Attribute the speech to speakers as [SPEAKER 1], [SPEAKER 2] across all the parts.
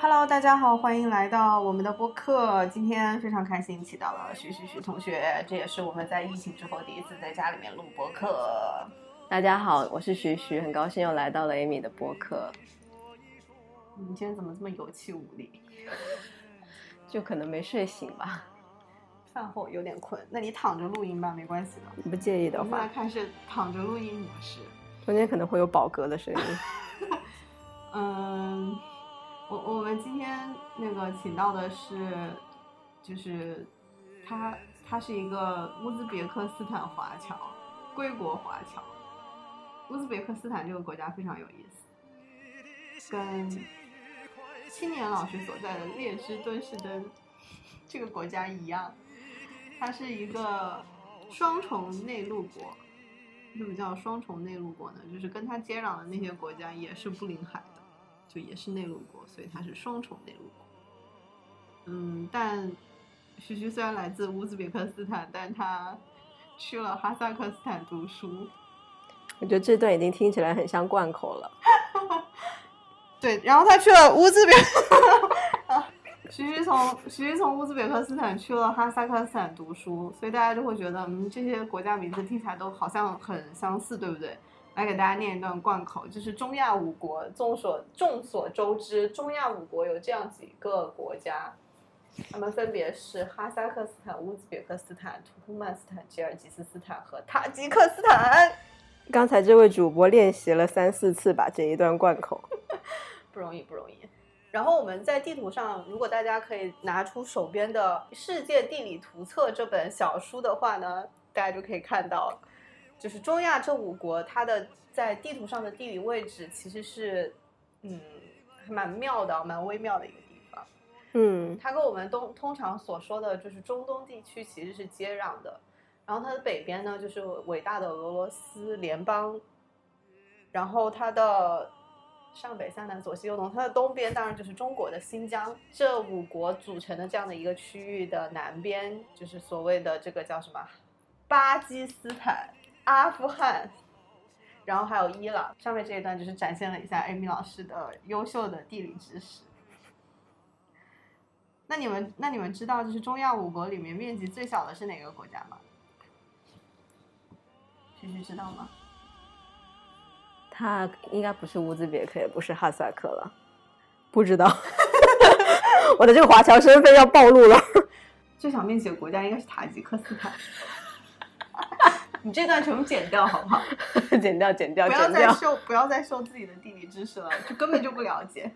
[SPEAKER 1] Hello，大家好，欢迎来到我们的播客。今天非常开心，请到了徐徐徐同学，这也是我们在疫情之后第一次在家里面录播客。
[SPEAKER 2] 大家好，我是徐徐，很高兴又来到了 Amy 的播客，
[SPEAKER 1] 嗯你今天怎么这么有气无力？
[SPEAKER 2] 就可能没睡醒吧，
[SPEAKER 1] 饭后有点困，那你躺着录音吧，没关系的。
[SPEAKER 2] 不介意的
[SPEAKER 1] 我们来
[SPEAKER 2] 话，
[SPEAKER 1] 看是躺着录音模式。
[SPEAKER 2] 中间可能会有饱嗝的声音。
[SPEAKER 1] 嗯，我我们今天那个请到的是，就是他他是一个乌兹别克斯坦华侨，归国华侨。乌兹别克斯坦这个国家非常有意思，跟青年老师所在的列支敦士登这个国家一样，它是一个双重内陆国。为什么叫双重内陆国呢？就是跟它接壤的那些国家也是不临海的，就也是内陆国，所以它是双重内陆国。嗯，但徐徐虽然来自乌兹别克斯坦，但他去了哈萨克斯坦读书。
[SPEAKER 2] 我觉得这段已经听起来很像贯口了。
[SPEAKER 1] 对，然后他去了乌兹别， 徐徐从徐徐从乌兹别克斯坦去了哈萨克斯坦读书，所以大家就会觉得，嗯，这些国家名字听起来都好像很相似，对不对？来给大家念一段贯口，就是中亚五国。众所众所周知，中亚五国有这样几个国家，它们分别是哈萨克斯坦、乌兹别克斯坦、土库曼斯坦、吉尔吉斯斯坦和塔吉克斯坦。
[SPEAKER 2] 刚才这位主播练习了三四次，把这一段贯口。
[SPEAKER 1] 不容易，不容易。然后我们在地图上，如果大家可以拿出手边的《世界地理图册》这本小书的话呢，大家就可以看到，就是中亚这五国，它的在地图上的地理位置其实是，嗯，还蛮妙的，蛮微妙的一个地方。
[SPEAKER 2] 嗯，
[SPEAKER 1] 它跟我们东通常所说的就是中东地区其实是接壤的，然后它的北边呢就是伟大的俄罗斯联邦，然后它的上北下南左西右东，它的东边当然就是中国的新疆，这五国组成的这样的一个区域的南边就是所谓的这个叫什么巴基斯坦、阿富汗。然后还有伊朗，上面这一段就是展现了一下 Amy 老师的优秀的地理知识。那你们那你们知道就是中亚五国里面面积最小的是哪个国家吗？徐徐知道吗？
[SPEAKER 2] 他应该不是乌兹别克，也不是哈萨克了，不知道。 我的这个华侨身份要暴露了。
[SPEAKER 1] 最小面积的国家应该是塔吉克斯 坦。你这段全部剪掉好不好？
[SPEAKER 2] 剪掉，剪掉，
[SPEAKER 1] 不要
[SPEAKER 2] 剪
[SPEAKER 1] 再
[SPEAKER 2] 掉。
[SPEAKER 1] 秀不要再秀自己的地理知识了，就根本就不了解。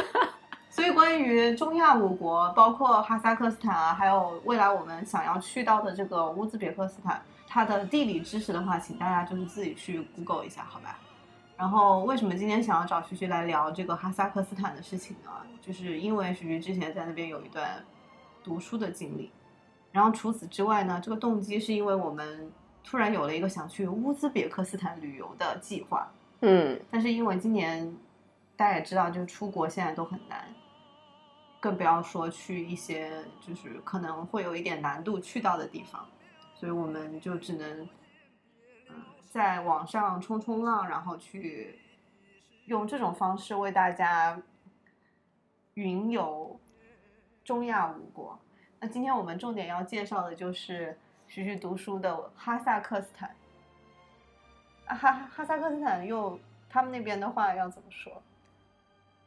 [SPEAKER 1] 所以，关于中亚五国，包括哈萨克斯坦啊，还有未来我们想要去到的这个乌兹别克斯坦，它的地理知识的话，请大家就是自己去 Google 一下，好吧？然后，为什么今天想要找徐徐来聊这个哈萨克斯坦的事情呢？就是因为徐徐之前在那边有一段读书的经历，然后除此之外呢，这个动机是因为我们突然有了一个想去乌兹别克斯坦旅游的计划，
[SPEAKER 2] 嗯，
[SPEAKER 1] 但是因为今年大家也知道，就是出国现在都很难，更不要说去一些就是可能会有一点难度去到的地方，所以我们就只能嗯在网上冲冲浪，然后去用这种方式为大家云游中亚五国。那今天我们重点要介绍的就是徐徐读书的哈萨克斯坦。啊哈哈萨克斯坦又他们那边的话要怎么说？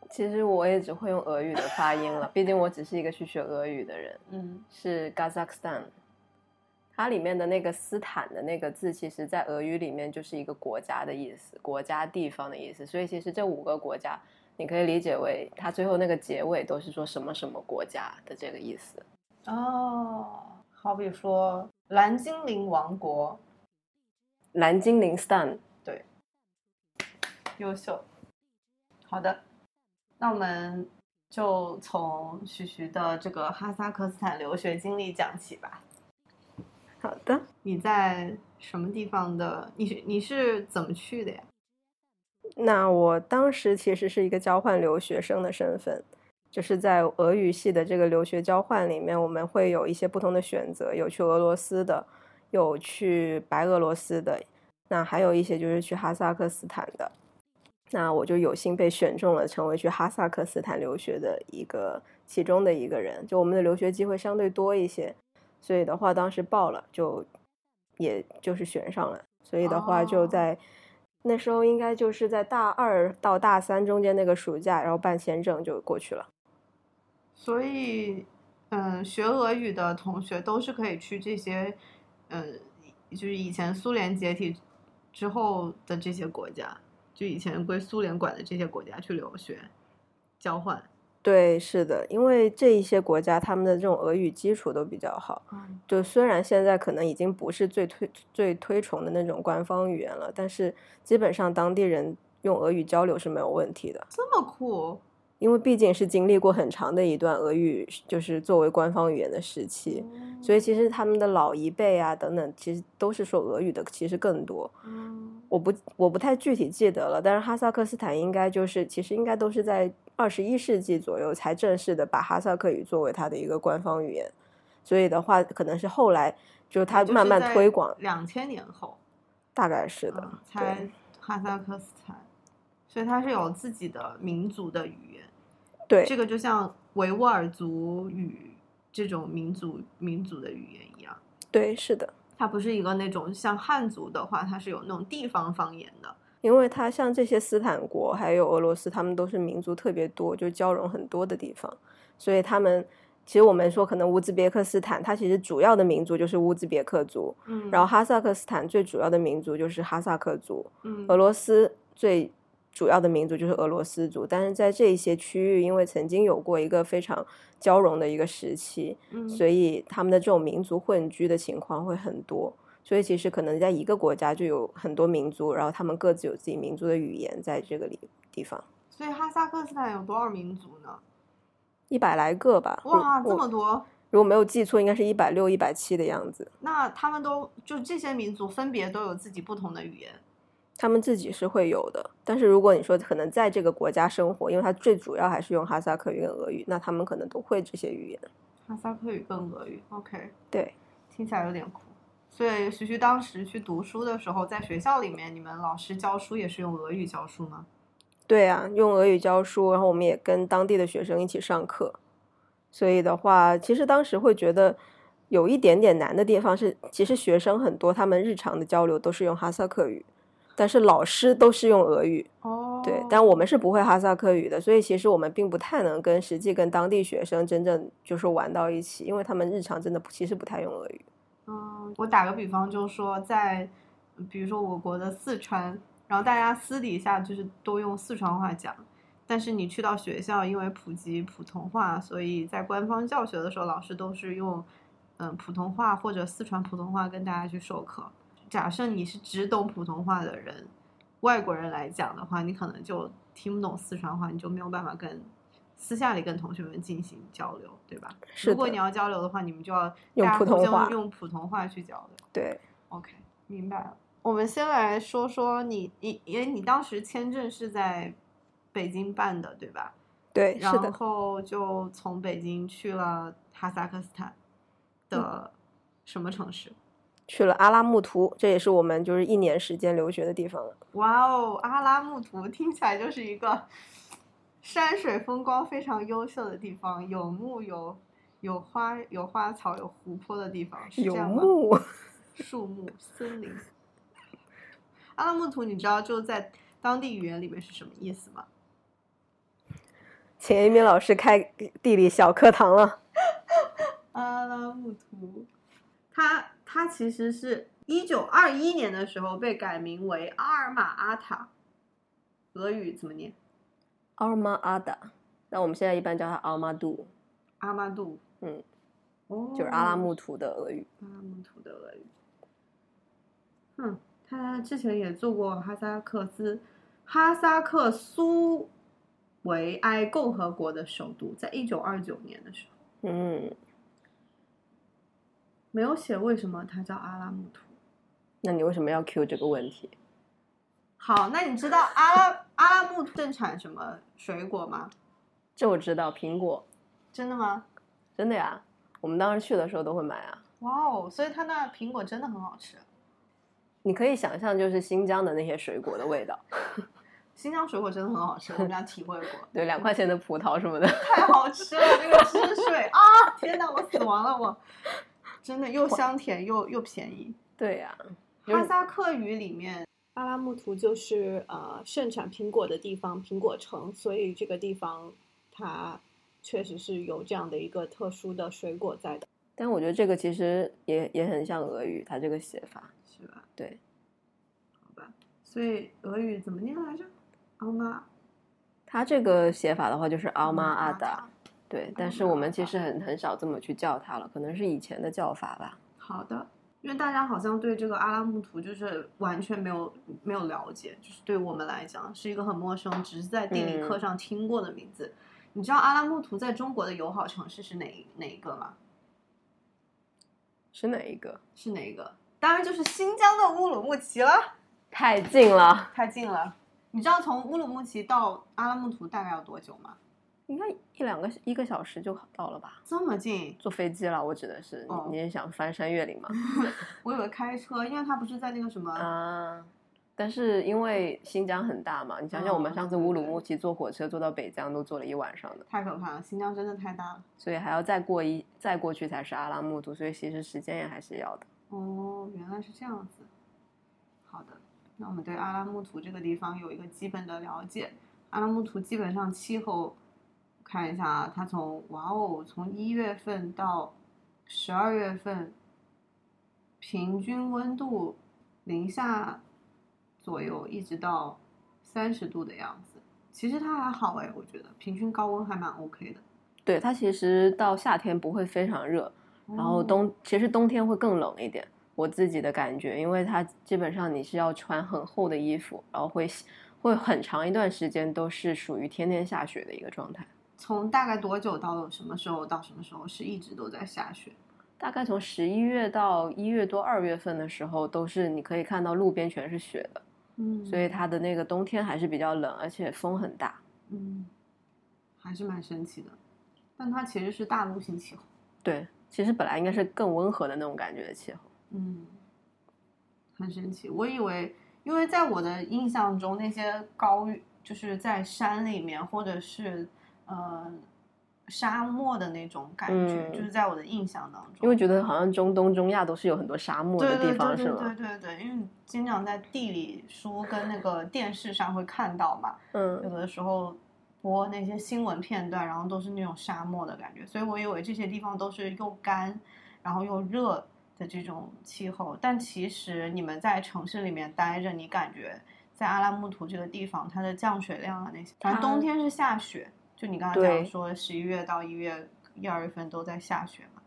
[SPEAKER 2] 其实我也只会用俄语的发音了，毕竟我只是一个去学俄语的人。
[SPEAKER 1] 嗯，
[SPEAKER 2] 是 Kazakhstan，它里面的那个斯坦的那个字，其实在俄语里面就是一个国家的意思，国家地方的意思。所以其实这五个国家，你可以理解为它最后那个结尾都是说什么什么国家的这个意思。
[SPEAKER 1] 哦，好比说蓝精灵王国，
[SPEAKER 2] 蓝精灵 stan，
[SPEAKER 1] 优秀。好的，那我们就从徐徐的这个哈萨克斯坦留学经历讲起吧。
[SPEAKER 2] 好的，
[SPEAKER 1] 你在什么地方的？你是你是怎么去的呀？
[SPEAKER 2] 那我当时其实是一个交换留学生的身份，就是在俄语系的这个留学交换里面，我们会有一些不同的选择，有去俄罗斯的，有去白俄罗斯的，那还有一些就是去哈萨克斯坦的。那我就有幸被选中了，成为去哈萨克斯坦留学的一个其中的一个人。就我们的留学机会相对多一些，所以的话当时报了，就也就是选上了。所以的话就在、那时候应该就是在大二到大三中间那个暑假，然后办签证就过去了。
[SPEAKER 1] 所以，嗯，学俄语的同学都是可以去这些，呃，就是以前苏联解体之后的这些国家，就以前归苏联管的这些国家去留学交换。
[SPEAKER 2] 对，是的，因为这一些国家他们的这种俄语基础都比较好。
[SPEAKER 1] 嗯，
[SPEAKER 2] 就虽然现在可能已经不是最推最推崇的那种官方语言了，但是基本上当地人用俄语交流是没有问题的，
[SPEAKER 1] 这么酷，
[SPEAKER 2] 因为毕竟是经历过很长的一段俄语就是作为官方语言的时期，
[SPEAKER 1] 哦
[SPEAKER 2] 所以其实他们的老一辈啊等等，其实都是说俄语的，其实更多。
[SPEAKER 1] 嗯，
[SPEAKER 2] 我不我不太具体记得了，但是哈萨克斯坦应该就是其实应该都是在二十一世纪左右才正式的把哈萨克语作为它的一个官方语言，所以的话可能是后来就是它慢慢推广，
[SPEAKER 1] 两千年后，
[SPEAKER 2] 大概是的，
[SPEAKER 1] 嗯
[SPEAKER 2] 对
[SPEAKER 1] 才哈萨克斯坦，所以它是有自己的民族的语言。
[SPEAKER 2] 对
[SPEAKER 1] 这个就像维吾尔族语这种民族民族的语言一样，
[SPEAKER 2] 对是的，
[SPEAKER 1] 它不是一个那种像汉族的话，它是有那种地方方言的。
[SPEAKER 2] 因为它像这些斯坦国还有俄罗斯，他们都是民族特别多，就交融很多的地方，所以他们其实我们说可能乌兹别克斯坦，它其实主要的民族就是乌兹别克族，
[SPEAKER 1] 嗯
[SPEAKER 2] 然后哈萨克斯坦最主要的民族就是哈萨克族。
[SPEAKER 1] 嗯
[SPEAKER 2] 俄罗斯最主要的民族就是俄罗斯族，但是在这一些区域，因为曾经有过一个非常交融的一个时期，
[SPEAKER 1] 嗯
[SPEAKER 2] 所以他们的这种民族混居的情况会很多。所以其实可能在一个国家就有很多民族，然后他们各自有自己民族的语言，在这个里地方
[SPEAKER 1] 所以哈萨克斯坦有多少民族呢？
[SPEAKER 2] 一百来个吧。如
[SPEAKER 1] 哇，这
[SPEAKER 2] 我
[SPEAKER 1] 么多！
[SPEAKER 2] 如果没有记错，应该是一百六、一百七的样子。
[SPEAKER 1] 那他们都就这些民族分别都有自己不同的语言。
[SPEAKER 2] 他们自己是会有的，但是如果你说可能在这个国家生活，因为它最主要还是用哈萨克语跟俄语，那他们可能都会这些语言。
[SPEAKER 1] 哈萨克语跟俄语，OK，
[SPEAKER 2] 对，
[SPEAKER 1] 听起来有点酷。所以徐徐当时去读书的时候，在学校里面，你们老师教书也是用俄语教书吗？
[SPEAKER 2] 对啊，用俄语教书，然后我们也跟当地的学生一起上课，所以的话，其实当时会觉得有一点点难的地方是，其实学生很多，他们日常的交流都是用哈萨克语，但是老师都是用俄语。
[SPEAKER 1] 哦
[SPEAKER 2] 对，但我们是不会哈萨克语的，所以其实我们并不太能跟实际跟当地学生真正就是玩到一起，因为他们日常真的不其实不太用俄语。
[SPEAKER 1] 嗯，我打个比方，就说在，比如说我国的四川，然后大家私底下就是都用四川话讲，但是你去到学校，因为普及普通话，所以在官方教学的时候，老师都是用嗯普通话或者四川普通话跟大家去授课。假设你是只懂普通话的人，外国人来讲的话，你可能就听不懂四川话，你就没有办法跟私下里跟同学们进行交流，对吧？
[SPEAKER 2] 是
[SPEAKER 1] 如果
[SPEAKER 2] 的
[SPEAKER 1] 你要交流的话，你们就要
[SPEAKER 2] 用
[SPEAKER 1] 大家
[SPEAKER 2] 普
[SPEAKER 1] 互
[SPEAKER 2] 通
[SPEAKER 1] 相
[SPEAKER 2] 话
[SPEAKER 1] 用普通话去交流。
[SPEAKER 2] 对，
[SPEAKER 1] OK，明白了。我们先来说说你，你因为你当时签证是在北京办的，对吧？
[SPEAKER 2] 对，是
[SPEAKER 1] 然
[SPEAKER 2] 的，
[SPEAKER 1] 后就从北京去了哈萨克斯坦
[SPEAKER 2] 嗯
[SPEAKER 1] 的什么城市？
[SPEAKER 2] 去了阿拉木图，这也是我们就是一年时间留学的地方了。
[SPEAKER 1] 哇哦，阿拉木图 听起来就是一个 山水风光非常优秀的地方，有木有有花有花草有湖泊的地方，是这
[SPEAKER 2] 有
[SPEAKER 1] 样吗？
[SPEAKER 2] 木，
[SPEAKER 1] 树木、森林。阿拉木图，你知道就在当地语言里面是什么意思吗？
[SPEAKER 2] 请 Amy 老师开地理小课堂了。
[SPEAKER 1] 阿拉木图，它它其实是一九二一年的时候被改名为阿尔马阿塔，俄语怎么念？
[SPEAKER 2] 阿尔玛阿达，那我们现在一般叫它阿玛杜，
[SPEAKER 1] 阿马杜，
[SPEAKER 2] 嗯，
[SPEAKER 1] 哦，
[SPEAKER 2] 就是阿拉木图的俄语。
[SPEAKER 1] 阿拉木图的俄语。嗯，他之前也做过哈萨克斯哈萨克苏维埃共和国的首都，在一九二九年的时候，
[SPEAKER 2] 嗯，
[SPEAKER 1] 没有写为什么它叫阿拉木图。
[SPEAKER 2] 那你为什么要 Q 这个问题？
[SPEAKER 1] 好，那你知道阿拉阿拉木图盛产什么水果吗？
[SPEAKER 2] 这我知道，苹果，
[SPEAKER 1] 真的吗？
[SPEAKER 2] 真的呀，我们当时去的时候都会买啊。
[SPEAKER 1] 哇哦，所以它那苹果真的很好吃。
[SPEAKER 2] 你可以想象，就是新疆的那些水果的味道。
[SPEAKER 1] 新疆水果真的很好吃，我们俩体会过，
[SPEAKER 2] 对，两块钱的葡萄什么的，
[SPEAKER 1] 太好吃了，那个汁水啊！天哪，我死亡了，我真的又香甜又又便 宜。
[SPEAKER 2] 对呀、
[SPEAKER 1] 哈萨克语里面，
[SPEAKER 3] 巴拉木图就是呃盛产苹果的地方，苹果城，所以这个地方它确实是有这样的一个特殊的水果在的。
[SPEAKER 2] 但我觉得这个其实也也很像俄语，它这个写法，
[SPEAKER 1] 是吧？
[SPEAKER 2] 对，
[SPEAKER 1] 好吧。所以俄语怎么念来着？昂玛
[SPEAKER 2] 它这个写法的话就是
[SPEAKER 1] 阿
[SPEAKER 2] 奥玛阿达，
[SPEAKER 1] 达。
[SPEAKER 2] 对，但是我们其实很很少这么去叫它了，可能是以前的叫法吧。
[SPEAKER 1] 好的，因为大家好像对这个阿拉木图就是完全没有没有了解，就是对我们来讲是一个很陌生，只是在地理课上听过的名字。你知道阿拉木图在中国的友好城市是哪一哪一个吗？
[SPEAKER 2] 是哪一个？
[SPEAKER 1] 是哪一个？当然就是新疆的乌鲁木齐了，
[SPEAKER 2] 太近了，
[SPEAKER 1] 太近了。你知道从乌鲁木齐到阿拉木图大概要多久吗？
[SPEAKER 2] 应该一两个一个小时就到了吧？
[SPEAKER 1] 这么近，
[SPEAKER 2] 坐飞机了，我指的是
[SPEAKER 1] 哦
[SPEAKER 2] 你，你是想翻山越岭吗？
[SPEAKER 1] 我以为开车，因为它不是在那个什么，
[SPEAKER 2] 啊。但是因为新疆很大嘛，你想想我们
[SPEAKER 1] 嗯
[SPEAKER 2] 上次
[SPEAKER 1] 对
[SPEAKER 2] 乌
[SPEAKER 1] 对
[SPEAKER 2] 鲁木齐坐火车坐到北疆都坐了一晚上的，
[SPEAKER 1] 太可怕了，新疆真的太大了。
[SPEAKER 2] 所以还要再过一再过去才是阿拉木图，所以其实时间也还是要的。
[SPEAKER 1] 哦，原来是这样子。好的，那我们对阿拉木图这个地方有一个基本的了解。阿拉木图基本上气候，看一下啊，它从哇哦，从一月份到十二月份，平均温度零下左右，一直到三十度的样子。其实它还好哎，我觉得平均高温还蛮 OK 的。
[SPEAKER 2] 对，它其实到夏天不会非常热，然后
[SPEAKER 1] 哦
[SPEAKER 2] 冬其实冬天会更冷一点，我自己的感觉，因为它基本上你是要穿很厚的衣服，然后会会很长一段时间都是属于天天下雪的一个状态，
[SPEAKER 1] 从大概多久到什么时候到什么时候是一直都在下雪？
[SPEAKER 2] 大概从十一月到一月多二月份的时候，都是你可以看到路边全是雪的，
[SPEAKER 1] 嗯
[SPEAKER 2] 所以它的那个冬天还是比较冷，而且风很大。
[SPEAKER 1] 嗯，还是蛮神奇的。但它其实是大陆性气候。
[SPEAKER 2] 对，其实本来应该是更温和的那种感觉的气候。
[SPEAKER 1] 嗯，很神奇。我以为，因为在我的印象中，那些高就是在山里面或者是呃沙漠的那种感觉，
[SPEAKER 2] 嗯
[SPEAKER 1] 就是在我的印象当中，
[SPEAKER 2] 因为觉得好像中东、中亚都是有很多沙漠
[SPEAKER 1] 哦对
[SPEAKER 2] 的
[SPEAKER 1] 对
[SPEAKER 2] 地方，
[SPEAKER 1] 对
[SPEAKER 2] 是
[SPEAKER 1] 对对
[SPEAKER 2] 吗？
[SPEAKER 1] 对对，因为经常在地理书跟那个电视上会看到嘛，有
[SPEAKER 2] 嗯，
[SPEAKER 1] 的时候播那些新闻片段，然后都是那种沙漠的感觉，所以我以为这些地方都是又干，然后又热的这种气候。但其实你们在城市里面待着，你感觉在阿拉木图这个地方，它的降雪量啊那些，反正
[SPEAKER 2] 它
[SPEAKER 1] 冬天是下雪，就你刚才
[SPEAKER 2] 对
[SPEAKER 1] 讲说十一月到一月一二月份都在下雪嘛。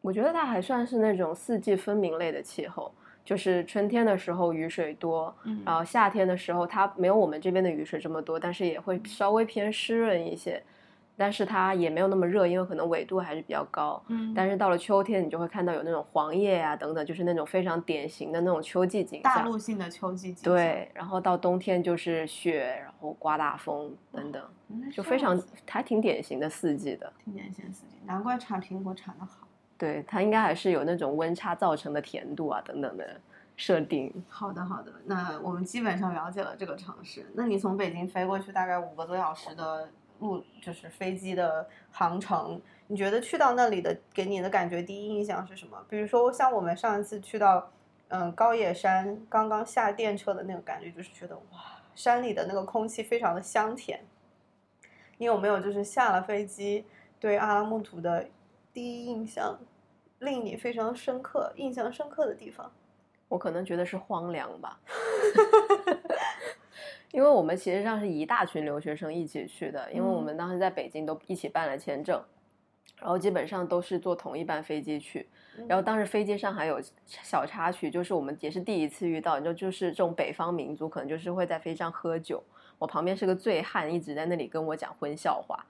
[SPEAKER 2] 我觉得它还算是那种四季分明类的气候，就是春天的时候雨水多，
[SPEAKER 1] 嗯
[SPEAKER 2] 然后夏天的时候它没有我们这边的雨水这么多，但是也会稍微偏湿润一些，但是它也没有那么热，因为可能纬度还是比较高。
[SPEAKER 1] 嗯
[SPEAKER 2] 但是到了秋天，你就会看到有那种黄叶呀、等等，就是那种非常典型的那种秋季景
[SPEAKER 1] 大
[SPEAKER 2] 象。
[SPEAKER 1] 陆性的秋季景象，
[SPEAKER 2] 对，然后到冬天就是雪，然后刮大风等等，
[SPEAKER 1] 嗯，
[SPEAKER 2] 就
[SPEAKER 1] 这
[SPEAKER 2] 非
[SPEAKER 1] 样
[SPEAKER 2] 常
[SPEAKER 1] 子
[SPEAKER 2] 还挺典型的四季的。
[SPEAKER 1] 挺典型的四季，难怪产苹果产的好。
[SPEAKER 2] 对，它应该还是有那种温差造成的甜度啊等等的设定。
[SPEAKER 1] 好的，好的。那我们基本上了解了这个城市。那你从北京飞过去大概五个多小时的路，就是飞机的航程，你觉得去到那里的给你的感觉，第一印象是什么？比如说像我们上一次去到，嗯、高野山，刚刚下电车的那个感觉，就是觉得哇，山里的那个空气非常的香甜。你有没有就是下了飞机对阿拉木图的第一印象，令你非常深刻、印象深刻的地方？
[SPEAKER 2] 我可能觉得是荒凉吧， 因为我们其实上是一大群留学生一起去的，因为我
[SPEAKER 1] 嗯
[SPEAKER 2] 们当时在北京都一起办了签证，然后基本上都是坐同一班飞机去。
[SPEAKER 1] 嗯
[SPEAKER 2] 然后当时飞机上还有小插曲，就是我们也是第一次遇到，你知道，就是这种北方民族可能就是会在飞机上喝酒。我旁边是个醉汉，一直在那里跟我讲荤笑话，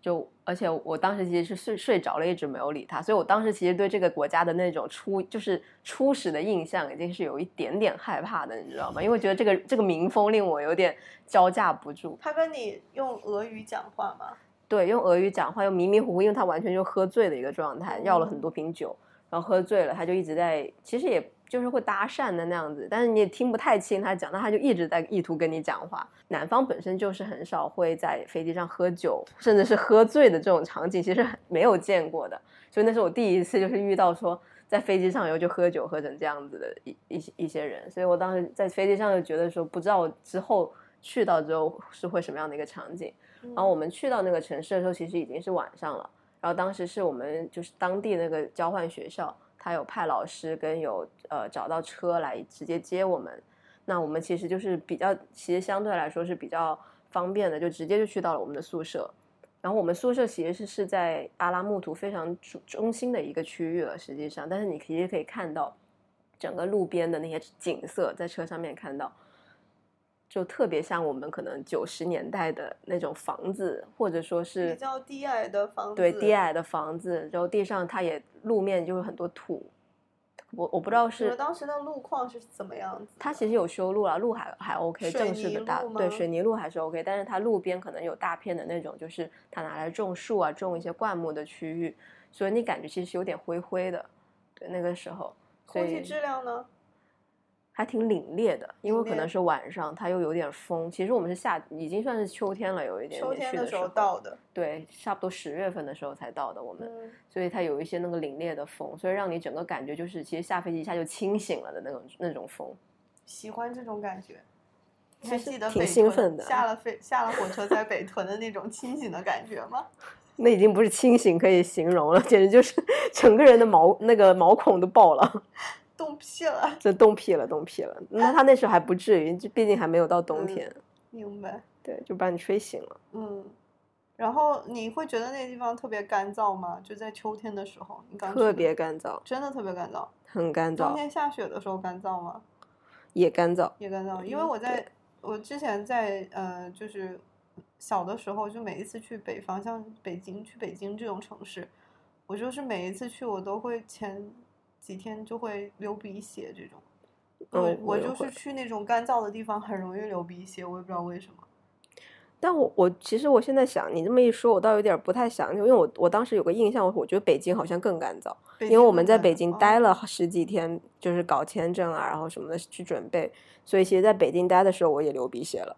[SPEAKER 2] 就而且我当时其实是睡睡着了，一直没有理他，所以我当时其实对这个国家的那种初就是初始的印象已经是有一点点害怕的，你知道吗？因为觉得这个这个民风令我有点招架不住。
[SPEAKER 1] 他跟你用俄语讲话吗？
[SPEAKER 2] 对，用俄语讲话又迷迷糊糊，因为他完全就喝醉的一个状态，要了
[SPEAKER 1] 哦
[SPEAKER 2] 很多瓶酒，然后喝醉了，他就一直在，其实也就是会搭讪的那样子，但是你也听不太清他讲，但他就一直在意图跟你讲话。南方本身就是很少会在飞机上喝酒，甚至是喝醉的这种场景，其实很没有见过的。所以那是我第一次就是遇到说在飞机上以后就喝酒喝成这样子的一一些一些人，所以我当时在飞机上就觉得说，不知道之后去到之后是会什么样的一个场景。
[SPEAKER 1] 嗯
[SPEAKER 2] 然后我们去到那个城市的时候，其实已经是晚上了。然后当时是我们就是当地那个交换学校，他有派老师跟有呃找到车来直接接我们。那我们其实就是比较，其实相对来说是比较方便的，就直接就去到了我们的宿舍。然后我们宿舍其实是是在阿拉木图非常中中心的一个区域了，实际上，但是你其实可以看到整个路边的那些景色，在车上面看到。就特别像我们可能九十年代的那种房子，或者说是
[SPEAKER 1] 嗯比较低矮的房子，
[SPEAKER 2] 对低矮的房子，然后地上它也路面就是很多土，我我不知道
[SPEAKER 1] 你
[SPEAKER 2] 是
[SPEAKER 1] 们当时的路况是怎么样子？
[SPEAKER 2] 它其实有修路了，路还还 OK，
[SPEAKER 1] 水泥
[SPEAKER 2] 正式的大
[SPEAKER 1] 路吗
[SPEAKER 2] 对水泥路还是 OK，但是它路边可能有大片的那种，就是它拿来种树啊，种一些灌木的区域，所以你感觉其实有点灰灰的，对那个时候，所
[SPEAKER 1] 空气
[SPEAKER 2] 以
[SPEAKER 1] 质量呢？
[SPEAKER 2] 还挺凛冽的，因为可
[SPEAKER 1] 凛冽
[SPEAKER 2] 能是晚上，它又有点风。其实我们是夏，已经算是秋天了，有一点
[SPEAKER 1] 秋
[SPEAKER 2] 点
[SPEAKER 1] 天
[SPEAKER 2] 去
[SPEAKER 1] 的
[SPEAKER 2] 的
[SPEAKER 1] 时候到的，
[SPEAKER 2] 对，差不多十月份的时候才到的，我们，
[SPEAKER 1] 嗯，
[SPEAKER 2] 所以它有一些那个凛冽的风，所以让你整个感觉就是，其实下飞机一下就清醒了的那种那种风。
[SPEAKER 1] 喜欢这种感觉。你
[SPEAKER 2] 其
[SPEAKER 1] 还
[SPEAKER 2] 实
[SPEAKER 1] 记得
[SPEAKER 2] 挺
[SPEAKER 1] 北
[SPEAKER 2] 兴
[SPEAKER 1] 屯
[SPEAKER 2] 奋的
[SPEAKER 1] 下 了飞下了火车在北屯的那种清醒的感觉吗？
[SPEAKER 2] 那已经不是清醒可以形容了，简直就是 整个人的毛那个毛孔都爆了，
[SPEAKER 1] 冻屁了，
[SPEAKER 2] 这冻屁了，冻屁了。那他那时候还不至于，就毕竟还没有到冬
[SPEAKER 1] 嗯
[SPEAKER 2] 天，
[SPEAKER 1] 明白。
[SPEAKER 2] 对，就把你吹醒了。
[SPEAKER 1] 嗯，然后你会觉得那个地方特别干燥吗？就在秋天的时候，你刚去
[SPEAKER 2] 特
[SPEAKER 1] 的
[SPEAKER 2] 别干燥，
[SPEAKER 1] 真的特别干燥。
[SPEAKER 2] 很干
[SPEAKER 1] 冬
[SPEAKER 2] 燥，
[SPEAKER 1] 天下雪的时候干燥吗？
[SPEAKER 2] 也干燥。
[SPEAKER 1] 也干燥，因为
[SPEAKER 2] 嗯
[SPEAKER 1] 我在我之前在呃，就是小的时候，就每一次去北方，像北京去北京这种城市，我就是每一次去，我都会前几天就会流鼻血这种。我
[SPEAKER 2] 嗯我
[SPEAKER 1] 我
[SPEAKER 2] 也
[SPEAKER 1] 就
[SPEAKER 2] 会
[SPEAKER 1] 是去那种干燥的地方，很容易流鼻血，我也不知道为什么。
[SPEAKER 2] 但我我其实我现在想，你这么一说，我倒有点儿不太想，因为我我当时有个印象，我觉得北京好像更干燥，
[SPEAKER 1] 因
[SPEAKER 2] 因为我们在北京
[SPEAKER 1] 哦
[SPEAKER 2] 待了十几天，就是搞签证啊，然后什么的去准备，所以其实在北京待的时候我也流鼻血了，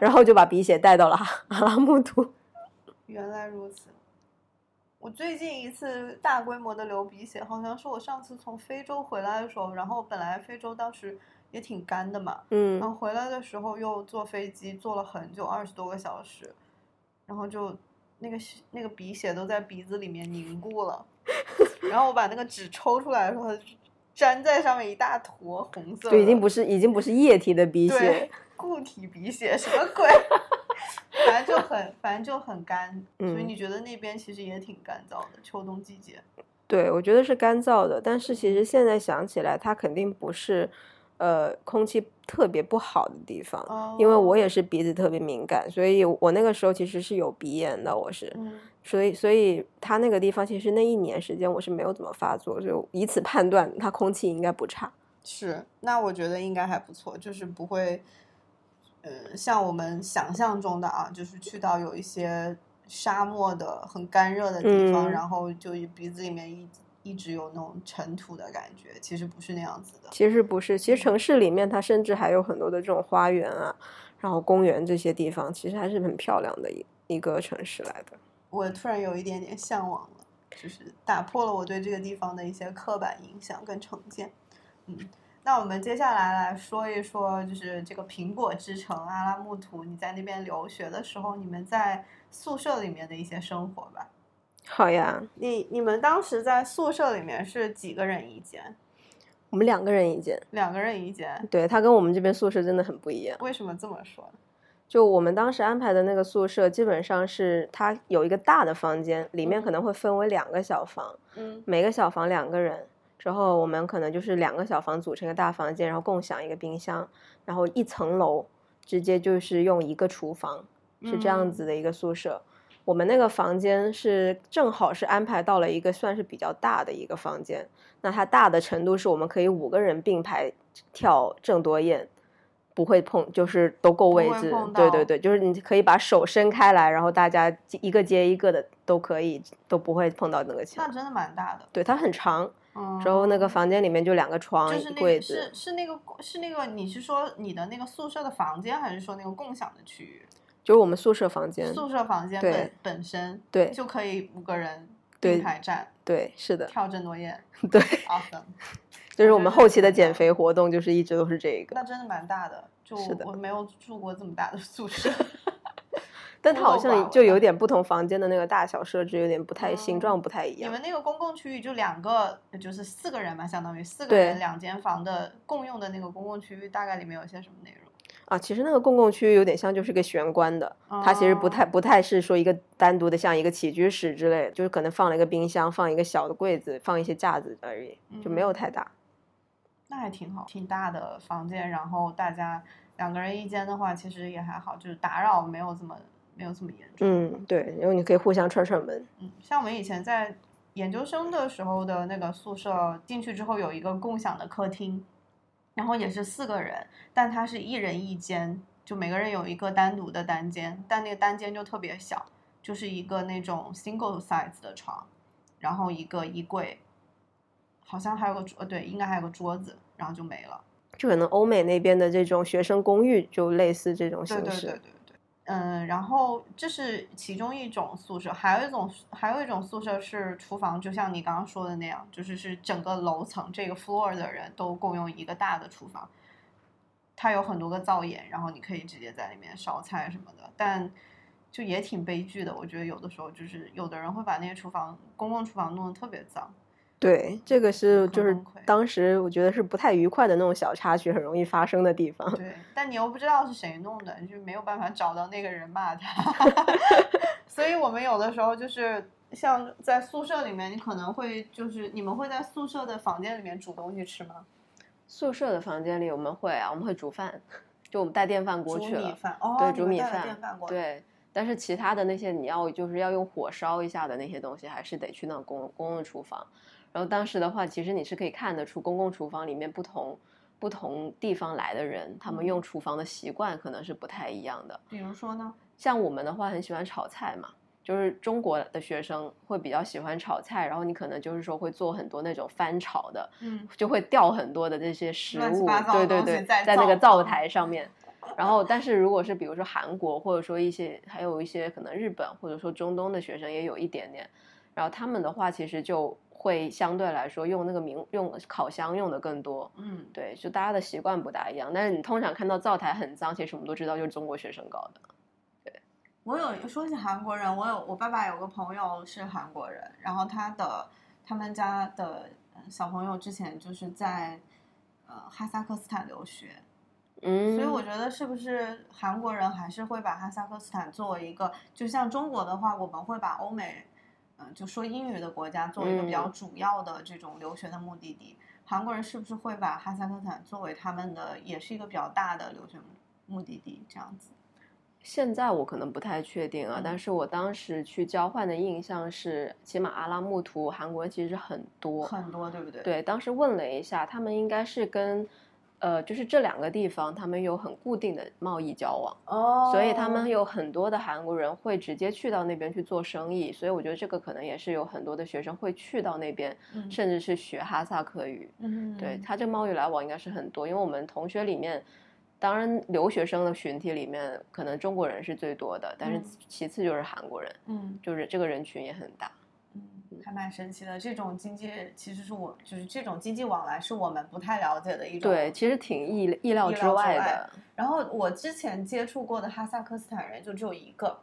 [SPEAKER 2] 然后就把鼻血带到了哈阿拉木图。
[SPEAKER 1] 原来如此。我最近一次大规模的流鼻血，好像是我上次从非洲回来的时候，然后本来非洲当时也挺干的嘛，
[SPEAKER 2] 嗯
[SPEAKER 1] 然，后回来的时候又坐飞机坐了很久，二十多个小时，然后就那个血那个鼻血都在鼻子里面凝固了，然后我把那个纸抽出来的时候，粘在上面一大坨红色的，
[SPEAKER 2] 就已经不是已经不是液体的鼻 血
[SPEAKER 1] 对，固体鼻血什么鬼？ 反正就很，反正就很干，所以
[SPEAKER 2] 嗯
[SPEAKER 1] 你觉得那边其实也挺干燥的，秋冬季节。
[SPEAKER 2] 对，我觉得是干燥的，但是其实现在想起来，它肯定不是，呃，空气特别不好的地方。
[SPEAKER 1] 哦
[SPEAKER 2] 因为我也是鼻子特别敏感，所以我那个时候其实是有鼻炎的，我是，
[SPEAKER 1] 嗯，
[SPEAKER 2] 所以所以他那个地方其实那一年时间我是没有怎么发作，就以此判断它空气应该不差。
[SPEAKER 1] 是，那我觉得应该还不错，就是不会，呃，像我们想象中的啊，就是去到有一些沙漠的很干热的地方，
[SPEAKER 2] 嗯
[SPEAKER 1] 然后就鼻子里面一一直有那种尘土的感觉，其实不是那样子的。
[SPEAKER 2] 其实不是，其实城市里面它甚至还有很多的这种花园啊，然后公园这些地方，其实还是很漂亮的一一个城市来的。
[SPEAKER 1] 我突然有一点点向往了，就是打破了我对这个地方的一些刻板印象跟成见。嗯，那我们接下来来说一说，就是这个苹果之城阿拉木图，你在那边留学的时候，你们在宿舍里面的一些生活吧。
[SPEAKER 2] 好呀，
[SPEAKER 1] 你你们当时在宿舍里面是几个人一间？
[SPEAKER 2] 我们两个人一间，
[SPEAKER 1] 两个人一间？
[SPEAKER 2] 对，它跟我们这边宿舍真的很不一样。
[SPEAKER 1] 为什么这么说？
[SPEAKER 2] 就我们当时安排的那个宿舍，基本上是它有一个大的房间，里面
[SPEAKER 1] 嗯
[SPEAKER 2] 可能会分为两个小房，
[SPEAKER 1] 嗯
[SPEAKER 2] 每个小房两个人。之后我们可能就是两个小房组成一个大房间，然后共享一个冰箱，然后一层楼直接就是用一个厨房，是这样
[SPEAKER 1] 嗯
[SPEAKER 2] 子的一个宿舍。我们那个房间是正好是安排到了一个算是比较大的一个房间，那它大的程度是我们可以五个人并排跳郑多燕，不会碰，就是都够位
[SPEAKER 1] 不会
[SPEAKER 2] 置
[SPEAKER 1] 碰。
[SPEAKER 2] 对
[SPEAKER 1] 到
[SPEAKER 2] 对对，就是你可以把手伸开来，然后大家一个接一个的都可以，都不会碰到那个
[SPEAKER 1] 那
[SPEAKER 2] 墙。
[SPEAKER 1] 真的蛮大的。
[SPEAKER 2] 对，它很长，
[SPEAKER 1] 嗯，
[SPEAKER 2] 之后那个房间里面就两个床、
[SPEAKER 1] 就
[SPEAKER 2] 一
[SPEAKER 1] 是那
[SPEAKER 2] 柜
[SPEAKER 1] 个
[SPEAKER 2] 子
[SPEAKER 1] 是，是那个是那个，你是说你的那个宿舍的房间，还是说那个共享的区域？
[SPEAKER 2] 就是我们宿舍房间。
[SPEAKER 1] 宿舍房间
[SPEAKER 2] 对
[SPEAKER 1] 本本身
[SPEAKER 2] 对
[SPEAKER 1] 就可以五个人
[SPEAKER 2] 对
[SPEAKER 1] 并排站
[SPEAKER 2] 对，是的，
[SPEAKER 1] 跳郑多燕
[SPEAKER 2] 对，
[SPEAKER 1] ，awesome，
[SPEAKER 2] 就是我
[SPEAKER 1] 觉
[SPEAKER 2] 们
[SPEAKER 1] 得
[SPEAKER 2] 后
[SPEAKER 1] 这
[SPEAKER 2] 期的
[SPEAKER 1] 很
[SPEAKER 2] 减
[SPEAKER 1] 大
[SPEAKER 2] 肥活动，就是一直都是这个
[SPEAKER 1] 那。真的蛮大的。就是
[SPEAKER 2] 的
[SPEAKER 1] 我没有住过这么大的宿 舍，
[SPEAKER 2] 但它
[SPEAKER 1] 孤
[SPEAKER 2] 好
[SPEAKER 1] 陋寡
[SPEAKER 2] 像
[SPEAKER 1] 闻
[SPEAKER 2] 就
[SPEAKER 1] 了
[SPEAKER 2] 有点不同房间的那个大小设置，有点不太形
[SPEAKER 1] 哦
[SPEAKER 2] 状不太一
[SPEAKER 1] 你
[SPEAKER 2] 样。
[SPEAKER 1] 们那个公共区域就两个，就是四个人嘛，相当于四个
[SPEAKER 2] 对
[SPEAKER 1] 人两间房的共用的那个公共区域，大概里面有些什么内容？
[SPEAKER 2] 啊，其实那个公共区有点像就是个玄关的，它其实不
[SPEAKER 1] 哦
[SPEAKER 2] 太不太是说一个单独的像一个起居室之类的，就是可能放了一个冰箱，放一个小的柜子，放一些架子而已，
[SPEAKER 1] 嗯
[SPEAKER 2] 就没有太大。
[SPEAKER 1] 那还挺好，挺大的房间，然后大家两个人一间的话，其实也还好，就是打扰没有这么没有这么严重。
[SPEAKER 2] 嗯，对，然后你可以互相串串门。
[SPEAKER 1] 嗯，像我们以前在研究生的时候的那个宿舍，进去之后有一个共享的客厅，然后也是四个人，但它是一人一间，就每个人有一个单独的单间，但那个单间就特别小，就是一个那种 single size 的床，然后一个衣柜，好像还有个桌，呃对，应该还有个桌子，然后就没了。
[SPEAKER 2] 就可能欧美那边的这种学生公寓就类似这种
[SPEAKER 1] 对
[SPEAKER 2] 形
[SPEAKER 1] 对
[SPEAKER 2] 式。
[SPEAKER 1] 对对对。嗯，然后这是其中一种宿舍，还有一种还有一种宿舍是厨房，就像你刚刚说的那样，就是是整个楼层这个 floor 的人都共用一个大的厨房，它有很多个灶眼，然后你可以直接在里面烧菜什么的，但就也挺悲剧的。我觉得有的时候就是有的人会把那些厨房公共厨房弄得特别脏，
[SPEAKER 2] 对这个是
[SPEAKER 1] 很
[SPEAKER 2] 就是
[SPEAKER 1] 崩溃
[SPEAKER 2] 当时我觉得是不太愉快的那种小插曲，很容易发生的地 方。
[SPEAKER 1] 对，但你又不知道是谁弄的，你就没有办法找到那个人骂他。 所以我们有的时候就是像在宿舍里面，你可能会就是你们会在宿舍的房间里面煮东西吃吗？
[SPEAKER 2] 宿舍的房间里我们会啊，我们会煮饭，就我们带电饭锅
[SPEAKER 1] 煮
[SPEAKER 2] 去
[SPEAKER 1] 米
[SPEAKER 2] 了。
[SPEAKER 1] 饭哦，
[SPEAKER 2] 对，
[SPEAKER 1] 你
[SPEAKER 2] 煮
[SPEAKER 1] 们
[SPEAKER 2] 米
[SPEAKER 1] 带了
[SPEAKER 2] 饭，
[SPEAKER 1] 电饭锅，
[SPEAKER 2] 对，但是其他的那些你要就是要用火烧一下的那些东西，还是得去那种公公共厨房。然后当时的话，其实你是可以看得出公共厨房里面不同不同地方来的人，他们
[SPEAKER 1] 嗯
[SPEAKER 2] 用厨房的习惯可能是不太一样的。
[SPEAKER 1] 比如说呢，
[SPEAKER 2] 像我们的话，很喜欢炒菜嘛，就是中国的学生会比较喜欢炒菜，然后你可能就是说会做很多那种翻炒的，
[SPEAKER 1] 嗯，
[SPEAKER 2] 就会掉很多的这些食
[SPEAKER 1] 乱七
[SPEAKER 2] 物
[SPEAKER 1] 八，糟
[SPEAKER 2] 对
[SPEAKER 1] 的
[SPEAKER 2] 对
[SPEAKER 1] 东
[SPEAKER 2] 对，
[SPEAKER 1] 西在
[SPEAKER 2] 那个
[SPEAKER 1] 灶
[SPEAKER 2] 灶
[SPEAKER 1] 旁
[SPEAKER 2] 台上面。然后，但是如果是比如说韩国，或者说一些还有一些可能日本或者说中东的学生也有一点点，然后他们的话其实就会相对来说用那个明用烤箱用的更多，
[SPEAKER 1] 嗯，
[SPEAKER 2] 对，就大家的习惯不大一样。但是你通常看到灶台很脏，其实我们都知道就是中国学生搞的，
[SPEAKER 1] 我有说起韩国人，我有我爸爸有个朋友是韩国人，然后他的他们家的呃小朋友之前就是在呃哈萨克斯坦留学，
[SPEAKER 2] 嗯，
[SPEAKER 1] 所以我觉得是不是韩国人还是会把哈萨克斯坦作为一个，就像中国的话，我们会把欧美，嗯、就说英语的国家作为一个比较
[SPEAKER 2] 嗯
[SPEAKER 1] 主要的这种留学的目的地。韩国人是不是会把哈萨克斯坦作为他们的也是一个比较大的留学目目的地？这样子，
[SPEAKER 2] 现在我可能不太确定啊，
[SPEAKER 1] 嗯
[SPEAKER 2] 但是我当时去交换的印象是，起码阿拉木图韩国人其实很多，
[SPEAKER 1] 很多对不对？，
[SPEAKER 2] 对，当时问了一下，他们应该是跟，呃，就是这两个地方，他们有很固定的贸易交往，
[SPEAKER 1] 哦，
[SPEAKER 2] 所以他们有很多的韩国人会直接去到那边去做生意，所以我觉得这个可能也是有很多的学生会去到那边，
[SPEAKER 1] 嗯
[SPEAKER 2] 甚至是学哈萨克语。
[SPEAKER 1] 嗯，
[SPEAKER 2] 对他这个贸易来往应该是很多，因为我们同学里面，当然留学生的群体里面，可能中国人是最多的，但是
[SPEAKER 1] 嗯
[SPEAKER 2] 其次就是韩国人，
[SPEAKER 1] 嗯
[SPEAKER 2] 就是这个人群也很大。
[SPEAKER 1] 嗯，还蛮神奇的。这种经济其实是我就是这种经济往来是我们不太了解的一种
[SPEAKER 2] 对，其实挺意意料
[SPEAKER 1] 意
[SPEAKER 2] 之
[SPEAKER 1] 料之外
[SPEAKER 2] 外的。
[SPEAKER 1] 然后我之前接触过的哈萨克斯坦人就只有一个，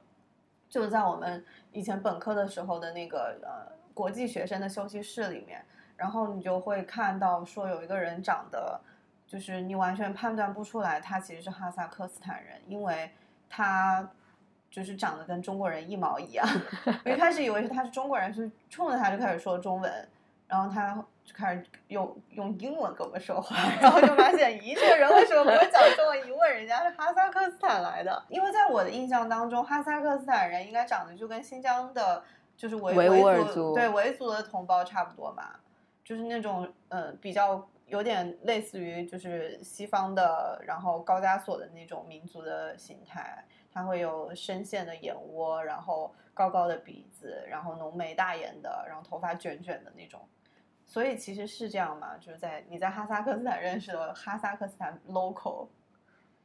[SPEAKER 1] 就在我们以前本科的时候的那个呃国际学生的休息室里面，然后你就会看到说有一个人长得，就是你完全判断不出来他其实是哈萨克斯坦人，因为他。就是长得跟中国人一毛一样，我一开始以为是他是中国人，是冲着他就开始说中文，然后他就开始用用英文跟我们说话，然后就发现，咦，这个人为什么不会讲中文？一问人家是哈萨克斯坦来的，因为在我的印象当中，哈萨克斯坦人应该长得就跟新疆的，就是维
[SPEAKER 2] 维吾尔
[SPEAKER 1] 族
[SPEAKER 2] 族
[SPEAKER 1] 对维族的同胞差不多嘛，就是那种呃比较有点类似于就是西方的，然后高加索的那种民族的形态，它会有深陷的眼窝，然后高高的鼻子，然后浓眉大眼的，然后头发卷卷的那种。所以其实是这样嘛，就是在你在哈萨克斯坦认识的哈萨克斯坦 local，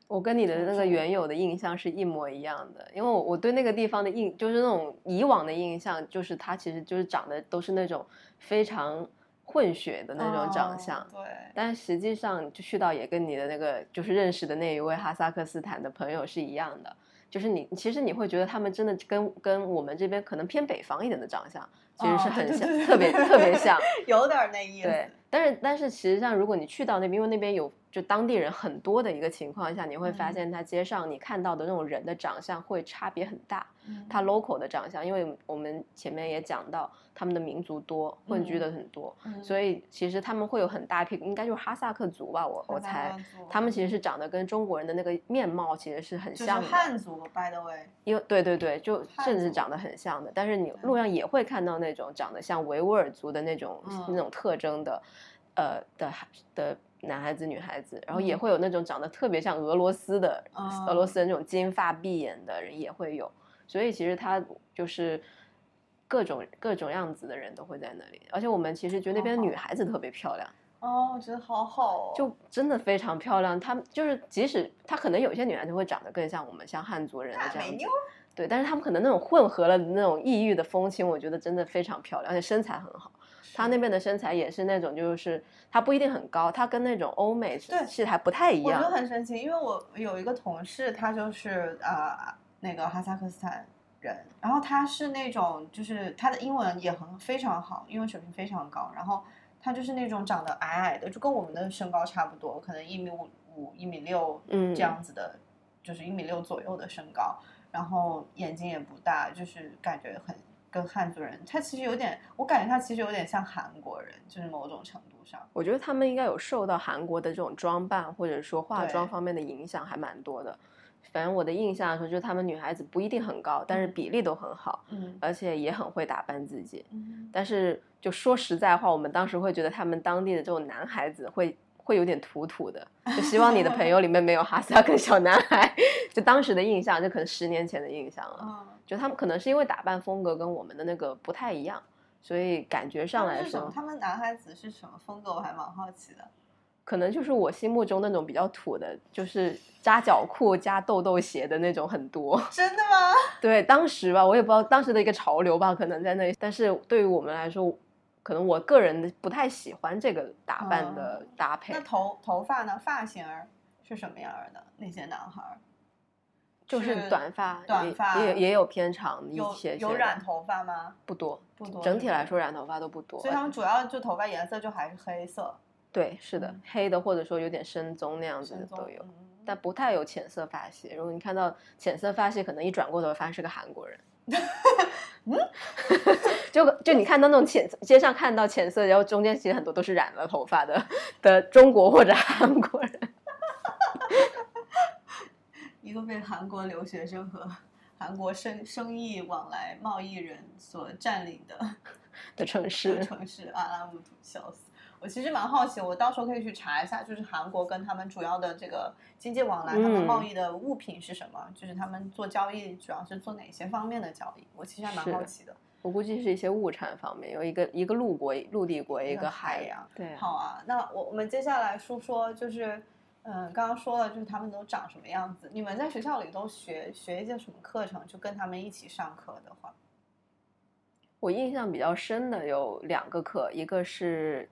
[SPEAKER 2] 我跟你的那个原有的印象是一模一样的，因为我我对那个地方的印就是那种以往的印象，就是它其实就是长得都是那种非常混血的那种长相，
[SPEAKER 1] 哦对，
[SPEAKER 2] 但实际上就去到也跟你的那个就是认识的那一位哈萨克斯坦的朋友是一样的，就是你其实你会觉得他们真的跟跟我们这边可能偏北方一点的长相其实是
[SPEAKER 1] 哦
[SPEAKER 2] 很
[SPEAKER 1] 对对
[SPEAKER 2] 像，
[SPEAKER 1] 对对
[SPEAKER 2] 特别特别像，
[SPEAKER 1] 有点那意思。
[SPEAKER 2] 对，但是但是其实上，如果你去到那边，因为那边有就当地人很多的一个情况下，你会发
[SPEAKER 1] 嗯
[SPEAKER 2] 现他街上你看到的那种人的长相会差别很大。
[SPEAKER 1] 嗯
[SPEAKER 2] 他 local 的长相，因为我们前面也讲到他们的民族多，混居的很多，
[SPEAKER 1] 嗯
[SPEAKER 2] 所以其实他们会有很大一批，应该就是哈萨克族吧，我我
[SPEAKER 1] 很难
[SPEAKER 2] 猜。
[SPEAKER 1] 乱做
[SPEAKER 2] 他们其实是长得跟中国人的那个面貌其实是很
[SPEAKER 1] 就是
[SPEAKER 2] 像的，
[SPEAKER 1] 汉族，by the way，
[SPEAKER 2] 因为对对对，就
[SPEAKER 1] 汉
[SPEAKER 2] 甚至
[SPEAKER 1] 族嗯
[SPEAKER 2] 长得很像的，但是你路上也会看到那种长得像维吾尔族的那种、
[SPEAKER 1] 嗯
[SPEAKER 2] 那种特征的，呃的的男孩子女孩子，然后也
[SPEAKER 1] 嗯
[SPEAKER 2] 会有那种长得特别像俄罗斯的、
[SPEAKER 1] 嗯
[SPEAKER 2] 俄罗斯的那种金发碧眼的人也会有，所以其实他就是各种各种样子的人都会在那里，而且我们其实觉得那边
[SPEAKER 1] 好
[SPEAKER 2] 的
[SPEAKER 1] 好
[SPEAKER 2] 女孩子特别漂亮。
[SPEAKER 1] 哦，我觉得好好哦，
[SPEAKER 2] 就真的非常漂亮。她们就是，即使她可能有些女孩子会长得更像我们像汉族人的
[SPEAKER 1] 大
[SPEAKER 2] 这
[SPEAKER 1] 美
[SPEAKER 2] 样子
[SPEAKER 1] 妞，
[SPEAKER 2] 对，但是她们可能那种混合了那种异域的风情，我觉得真的非常漂亮，而且身材很好。她那边的身材也是那种，就是她不一定很高，她跟那种欧美是
[SPEAKER 1] 对
[SPEAKER 2] 是还不太一
[SPEAKER 1] 我觉得
[SPEAKER 2] 样。
[SPEAKER 1] 很神奇，因为我有一个同事，他就是呃那个哈萨克斯坦人，然后他是那种就是他的英文也很非常好，英文水平非常高，然后他就是那种长得矮矮的，就跟我们的身高差不多，可能一米五五、一米六
[SPEAKER 2] 嗯
[SPEAKER 1] 这样子的，就是一米六左右的身高，然后眼睛也不大，就是感觉很。跟汉族人，他其实有点，我感觉他其实有点像韩国人，就是某种程度上。
[SPEAKER 2] 我觉得他们应该有受到韩国的这种装扮或者说化妆
[SPEAKER 1] 对
[SPEAKER 2] 方面的影响，还蛮多的。反正我的印象来说，就是他们女孩子不一定很高，但是
[SPEAKER 1] 嗯
[SPEAKER 2] 比例都很好，
[SPEAKER 1] 嗯
[SPEAKER 2] 而且也很会打扮自己。
[SPEAKER 1] 嗯，
[SPEAKER 2] 但是就说实在话，我们当时会觉得他们当地的这种男孩子会会有点土土的，就希望你的朋友里面没有哈萨克小男孩。就当时的印象，就可能十年前的印象了，
[SPEAKER 1] 嗯
[SPEAKER 2] 就他们可能是因为打扮风格跟我们的那个不太一样，所以感觉上
[SPEAKER 1] 他们
[SPEAKER 2] 来
[SPEAKER 1] 是什么
[SPEAKER 2] 说，
[SPEAKER 1] 他们男孩子是什么风格？我还蛮好奇的。
[SPEAKER 2] 可能就是我心目中那种比较土的，就是扎脚裤加豆豆鞋的那种很多。
[SPEAKER 1] 真的吗？
[SPEAKER 2] 对，当时吧，我也不知道当时的一个潮流吧，可能在那里。但是对于我们来说，可能我个人不太喜欢这个打扮的搭配，
[SPEAKER 1] 哦那头头发呢？发型儿是什么样儿的？那些男孩儿
[SPEAKER 2] 就是
[SPEAKER 1] 是
[SPEAKER 2] 短发，
[SPEAKER 1] 短
[SPEAKER 2] 呃也
[SPEAKER 1] 发
[SPEAKER 2] 也有也有偏长一
[SPEAKER 1] 有
[SPEAKER 2] 些些
[SPEAKER 1] 有
[SPEAKER 2] 的
[SPEAKER 1] 染头发吗？
[SPEAKER 2] 不多，
[SPEAKER 1] 不多
[SPEAKER 2] 整
[SPEAKER 1] 是
[SPEAKER 2] 体
[SPEAKER 1] 吧
[SPEAKER 2] 来说染头发都不多
[SPEAKER 1] 所以。他们主要就头发颜色就还是黑色，
[SPEAKER 2] 对，是的
[SPEAKER 1] 嗯，
[SPEAKER 2] 黑的或者说有点深棕那样子的
[SPEAKER 1] 深棕
[SPEAKER 2] 都有。
[SPEAKER 1] 嗯
[SPEAKER 2] 但不太有浅色发系，如果你看到浅色发系，可能一转过头发现是个韩国人。 嗯，就就你看到那种浅色街上看到浅色，然后中间其实很多都是染了头发的的中国或者韩国人。
[SPEAKER 1] 嗯一个被韩国留学生和 韩国生生意往来贸易人所占领的
[SPEAKER 2] 的城市
[SPEAKER 1] 的 城市阿拉木图，笑死！我其实蛮好奇，我到时候可以去查一下，就是韩国跟他们主要的这个经济往来，他们
[SPEAKER 2] 嗯
[SPEAKER 1] 贸易的物品是什么？就是他们做交易主要是做哪些方面的交易？我其实还蛮
[SPEAKER 2] 是
[SPEAKER 1] 好奇的。
[SPEAKER 2] 我估计是一些物产方面，有一个一个陆国陆地国，
[SPEAKER 1] 一
[SPEAKER 2] 一
[SPEAKER 1] 个
[SPEAKER 2] 个
[SPEAKER 1] 海
[SPEAKER 2] 海
[SPEAKER 1] 洋。
[SPEAKER 2] 对啊，
[SPEAKER 1] 好啊，那我我们接下来说说就是。嗯，刚刚说了，就是他们都长什么样子。你们在学校里都学学一些什么课程？就跟他们一起上课的话，
[SPEAKER 2] 我印象比较深的有两个课，一个是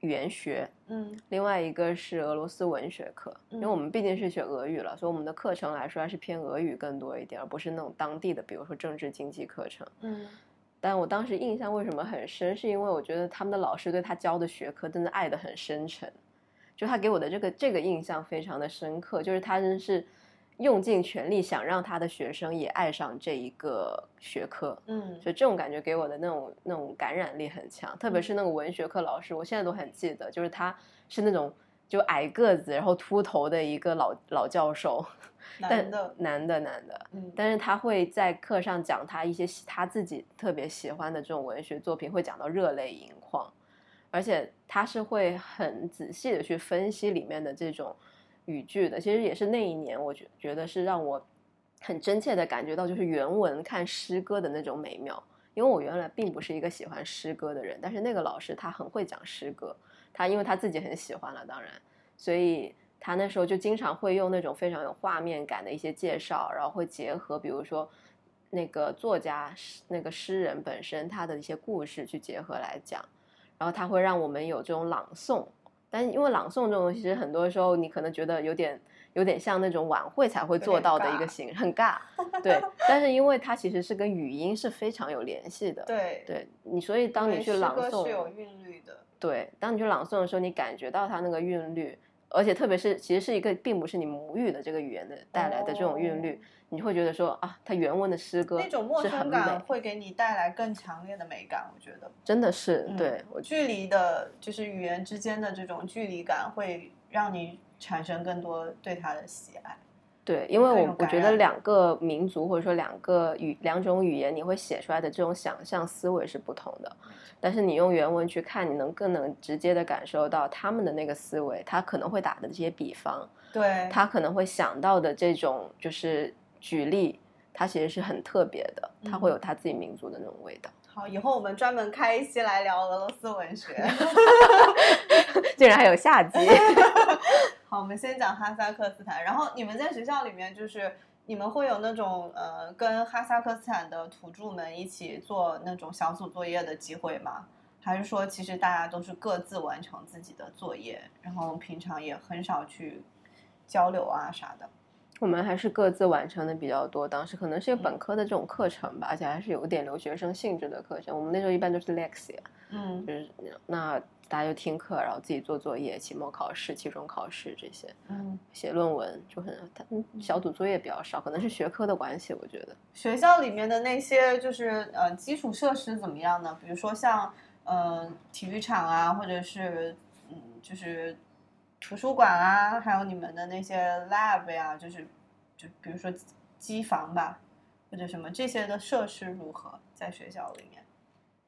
[SPEAKER 2] 语言学，
[SPEAKER 1] 嗯
[SPEAKER 2] 另外一个是俄罗斯文学课，因为
[SPEAKER 1] 嗯
[SPEAKER 2] 我们毕竟是学俄语了，所以我们的课程来说还是偏俄语更多一点，而不是那种当地的，比如说政治经济课程。
[SPEAKER 1] 嗯，
[SPEAKER 2] 但我当时印象为什么很深，是因为我觉得他们的老师对他教的学科真的爱得很深沉，就他给我的这个这个印象非常的深刻，就是他真是用尽全力想让他的学生也爱上这一个学科，
[SPEAKER 1] 嗯
[SPEAKER 2] 所以这种感觉给我的那种那种感染力很强，特别是那个文学课老师，我现在都很记得，就是他是那种就矮个子，然后秃头的一个老老教授，
[SPEAKER 1] 男的，
[SPEAKER 2] 但男的男的，
[SPEAKER 1] 嗯，
[SPEAKER 2] 但是他会在课上讲他一些喜他自己特别喜欢的这种文学作品，会讲到热泪盈眶。而且他是会很仔细的去分析里面的这种语句的。其实也是那一年，我觉觉得是让我很真切的感觉到，就是原文看诗歌的那种美妙。因为我原来并不是一个喜欢诗歌的人，但是那个老师他很会讲诗歌，他因为他自己很喜欢了，当然，所以他那时候就经常会用那种非常有画面感的一些介绍，然后会结合比如说那个作家诗那个诗人本身他的一些故事去结合来讲，然后他会让我们有这种朗诵，但因为朗诵这种东西，其实很多时候你可能觉得有点有点像那种晚会才会做到的一个形，很尬， 对。但是因为它其实是跟语音是非常有联系的，
[SPEAKER 1] 对，
[SPEAKER 2] 对你，所以当
[SPEAKER 1] 因
[SPEAKER 2] 你
[SPEAKER 1] 为
[SPEAKER 2] 去
[SPEAKER 1] 诗
[SPEAKER 2] 朗
[SPEAKER 1] 歌是有
[SPEAKER 2] 诵，
[SPEAKER 1] 韵律的，
[SPEAKER 2] 对，当你去朗诵的时候，你感觉到它那个韵律，而且特别是其实是一个并不是你母语的这个语言的带来的这种韵律，你会觉得说啊，它原文的诗歌
[SPEAKER 1] 哦那种陌
[SPEAKER 2] 是很
[SPEAKER 1] 生
[SPEAKER 2] 美，
[SPEAKER 1] 感会给你带来更强烈的美感，我觉得。
[SPEAKER 2] 真的是、
[SPEAKER 1] 嗯
[SPEAKER 2] 对我
[SPEAKER 1] 距离的，就是语言之间的这种距离感，会让你产生更多对它的喜爱。
[SPEAKER 2] 对，因为
[SPEAKER 1] 各
[SPEAKER 2] 我
[SPEAKER 1] 种
[SPEAKER 2] 我
[SPEAKER 1] 感
[SPEAKER 2] 觉
[SPEAKER 1] 染
[SPEAKER 2] 得两个民族或者说两个语两种语言，你会写出来的这种想象思维是不同的。但是你用原文去看，你能更能直接的感受到他们的那个思维，他可能会打的这些比方，
[SPEAKER 1] 对，
[SPEAKER 2] 他可能会想到的这种就是举例，它其实是很特别的，它会有他自己民族的那种味道。
[SPEAKER 1] 好，以后我们专门开一期来聊俄罗斯文 学。
[SPEAKER 2] 竟然还有下集，
[SPEAKER 1] 好，我们先讲哈萨克斯坦。然后你们在学校里面，就是你们会有那种呃，跟哈萨克斯坦的土著们一起做那种小组作业的机会吗？还是说，其实大家都是各自完成自己的作业，然后平常也很少去交流啊啥的？
[SPEAKER 2] 我们还是各自完成的比较多。当时可能是有本科的这种课程吧，而且还是有一点留学生性质的课程。我们那时候一般都是 lexia。
[SPEAKER 1] 嗯
[SPEAKER 2] 就是那大家就听课，然后自己做作业、期末考试、期中考试这些，
[SPEAKER 1] 嗯，
[SPEAKER 2] 写论文就很他嗯小组作业比较少，可能是学科的关系，我觉得。
[SPEAKER 1] 学校里面的那些就是呃基础设施怎么样呢？比如说像呃体育场啊，或者是嗯就是图书馆啊，还有你们的那些 lab 呀、就是就比如说机机房吧，或者什么这些的设施如何在学校里面？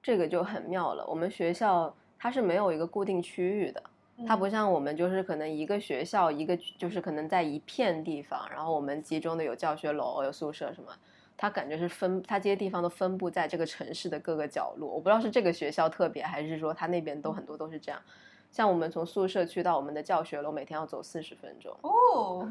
[SPEAKER 2] 这个就很妙了。我们学校它是没有一个固定区域的，
[SPEAKER 1] 嗯
[SPEAKER 2] 它不像我们就是可能一个学校一个就是可能在一片地方，然后我们集中的有教学楼、有宿舍什么。它感觉是分，它这些地方都分布在这个城市的各个角落。我不知道是这个学校特别，还是说它那
[SPEAKER 1] 嗯
[SPEAKER 2] 边都很多都是这样。像我们从宿舍去到我们的教学楼，每天要走四十分钟。
[SPEAKER 1] 哦，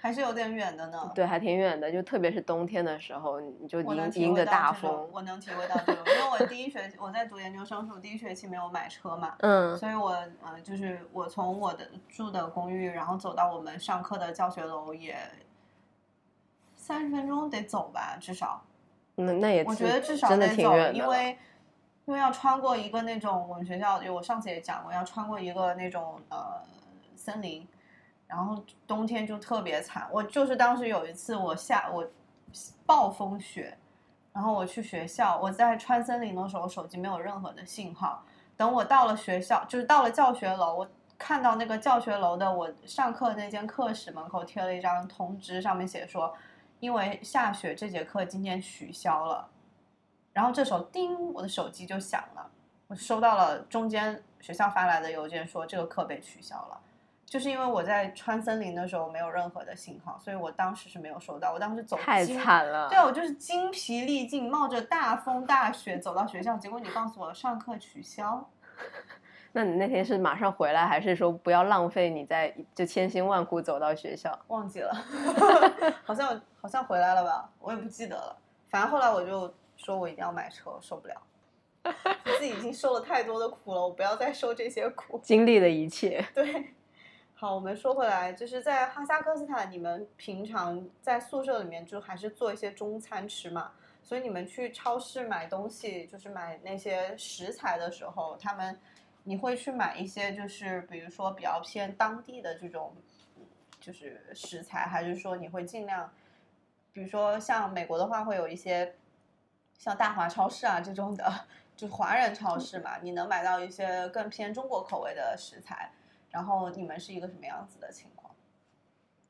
[SPEAKER 1] 还是有点远的呢。
[SPEAKER 2] 对，还挺远的，就特别是冬天的时候，你就
[SPEAKER 1] 哦我能
[SPEAKER 2] 迎
[SPEAKER 1] 体
[SPEAKER 2] 迎
[SPEAKER 1] 会
[SPEAKER 2] 着
[SPEAKER 1] 到
[SPEAKER 2] 大
[SPEAKER 1] 这种
[SPEAKER 2] 风，，
[SPEAKER 1] 我能体会到这种，因为我第一学期我在读研究生的时候，第一学期没有买车嘛，
[SPEAKER 2] 嗯，
[SPEAKER 1] 所以我呃，就是我从我的住的公寓，然后走到我们上课的教学楼也三十分钟得走吧，至少。
[SPEAKER 2] 那那也
[SPEAKER 1] 我觉
[SPEAKER 2] 是
[SPEAKER 1] 得至少
[SPEAKER 2] 真的
[SPEAKER 1] 得
[SPEAKER 2] 挺
[SPEAKER 1] 走，
[SPEAKER 2] 远的
[SPEAKER 1] 因
[SPEAKER 2] 了，
[SPEAKER 1] 为因为要穿过一个那种我们学校，我上次也讲过，要穿过一个那种呃森林，然后冬天就特别惨。我就是当时有一次我下我暴风雪，然后我去学校，我在穿森林的时候手机没有任何的信号，等我到了学校，就是到了教学楼，我。看到那个教学楼的我上课那间课室门口贴了一张通知，上面写说，因为下雪，这节课今天取消了。然后这时候叮，我的手机就响了，我收到了中间学校发来的邮件说这个课被取消了，就是因为我在穿森林的时候没有任何的信号，所以我当时是没有收到，我当时走
[SPEAKER 2] 太
[SPEAKER 1] 精
[SPEAKER 2] 惨了。
[SPEAKER 1] 对，我就是精疲力尽，冒着大风大雪走到学校，结果你告诉我上课取消，
[SPEAKER 2] 那你那天是马上回来，还是说不要浪费你在就千辛万苦走到学校？
[SPEAKER 1] 忘记了， 好像好像回来了吧，我也不记得了。反正后来我就说我一定要买车，受不了， 自己已经受了太多的苦了，我不要再受这些苦。
[SPEAKER 2] 经历了一切，
[SPEAKER 1] 对，好，我们说回来，就是在哈萨克斯坦，你们平常在宿舍里面就还是做一些中餐吃嘛，所以你们去超市买东西，就是买那些食材的时候，他们你会去买一些，就是比如说比较偏当地的这种，嗯就是食材，还是说你会尽量，比如说像美国的话，会有一些像大华超市啊这种的。就是华人超市嘛，你能买到一些更偏中国口味的食材，然后你们是一个什么样子的情况？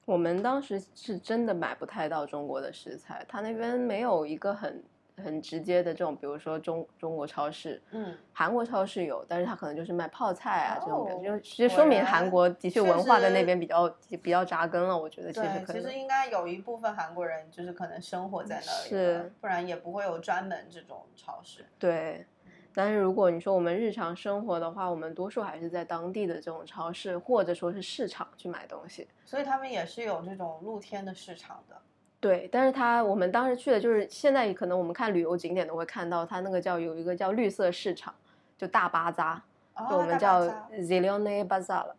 [SPEAKER 2] 我们当时是真的买不太到中国的食材，他那边没有一个很很直接的这种，比如说中中国超市，
[SPEAKER 1] 嗯，
[SPEAKER 2] 韩国超市有，但是它可能就是卖泡菜啊、这种感
[SPEAKER 1] 哦
[SPEAKER 2] 觉，就其实
[SPEAKER 1] 果
[SPEAKER 2] 说明
[SPEAKER 1] 然
[SPEAKER 2] 韩国的确
[SPEAKER 1] 确
[SPEAKER 2] 文化在
[SPEAKER 1] 实
[SPEAKER 2] 那边比较比较扎根了。我觉得其实
[SPEAKER 1] 对，
[SPEAKER 2] 可
[SPEAKER 1] 其
[SPEAKER 2] 能
[SPEAKER 1] 实应该有一部分韩国人就是可能生活在那里
[SPEAKER 2] 是
[SPEAKER 1] 了，不然也不会有专门这种超市。
[SPEAKER 2] 对，但是如果你说我们日常生活的话，我们多数还是在当地的这种超市或者说是市场去买东西。
[SPEAKER 1] 所以他们也是有这种露天的市场的。
[SPEAKER 2] 对，但是它我们当时去的就是现在可能我们看旅游景点都会看到它那个叫有一个叫绿色市场，就大巴扎，
[SPEAKER 1] 哦
[SPEAKER 2] 就我们
[SPEAKER 1] 大
[SPEAKER 2] 叫
[SPEAKER 1] 巴扎
[SPEAKER 2] Zillione Bazaar 了。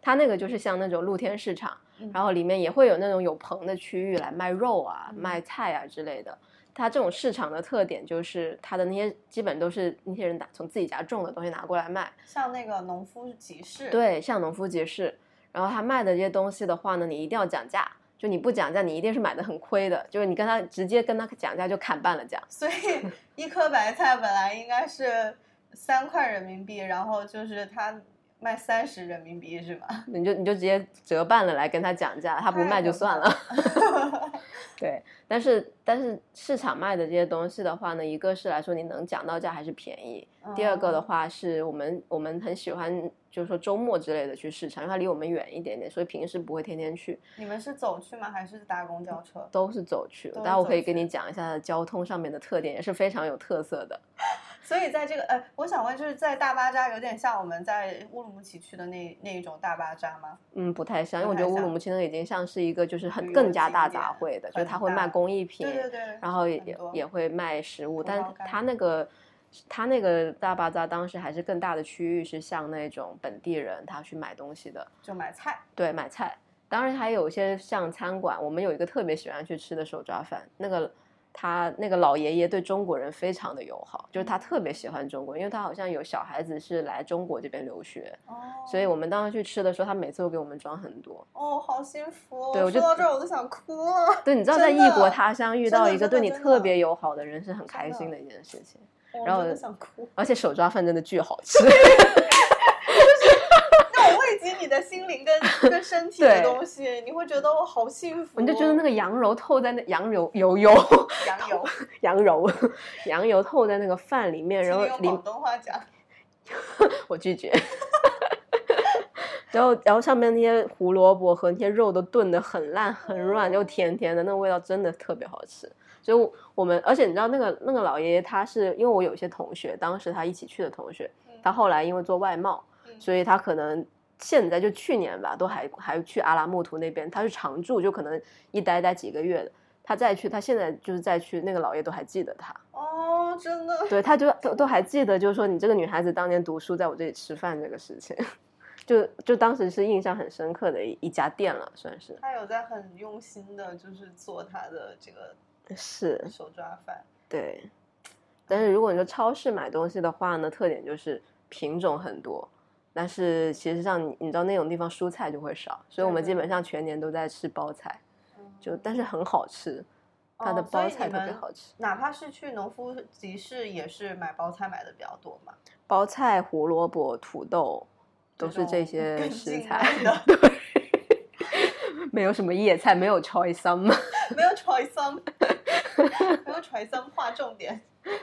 [SPEAKER 2] 它那个就是像那种露天市场，
[SPEAKER 1] 嗯
[SPEAKER 2] 然后里面也会有那种有棚的区域来卖肉啊、
[SPEAKER 1] 嗯
[SPEAKER 2] 卖菜啊之类的。它这种市场的特点就是它的那些基本都是那些人打从自己家种的东西拿过来卖，
[SPEAKER 1] 像那个农夫集市，，
[SPEAKER 2] 对，像农夫集市。然后他卖的这些东西的话呢，你一定要讲价，就你不讲价，你一定是买的很亏的，就是你跟他直接跟他讲价就砍半了价。
[SPEAKER 1] 所以一颗白菜本来应该是三块人民币，然后就是他卖三十人民币是吧？
[SPEAKER 2] 你就你就直接折半了来跟他讲价，他不
[SPEAKER 1] 太
[SPEAKER 2] 卖就
[SPEAKER 1] 可
[SPEAKER 2] 算
[SPEAKER 1] 怕
[SPEAKER 2] 了。 对，但是但是市场卖的这些东西的话呢，一个是来说你能讲到价还是便宜， 第二个的
[SPEAKER 1] 嗯，
[SPEAKER 2] 话是我们我们很喜欢，就是说周末之类的去市场，因为它离我们远一点点，所以平时不会天天去，
[SPEAKER 1] 你们是走去吗？还是搭公交车？
[SPEAKER 2] 都是走去。
[SPEAKER 1] 都是
[SPEAKER 2] 待会我
[SPEAKER 1] 走
[SPEAKER 2] 可以跟
[SPEAKER 1] 去
[SPEAKER 2] 你讲一下它的交通上面的特点，也是非常有特色的。
[SPEAKER 1] 所以在这个，呃，我想问，就是在大巴扎有点像我们在乌鲁木齐去的那那一种大巴扎吗？
[SPEAKER 2] 嗯，不太像，因为
[SPEAKER 1] 不
[SPEAKER 2] 我觉
[SPEAKER 1] 太
[SPEAKER 2] 得乌鲁
[SPEAKER 1] 像
[SPEAKER 2] 木齐那个已经像是一个就是
[SPEAKER 1] 旅
[SPEAKER 2] 很
[SPEAKER 1] 游
[SPEAKER 2] 更加大
[SPEAKER 1] 景
[SPEAKER 2] 杂
[SPEAKER 1] 点
[SPEAKER 2] 烩的，就是
[SPEAKER 1] 很
[SPEAKER 2] 它会
[SPEAKER 1] 大
[SPEAKER 2] 卖工艺品，
[SPEAKER 1] 对对对，
[SPEAKER 2] 然后也
[SPEAKER 1] 很
[SPEAKER 2] 也
[SPEAKER 1] 多
[SPEAKER 2] 也会卖食物，
[SPEAKER 1] 服
[SPEAKER 2] 但
[SPEAKER 1] 装干啊
[SPEAKER 2] 他那个他那个大巴扎当时还是更大的区域是像那种本地人他去买东西的，
[SPEAKER 1] 就买菜，
[SPEAKER 2] 对，买菜。当然还有一些像餐馆，我们有一个特别喜欢去吃的手抓饭，那个他那个老爷爷对中国人非常的友好，就是他特别喜欢中国人，因为他好像有小孩子是来中国这边留学，
[SPEAKER 1] 哦，
[SPEAKER 2] 所以我们当时去吃的时候，他每次都给我们装很多。
[SPEAKER 1] 哦，好幸福，
[SPEAKER 2] 对我就
[SPEAKER 1] 说到这儿我都想哭了。
[SPEAKER 2] 对，你知道
[SPEAKER 1] 真
[SPEAKER 2] 在异国
[SPEAKER 1] 的
[SPEAKER 2] 他乡遇
[SPEAKER 1] 真的
[SPEAKER 2] 到一
[SPEAKER 1] 真
[SPEAKER 2] 个
[SPEAKER 1] 的
[SPEAKER 2] 对你
[SPEAKER 1] 真的
[SPEAKER 2] 特别友好的人是很开
[SPEAKER 1] 的
[SPEAKER 2] 心的一件事情。
[SPEAKER 1] 我
[SPEAKER 2] 然后
[SPEAKER 1] 真的想哭，
[SPEAKER 2] 而且手抓饭真的巨好吃。
[SPEAKER 1] 那种慰藉你的心灵跟 跟身体
[SPEAKER 2] 对
[SPEAKER 1] 的东西，你会觉得我好幸福。哦
[SPEAKER 2] 我就觉得那个羊肉透在那羊油油油
[SPEAKER 1] 羊油，
[SPEAKER 2] 羊油羊油透在那个饭里面，然后
[SPEAKER 1] 请你用
[SPEAKER 2] 里
[SPEAKER 1] 广东话讲，
[SPEAKER 2] 我拒绝。 然后，然后上面那些胡萝卜和那些肉都炖得很烂很
[SPEAKER 1] 嗯
[SPEAKER 2] 软，又甜甜的，那个味道真的特别好吃。所以我，我们而且你知道那个那个老爷爷，他是因为我有一些同学，当时他一起去的同学，
[SPEAKER 1] 嗯
[SPEAKER 2] 他后来因为做外贸，
[SPEAKER 1] 嗯
[SPEAKER 2] 所以他可能现在就去年吧，都还还去阿拉木图那边，他是常住，就可能一待待几个月的。他再去，他现在就是再去，那个老爷都还记得他，
[SPEAKER 1] 哦，真的，
[SPEAKER 2] 对，他就都都还记得，就是说你这个女孩子当年读书在我这里吃饭这个事情， 就就当时是印象很深刻的一一家店了，算是
[SPEAKER 1] 他有在很用心的，就是做他的这个
[SPEAKER 2] 是，
[SPEAKER 1] 手抓饭。
[SPEAKER 2] 对。但是如果你说超市买东西的话呢，特点就是品种很多，但是其实上你你知道那种地方蔬菜就会少，所以我们
[SPEAKER 1] 对
[SPEAKER 2] 基本上全年都在吃包菜。
[SPEAKER 1] 嗯
[SPEAKER 2] 就但是很好吃，它的
[SPEAKER 1] 哦所以
[SPEAKER 2] 包菜
[SPEAKER 1] 你
[SPEAKER 2] 特别
[SPEAKER 1] 们
[SPEAKER 2] 好吃，
[SPEAKER 1] 哪怕是去农夫集市，也是买包菜买的比较多嘛，
[SPEAKER 2] 包菜、胡萝卜、土豆都是这
[SPEAKER 1] 种
[SPEAKER 2] 些
[SPEAKER 1] 更
[SPEAKER 2] 食
[SPEAKER 1] 进
[SPEAKER 2] 材，
[SPEAKER 1] 来的
[SPEAKER 2] 没有什么叶菜，没有 choice some。
[SPEAKER 1] 没有 try some，没有 try some 划重点。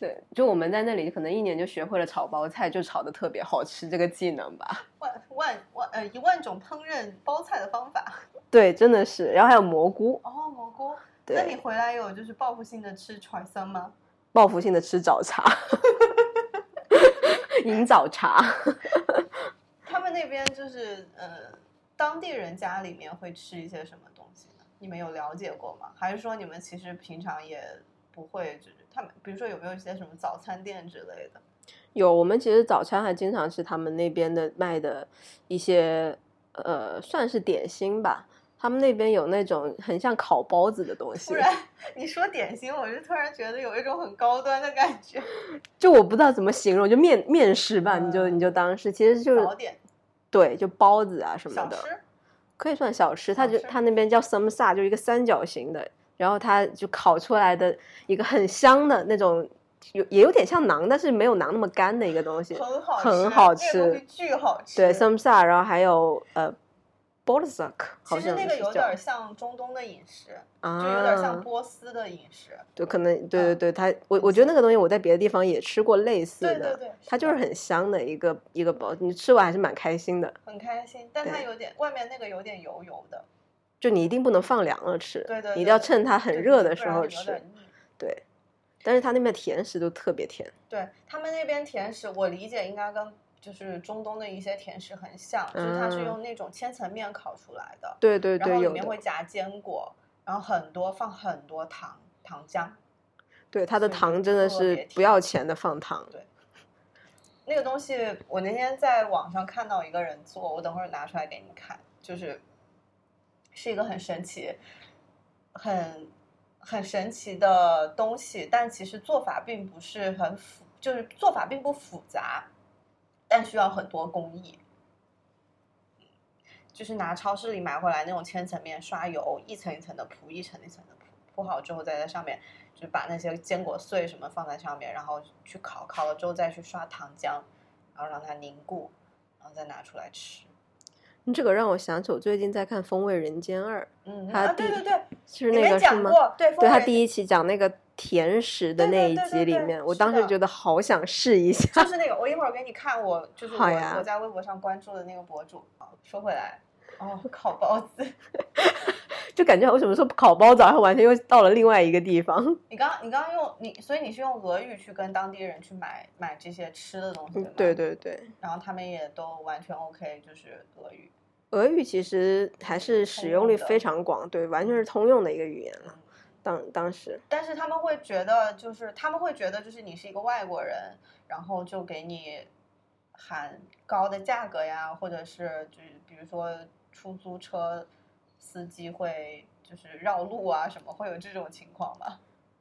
[SPEAKER 2] 对，就我们在那里可能一年就学会了炒包菜，就炒的特别好吃这个技能吧。
[SPEAKER 1] 万万万呃一万种烹饪包菜的方法。
[SPEAKER 2] 对，真的是，然后还有蘑菇，
[SPEAKER 1] 哦，蘑菇。那你
[SPEAKER 2] 对，
[SPEAKER 1] 回来有就是报复性的吃川参吗？
[SPEAKER 2] 报复性的吃早 茶， 饮早茶。
[SPEAKER 1] 他们那边就是呃，当地人家里面会吃一些什么东西呢？你们有了解过吗？还是说你们其实平常也不会，就是他们比如说有没有一些什么早餐店之类的？
[SPEAKER 2] 有，我们其实早餐还经常吃他们那边的卖的一些呃，算是点心吧。他们那边有那种很像烤包子的东西
[SPEAKER 1] 突，然你说点心，我就突然觉得有一种很高端的感觉。
[SPEAKER 2] 就我不知道怎么形容，就面面食吧，你
[SPEAKER 1] 嗯
[SPEAKER 2] 就你就当是，其实就是
[SPEAKER 1] 早点
[SPEAKER 2] 对，就包子啊什么
[SPEAKER 1] 小
[SPEAKER 2] 的，
[SPEAKER 1] 吃，
[SPEAKER 2] 可以算小吃。它
[SPEAKER 1] 小
[SPEAKER 2] 就
[SPEAKER 1] 吃
[SPEAKER 2] 它那边叫 samsa，就一个三角形的，然后它就烤出来的一个很香的那种，有也有点像馕，但是没有馕那么干的一个东西。
[SPEAKER 1] 很好吃，
[SPEAKER 2] 很好
[SPEAKER 1] 那个东
[SPEAKER 2] 吃
[SPEAKER 1] 西巨好吃。
[SPEAKER 2] 对 samsa，然后还有呃 b o l s a k 好
[SPEAKER 1] 其实
[SPEAKER 2] 像
[SPEAKER 1] 那个
[SPEAKER 2] 是
[SPEAKER 1] 有
[SPEAKER 2] 叫
[SPEAKER 1] 点像中东的饮食，就
[SPEAKER 2] 啊，
[SPEAKER 1] 有点像波斯的饮食。
[SPEAKER 2] 对，可能对对
[SPEAKER 1] 嗯
[SPEAKER 2] 对，它我我觉得那个东西我在别的地方也吃过类似
[SPEAKER 1] 对
[SPEAKER 2] 的，
[SPEAKER 1] 对对，
[SPEAKER 2] 它就是
[SPEAKER 1] 的
[SPEAKER 2] 很香的一个一个包，你吃完还是蛮开心的。
[SPEAKER 1] 很开心，但它
[SPEAKER 2] 对
[SPEAKER 1] 有点外面那个有点油油的，
[SPEAKER 2] 就你一定不能放凉了吃，
[SPEAKER 1] 对对
[SPEAKER 2] 你
[SPEAKER 1] 对
[SPEAKER 2] 一定要
[SPEAKER 1] 对
[SPEAKER 2] 趁它很
[SPEAKER 1] 对
[SPEAKER 2] 热
[SPEAKER 1] 对不
[SPEAKER 2] 的时
[SPEAKER 1] 然
[SPEAKER 2] 候
[SPEAKER 1] 有
[SPEAKER 2] 吃
[SPEAKER 1] 点。腻
[SPEAKER 2] 对，但是它那边甜食都特别甜。
[SPEAKER 1] 对他们那边甜食，我理解应该跟就是中东的一些甜食很像，就是它是
[SPEAKER 2] 嗯
[SPEAKER 1] 用那种千层面烤出来的，
[SPEAKER 2] 对对
[SPEAKER 1] 然
[SPEAKER 2] 对，
[SPEAKER 1] 后里
[SPEAKER 2] 有
[SPEAKER 1] 面会
[SPEAKER 2] 的。
[SPEAKER 1] 夹坚果，然后很多放很多糖糖浆，
[SPEAKER 2] 对，它的
[SPEAKER 1] 所以
[SPEAKER 2] 糖真的
[SPEAKER 1] 特
[SPEAKER 2] 是
[SPEAKER 1] 别
[SPEAKER 2] 不
[SPEAKER 1] 甜
[SPEAKER 2] 要钱的放糖。
[SPEAKER 1] 那个东西我那天在网上看到一个人做，我等会儿拿出来给你看，就是是一个很神奇、很很神奇的东西，但其实做法并不是很复，就是做法并不复杂，但需要很多工艺。就是拿超市里买回来那种千层面，刷油，一层一层的铺，一层一层的铺，铺好之后再在上面，就把那些坚果碎什么放在上面，然后去烤，烤了之后再去刷糖浆，然后让它凝固，然后再拿出来吃。
[SPEAKER 2] 你这个让我想起我最近在看《风味人间二
[SPEAKER 1] 嗯，
[SPEAKER 2] 它
[SPEAKER 1] 啊，
[SPEAKER 2] 第
[SPEAKER 1] 对对对，
[SPEAKER 2] 是
[SPEAKER 1] 里
[SPEAKER 2] 那
[SPEAKER 1] 面
[SPEAKER 2] 个是
[SPEAKER 1] 讲
[SPEAKER 2] 吗？
[SPEAKER 1] 过，对，
[SPEAKER 2] 对，
[SPEAKER 1] 他
[SPEAKER 2] 它第一期讲那个甜食的
[SPEAKER 1] 对
[SPEAKER 2] 那
[SPEAKER 1] 对
[SPEAKER 2] 一
[SPEAKER 1] 对
[SPEAKER 2] 集
[SPEAKER 1] 对
[SPEAKER 2] 里
[SPEAKER 1] 对
[SPEAKER 2] 面，我
[SPEAKER 1] 是
[SPEAKER 2] 当时
[SPEAKER 1] 的
[SPEAKER 2] 觉得好想试一下。
[SPEAKER 1] 就是那个，我一会儿给你看我，就是我
[SPEAKER 2] 好呀
[SPEAKER 1] 我在微博上关注的那个博主。好说回来，哦，烤包子，
[SPEAKER 2] 就感觉我什么时候烤包子，然后完全又到了另外一个地方。
[SPEAKER 1] 你刚你刚用你，所以你是用俄语去跟当地人去买买这些吃的 东西，吗
[SPEAKER 2] 嗯对。对对，
[SPEAKER 1] 然后他们也都完全 OK，就是俄语。
[SPEAKER 2] 俄语其实还是使
[SPEAKER 1] 通
[SPEAKER 2] 用
[SPEAKER 1] 用
[SPEAKER 2] 率
[SPEAKER 1] 的
[SPEAKER 2] 非常广，对，完全是通用的一个语言
[SPEAKER 1] 嗯
[SPEAKER 2] 了。当当时，
[SPEAKER 1] 但是他们会觉得，就是他们会觉得，就是你是一个外国人，然后就给你喊高的价格呀，或者是就是比如说出租车司机会就是绕路啊什么，会有这种情况吗？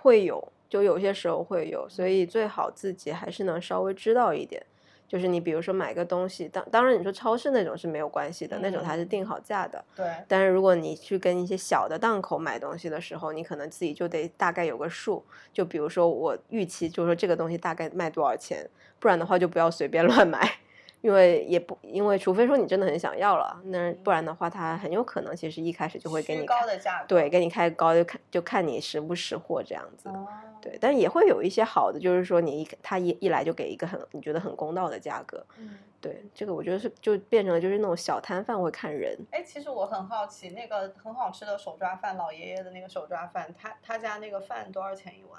[SPEAKER 2] 会有，就有些时候会有，所以最好自己还是能稍微知道一点。就是你比如说买个东西，当当然你说超市那种是没有关系的，那种它
[SPEAKER 1] 嗯
[SPEAKER 2] 是定好价的。
[SPEAKER 1] 对，
[SPEAKER 2] 但是如果你去跟一些小的档口买东西的时候，你可能自己就得大概有个数，就比如说我预期就是说这个东西大概卖多少钱，不然的话就不要随便 乱买，因为也不因为除非说你真的很想要了，那不然的话它很有可能其实一开始就会给
[SPEAKER 1] 虚
[SPEAKER 2] 你
[SPEAKER 1] 高
[SPEAKER 2] 开
[SPEAKER 1] 的价格，
[SPEAKER 2] 对给你开高，就看就看你识不识货这样子。
[SPEAKER 1] 哦，
[SPEAKER 2] 对，但也会有一些好的，就是说你一他一一来就给一个很你觉得很公道的价格，
[SPEAKER 1] 嗯，
[SPEAKER 2] 对这个我觉得是就变成了就是那种小摊贩会看人，
[SPEAKER 1] 哎，其实我很好奇，那个很好吃的手抓饭，老爷爷的那个手抓饭，他他家那个饭多少钱一碗？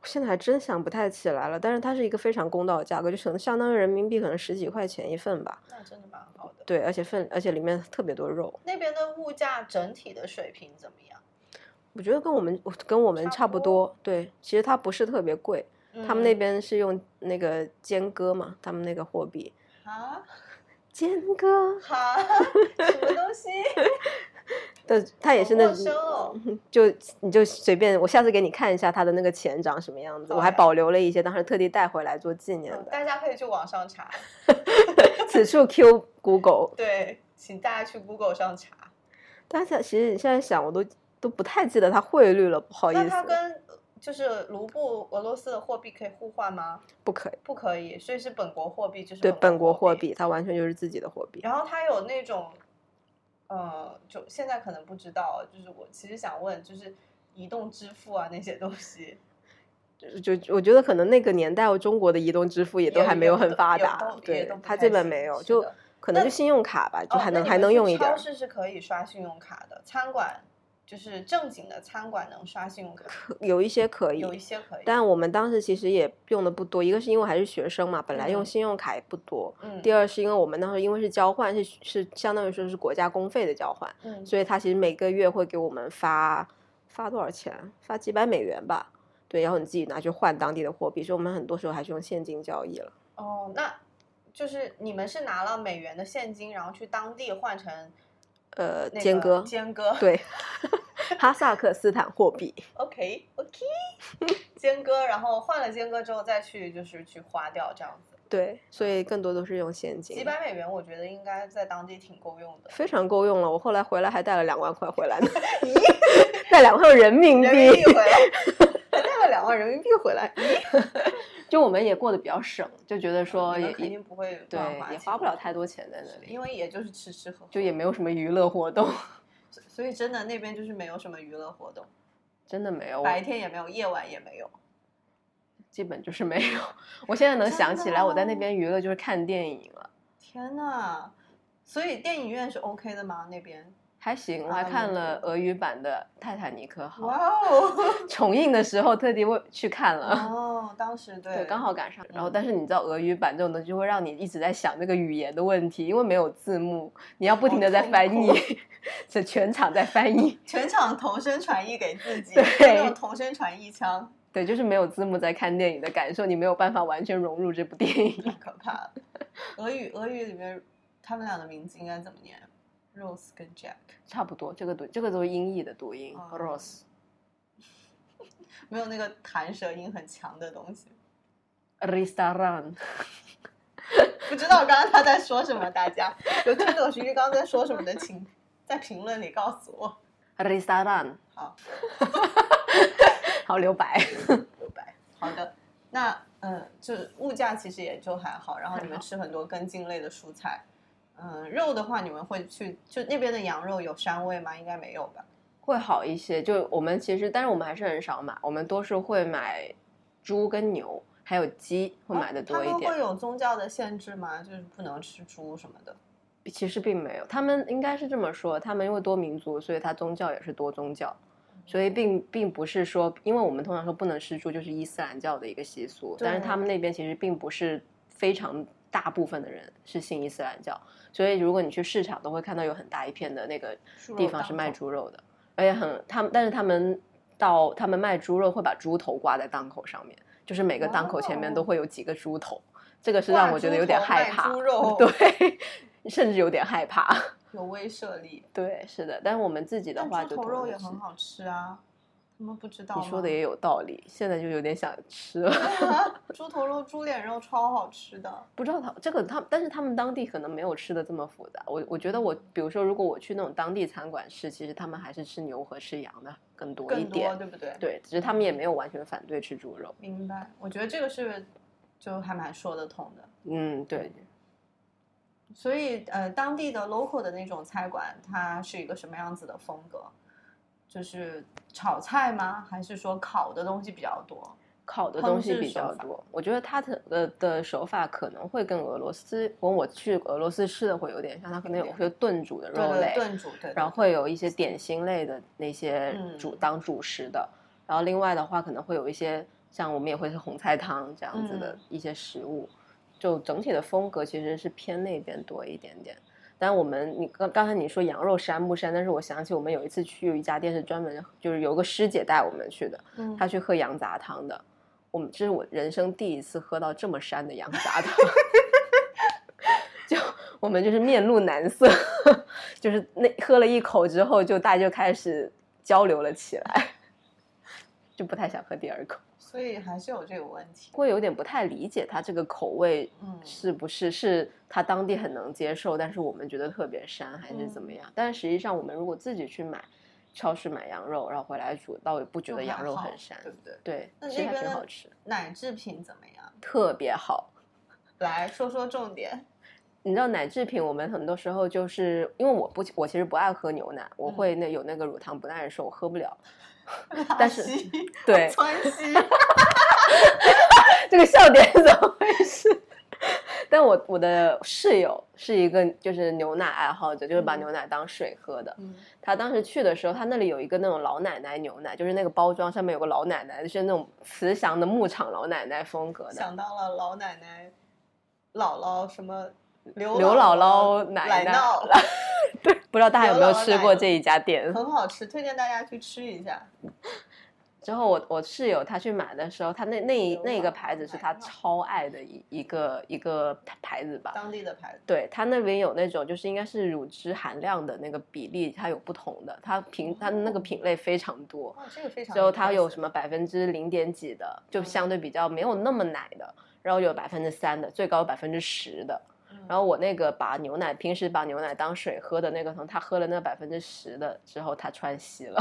[SPEAKER 2] 我现在还真想不太起来了，但是它是一个非常公道的价格，就可能相当于人民币可能十几块钱一份吧。
[SPEAKER 1] 那真的蛮好的。
[SPEAKER 2] 对，而且份而且里面特别多肉，
[SPEAKER 1] 那边的物价整体的水平怎么样？
[SPEAKER 2] 我觉得跟我们跟我们
[SPEAKER 1] 差
[SPEAKER 2] 差
[SPEAKER 1] 不
[SPEAKER 2] 不
[SPEAKER 1] 多
[SPEAKER 2] 多。对，其实它不是特别贵，
[SPEAKER 1] 嗯
[SPEAKER 2] 他们那边是用那个间隔嘛，他们那个货币
[SPEAKER 1] 嗯啊
[SPEAKER 2] 间隔，
[SPEAKER 1] 哈，什么东西？
[SPEAKER 2] 但它也
[SPEAKER 1] 好
[SPEAKER 2] 是那
[SPEAKER 1] 陌生哦
[SPEAKER 2] 就你就随便，我下次给你看一下它的那个钱长什么样子，
[SPEAKER 1] 好
[SPEAKER 2] 我还
[SPEAKER 1] 呀
[SPEAKER 2] 保留了一些，当时特地带回来做纪 念的。
[SPEAKER 1] 大家可以去网上查，
[SPEAKER 2] 此处 Q Google。
[SPEAKER 1] 对，请大家去 Google 上查。
[SPEAKER 2] 但是其实你现在想，我都都不太记得它汇率了，不好意
[SPEAKER 1] 那它
[SPEAKER 2] 思，
[SPEAKER 1] 跟就是卢布俄罗斯的货币可以互换吗？
[SPEAKER 2] 不可以。
[SPEAKER 1] 不可以，所以是本国货币，就是
[SPEAKER 2] 对，本国货
[SPEAKER 1] 货。
[SPEAKER 2] 币，它完全就是自己的货币。
[SPEAKER 1] 然后它有那种，呃，就现在可能不知道，就是我其实想问，就是移动支付啊那些东西，
[SPEAKER 2] 就就我觉得可能那个年代，中国的移动支付也都还没有很发
[SPEAKER 1] 也
[SPEAKER 2] 达
[SPEAKER 1] 都，也
[SPEAKER 2] 对
[SPEAKER 1] 都不，
[SPEAKER 2] 它
[SPEAKER 1] 太
[SPEAKER 2] 基本
[SPEAKER 1] 行
[SPEAKER 2] 没有，
[SPEAKER 1] 是
[SPEAKER 2] 就
[SPEAKER 1] 的
[SPEAKER 2] 可能
[SPEAKER 1] 那
[SPEAKER 2] 就信用卡吧，就
[SPEAKER 1] 哦
[SPEAKER 2] 还
[SPEAKER 1] 那
[SPEAKER 2] 能
[SPEAKER 1] 你
[SPEAKER 2] 还
[SPEAKER 1] 们
[SPEAKER 2] 能
[SPEAKER 1] 去
[SPEAKER 2] 用一点
[SPEAKER 1] 超
[SPEAKER 2] 儿。
[SPEAKER 1] 市是可以刷信用卡的，餐馆就是正经的餐馆能刷信用卡，
[SPEAKER 2] 有一些可以，
[SPEAKER 1] 有一些可以。
[SPEAKER 2] 但我们当时其实也用的不多，一个是因为还是学生嘛，本来用
[SPEAKER 1] 嗯
[SPEAKER 2] 信用卡也不多。
[SPEAKER 1] 嗯，
[SPEAKER 2] 第二是因为我们当时因为是交换，是是相当于说是国家公费的交换，
[SPEAKER 1] 嗯
[SPEAKER 2] 所以他其实每个月会给我们发发多少钱，啊发几百美元吧。对，然后你自己拿去换当地的货币，所以我们很多时候还是用现金交易了。
[SPEAKER 1] 哦，那就是你们是拿了美元的现金，然后去当地换成
[SPEAKER 2] 呃，
[SPEAKER 1] 那
[SPEAKER 2] 间
[SPEAKER 1] 个
[SPEAKER 2] 隔，
[SPEAKER 1] 间隔，
[SPEAKER 2] 对， 哈萨克斯坦货币，
[SPEAKER 1] ，OK OK，间隔，然后换了间隔之后再去就是去花掉这样子，
[SPEAKER 2] 对，所以更多都是用现
[SPEAKER 1] 几
[SPEAKER 2] 金，
[SPEAKER 1] 百美元我觉得应该在当地挺够用的。
[SPEAKER 2] 非常够用了。我后来回来还带了两万块回来呢，带两万人民
[SPEAKER 1] 人民
[SPEAKER 2] 币
[SPEAKER 1] 币。回来，还带了两万人民币回来，咦
[SPEAKER 2] 就我们也过得比较省，就觉得 说
[SPEAKER 1] 哦你
[SPEAKER 2] 也
[SPEAKER 1] 们肯
[SPEAKER 2] 也
[SPEAKER 1] 定不会
[SPEAKER 2] 对
[SPEAKER 1] 乱花
[SPEAKER 2] 也
[SPEAKER 1] 钱
[SPEAKER 2] 花不了太多钱在那里，
[SPEAKER 1] 因为也就是吃吃喝喝，
[SPEAKER 2] 就也没有什么娱乐活动，
[SPEAKER 1] 所所以真的那边就是没有什么娱乐活动，
[SPEAKER 2] 真的没有，我
[SPEAKER 1] 白天也没有，夜晚也没有。
[SPEAKER 2] 基本就是没有。我现在能
[SPEAKER 1] 真
[SPEAKER 2] 想
[SPEAKER 1] 的
[SPEAKER 2] 起来，我在那
[SPEAKER 1] 哦
[SPEAKER 2] 边娱乐就是看电影了，
[SPEAKER 1] 天呐，所以电影院是 OK 的吗？那边？
[SPEAKER 2] 还行，我
[SPEAKER 1] 啊
[SPEAKER 2] 还看
[SPEAKER 1] 没错
[SPEAKER 2] 了俄语版的《泰坦尼克号》，
[SPEAKER 1] 哇 哦！
[SPEAKER 2] 重映的时候特地为去看了。
[SPEAKER 1] 哦，当时对
[SPEAKER 2] 对，刚好赶上。然后，
[SPEAKER 1] 嗯
[SPEAKER 2] 但是你知道俄语版这种东西就会让你一直在想这个语言的问题，因为没有字幕，你要不停的在翻译
[SPEAKER 1] 好痛，
[SPEAKER 2] 这全场在翻译。
[SPEAKER 1] 全场同声传译给自己，
[SPEAKER 2] 对
[SPEAKER 1] 就那种同声传译腔，
[SPEAKER 2] 对，就是没有字幕在看电影的感受，你没有办法完全融入这部电影。
[SPEAKER 1] 太可怕了。俄语俄语里面他们俩的名字应该怎么念？Rose 跟 Jack
[SPEAKER 2] 差不多，这个读这个都是音译的读音、
[SPEAKER 1] 哦
[SPEAKER 2] rose。
[SPEAKER 1] 没有那个弹舌音很强的东西。
[SPEAKER 2] Restaurant，
[SPEAKER 1] 不知道刚刚他在说什么，大家有听懂徐玉刚刚在说什么的，请在评论里告诉我。
[SPEAKER 2] restaurant，
[SPEAKER 1] 好，
[SPEAKER 2] 好留白。
[SPEAKER 1] 留白。好的，那嗯，就是物价其实也就还好，然后你
[SPEAKER 2] 还
[SPEAKER 1] 们
[SPEAKER 2] 好
[SPEAKER 1] 吃很多根茎类的蔬菜。嗯，肉的话，你们会去就那边的羊肉有膻味吗？应该没有吧。
[SPEAKER 2] 会好一些。就我们其实，但是我们还是很少买，我们多数会买猪跟牛，还有鸡会买的多一
[SPEAKER 1] 哦他们
[SPEAKER 2] 点。
[SPEAKER 1] 会有宗教的限制吗？就是不能吃猪什么的。
[SPEAKER 2] 其实并没有，他们应该是这么说，他们因为多民族，所以他宗教也是多宗教。所以并并不是说，因为我们通常说不能吃猪，就是伊斯兰教的一个习俗，
[SPEAKER 1] 对
[SPEAKER 2] 但是他们那边其实并不是非常大部分的人是信伊斯兰教，所以如果你去市场都会看到有很大一片的那个
[SPEAKER 1] 猪肉
[SPEAKER 2] 地方是卖
[SPEAKER 1] 档口
[SPEAKER 2] 猪肉的，而且很他们，但是他们到他们卖猪肉会把猪头挂在档口上面，就是每个档口前
[SPEAKER 1] 哇
[SPEAKER 2] 面
[SPEAKER 1] 哦
[SPEAKER 2] 都会有几个猪头，这个是让我觉得有点害
[SPEAKER 1] 挂，
[SPEAKER 2] 怕
[SPEAKER 1] 猪头卖猪肉
[SPEAKER 2] 对，甚至有点害怕，
[SPEAKER 1] 有威慑力，
[SPEAKER 2] 对，是的，但是我们自己的
[SPEAKER 1] 但
[SPEAKER 2] 话
[SPEAKER 1] 猪
[SPEAKER 2] 就
[SPEAKER 1] 头
[SPEAKER 2] 多
[SPEAKER 1] 肉
[SPEAKER 2] 了
[SPEAKER 1] 也
[SPEAKER 2] 是
[SPEAKER 1] 很好吃啊。他们不知道
[SPEAKER 2] 你说
[SPEAKER 1] 吗
[SPEAKER 2] 的也有道理，现在就有点想吃了。
[SPEAKER 1] 对啊 猪头肉、猪脸肉超好吃的。
[SPEAKER 2] 不知道他这个他，但是他们当地可能没有吃的这么复杂。我我觉得我，比如说，如果我去那种当地餐馆吃，其实他们还是吃牛和吃羊的更多
[SPEAKER 1] 更
[SPEAKER 2] 一
[SPEAKER 1] 多，
[SPEAKER 2] 点。
[SPEAKER 1] 对不对？
[SPEAKER 2] 对，只是他们也没有完全反对吃猪肉。
[SPEAKER 1] 明白。我觉得这个是就还蛮说得通的。
[SPEAKER 2] 嗯，对，
[SPEAKER 1] 所以呃，当地的 local 的那种菜馆，它是一个什么样子的风格？就是炒菜吗？还是说烤的东西比较多？
[SPEAKER 2] 烤的
[SPEAKER 1] 烹
[SPEAKER 2] 东西
[SPEAKER 1] 制
[SPEAKER 2] 比
[SPEAKER 1] 手
[SPEAKER 2] 较
[SPEAKER 1] 法
[SPEAKER 2] 多。我觉得它的呃的手法可能会跟俄罗斯，我我去俄罗斯吃的会有点像，它可能有
[SPEAKER 1] 有点
[SPEAKER 2] 会炖煮的
[SPEAKER 1] 对
[SPEAKER 2] 肉
[SPEAKER 1] 对，
[SPEAKER 2] 类，
[SPEAKER 1] 炖煮对。对
[SPEAKER 2] 然后
[SPEAKER 1] 对
[SPEAKER 2] 会有一些点心类的那些主、
[SPEAKER 1] 嗯
[SPEAKER 2] 当主食的，然后另外的话可能会有一些像我们也会是红菜汤这样子的
[SPEAKER 1] 嗯
[SPEAKER 2] 一些食物，就整体的风格其实是偏那边多一点点。但我们你刚刚才你说羊肉膻不膻，但是我想起我们有一次去有一家店是专门就是有个师姐带我们去的，
[SPEAKER 1] 嗯
[SPEAKER 2] 她去喝羊杂汤的，我们这是我人生第一次喝到这么膻的羊杂汤。 就我们就是面露难色， 就是那喝了一口之后，就大家就开始交流了起来，就不太想喝第二口，
[SPEAKER 1] 所以还是有这个问题。
[SPEAKER 2] 会有点不太理解它这个口味
[SPEAKER 1] 嗯，
[SPEAKER 2] 是不是是他当地很能接受，但是我们觉得特别膻还是怎
[SPEAKER 1] 嗯
[SPEAKER 2] 么样？但是实际上我们如果自己去买，超市买羊肉，然后回来煮，倒也不觉
[SPEAKER 1] 就
[SPEAKER 2] 得
[SPEAKER 1] 还
[SPEAKER 2] 羊肉
[SPEAKER 1] 好
[SPEAKER 2] 很膻，
[SPEAKER 1] 对不对？
[SPEAKER 2] 对，
[SPEAKER 1] 那
[SPEAKER 2] 其实
[SPEAKER 1] 那
[SPEAKER 2] 还
[SPEAKER 1] 边
[SPEAKER 2] 挺
[SPEAKER 1] 的
[SPEAKER 2] 好吃，
[SPEAKER 1] 奶制品怎么样？
[SPEAKER 2] 特别好。
[SPEAKER 1] 来说说重点。
[SPEAKER 2] 你知道奶制品，我们很多时候就是因为我不，我其实不爱喝牛奶，我会
[SPEAKER 1] 嗯
[SPEAKER 2] 那有那个乳糖不耐受，我 喝不了。但是
[SPEAKER 1] 拉稀
[SPEAKER 2] 对，
[SPEAKER 1] 川 西，
[SPEAKER 2] 这个笑点是怎么回事？ 但我我的室友是一个就是牛奶爱好者，就是把
[SPEAKER 1] 嗯
[SPEAKER 2] 牛奶当水喝的。
[SPEAKER 1] 嗯，
[SPEAKER 2] 他当时去的时候，他那里有一个那种老奶奶牛奶，就是那个包装上面有个老奶奶，就是那种慈祥的牧场老奶奶风格 的。
[SPEAKER 1] 想到了老奶奶、姥姥什么刘
[SPEAKER 2] 刘
[SPEAKER 1] 姥
[SPEAKER 2] 姥姥奶
[SPEAKER 1] 奶
[SPEAKER 2] 奶
[SPEAKER 1] 酪，
[SPEAKER 2] 不知道大家有没有
[SPEAKER 1] 刘姥姥
[SPEAKER 2] 吃
[SPEAKER 1] 奶
[SPEAKER 2] 过
[SPEAKER 1] 酪
[SPEAKER 2] 这一家店？
[SPEAKER 1] 很好吃，推荐大家去吃一下。
[SPEAKER 2] 之后我我室友他去买的时候，他那那一
[SPEAKER 1] 牛
[SPEAKER 2] 那个
[SPEAKER 1] 奶
[SPEAKER 2] 牌子是
[SPEAKER 1] 奶
[SPEAKER 2] 他
[SPEAKER 1] 酪
[SPEAKER 2] 超爱的一一个一个牌子吧，
[SPEAKER 1] 当地的牌子，
[SPEAKER 2] 对，它那边有那种就是应该是乳汁含量的那个比例，它有不同的，它品它的那个品类非常多。
[SPEAKER 1] 哇，这个哦非常。
[SPEAKER 2] 之后它有什么？百分之零点几的，
[SPEAKER 1] 嗯
[SPEAKER 2] 就相对比较没有那么奶的，然后有百分之三的，最高百分之十的。
[SPEAKER 1] 嗯
[SPEAKER 2] 然后我那个把牛奶平时把牛奶当水喝的那个从他喝了那百分之十的 之后，他穿稀了，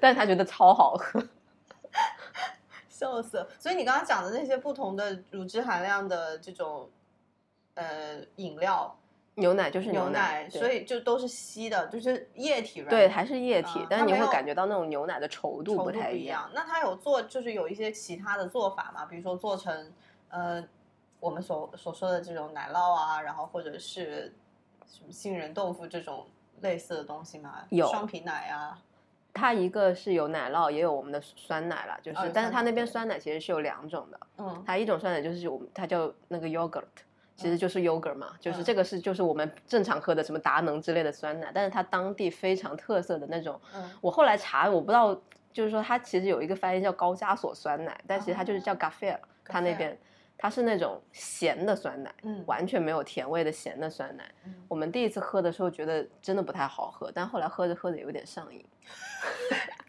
[SPEAKER 2] 但是他觉得超好喝。
[SPEAKER 1] 笑死了！所以你刚刚讲的那些不同的乳脂含量的这种呃饮料，
[SPEAKER 2] 牛奶就是
[SPEAKER 1] 牛
[SPEAKER 2] 奶，对
[SPEAKER 1] 所以就都是稀的，就是液体软
[SPEAKER 2] 对还是液体，
[SPEAKER 1] 啊
[SPEAKER 2] 但
[SPEAKER 1] 它
[SPEAKER 2] 是你
[SPEAKER 1] 没
[SPEAKER 2] 会
[SPEAKER 1] 有
[SPEAKER 2] 感觉到那种牛奶的稠度
[SPEAKER 1] 稠
[SPEAKER 2] 不
[SPEAKER 1] 度
[SPEAKER 2] 太
[SPEAKER 1] 不一
[SPEAKER 2] 一样。
[SPEAKER 1] 样。那它有做就是有一些其他的做法嘛，比如说做成呃我们所所说的这种奶酪啊，然后或者是什么杏仁豆腐这种类似的东西嘛，
[SPEAKER 2] 有
[SPEAKER 1] 双皮奶啊，
[SPEAKER 2] 它一个是有奶酪，也有我们的酸奶啦，就是，
[SPEAKER 1] 哦有
[SPEAKER 2] 但是
[SPEAKER 1] 酸
[SPEAKER 2] 它
[SPEAKER 1] 奶
[SPEAKER 2] 那边
[SPEAKER 1] 对
[SPEAKER 2] 酸奶其实是有两种的，
[SPEAKER 1] 嗯，
[SPEAKER 2] 它一种酸奶就是我们它叫那个 yogurt，其实就是 yogurt 嘛，就是
[SPEAKER 1] 嗯
[SPEAKER 2] 这个是就是我们正常喝的什么达能之类的酸奶，但是它当地非常特色的那种，
[SPEAKER 1] 嗯
[SPEAKER 2] 我后来查我不知道，就是说它其实有一个翻译叫高加索酸奶，但其实它就是
[SPEAKER 1] 哦
[SPEAKER 2] 叫 g a f e r 它那
[SPEAKER 1] Kefir
[SPEAKER 2] 边它是那种咸的酸奶，
[SPEAKER 1] 嗯，
[SPEAKER 2] 完全没有甜味的咸的酸奶。
[SPEAKER 1] 嗯
[SPEAKER 2] 我们第一次喝的时候觉得真的不太好喝，但后来喝着喝着有点上瘾。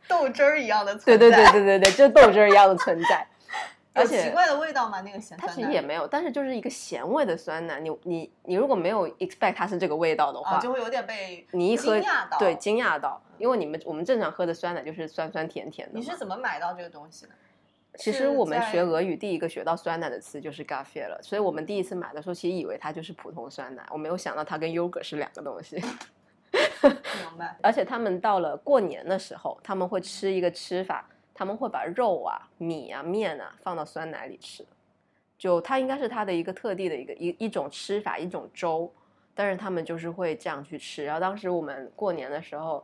[SPEAKER 1] 豆汁儿一样的
[SPEAKER 2] 对
[SPEAKER 1] 存在，，
[SPEAKER 2] 对对对对对，就豆汁儿一样的存在 而
[SPEAKER 1] 有奇
[SPEAKER 2] 且
[SPEAKER 1] 怪的味道吗？那个咸
[SPEAKER 2] 它
[SPEAKER 1] 酸
[SPEAKER 2] 其
[SPEAKER 1] 奶
[SPEAKER 2] 实也没有，但是就是一个咸味的酸奶，你你你如果没有 expect 它是这个味道的话，
[SPEAKER 1] 啊，就会有点被
[SPEAKER 2] 你一喝
[SPEAKER 1] 惊讶到。
[SPEAKER 2] 对惊讶到，因为你们我们正常喝的酸奶就是酸酸甜甜的
[SPEAKER 1] 你
[SPEAKER 2] 嘛。
[SPEAKER 1] 是怎么买到这个东 西的？
[SPEAKER 2] 其
[SPEAKER 1] 是
[SPEAKER 2] 实我们
[SPEAKER 1] 在
[SPEAKER 2] 学俄语第一个学到酸奶的词就是 g a f e 了，所以我们第一次买的时候其实以为它就是普通酸奶，我没有想到它跟 yogurt 是两个东西。
[SPEAKER 1] 明白，
[SPEAKER 2] 而且他们到了过年的时候，他们会吃一个吃法，他们会把肉啊、米啊、面啊放到酸奶里吃，就它应该是它的一个特地的一个一一种吃法，一种粥，但是他们就是会这样去吃。然后当时我们过年的时候。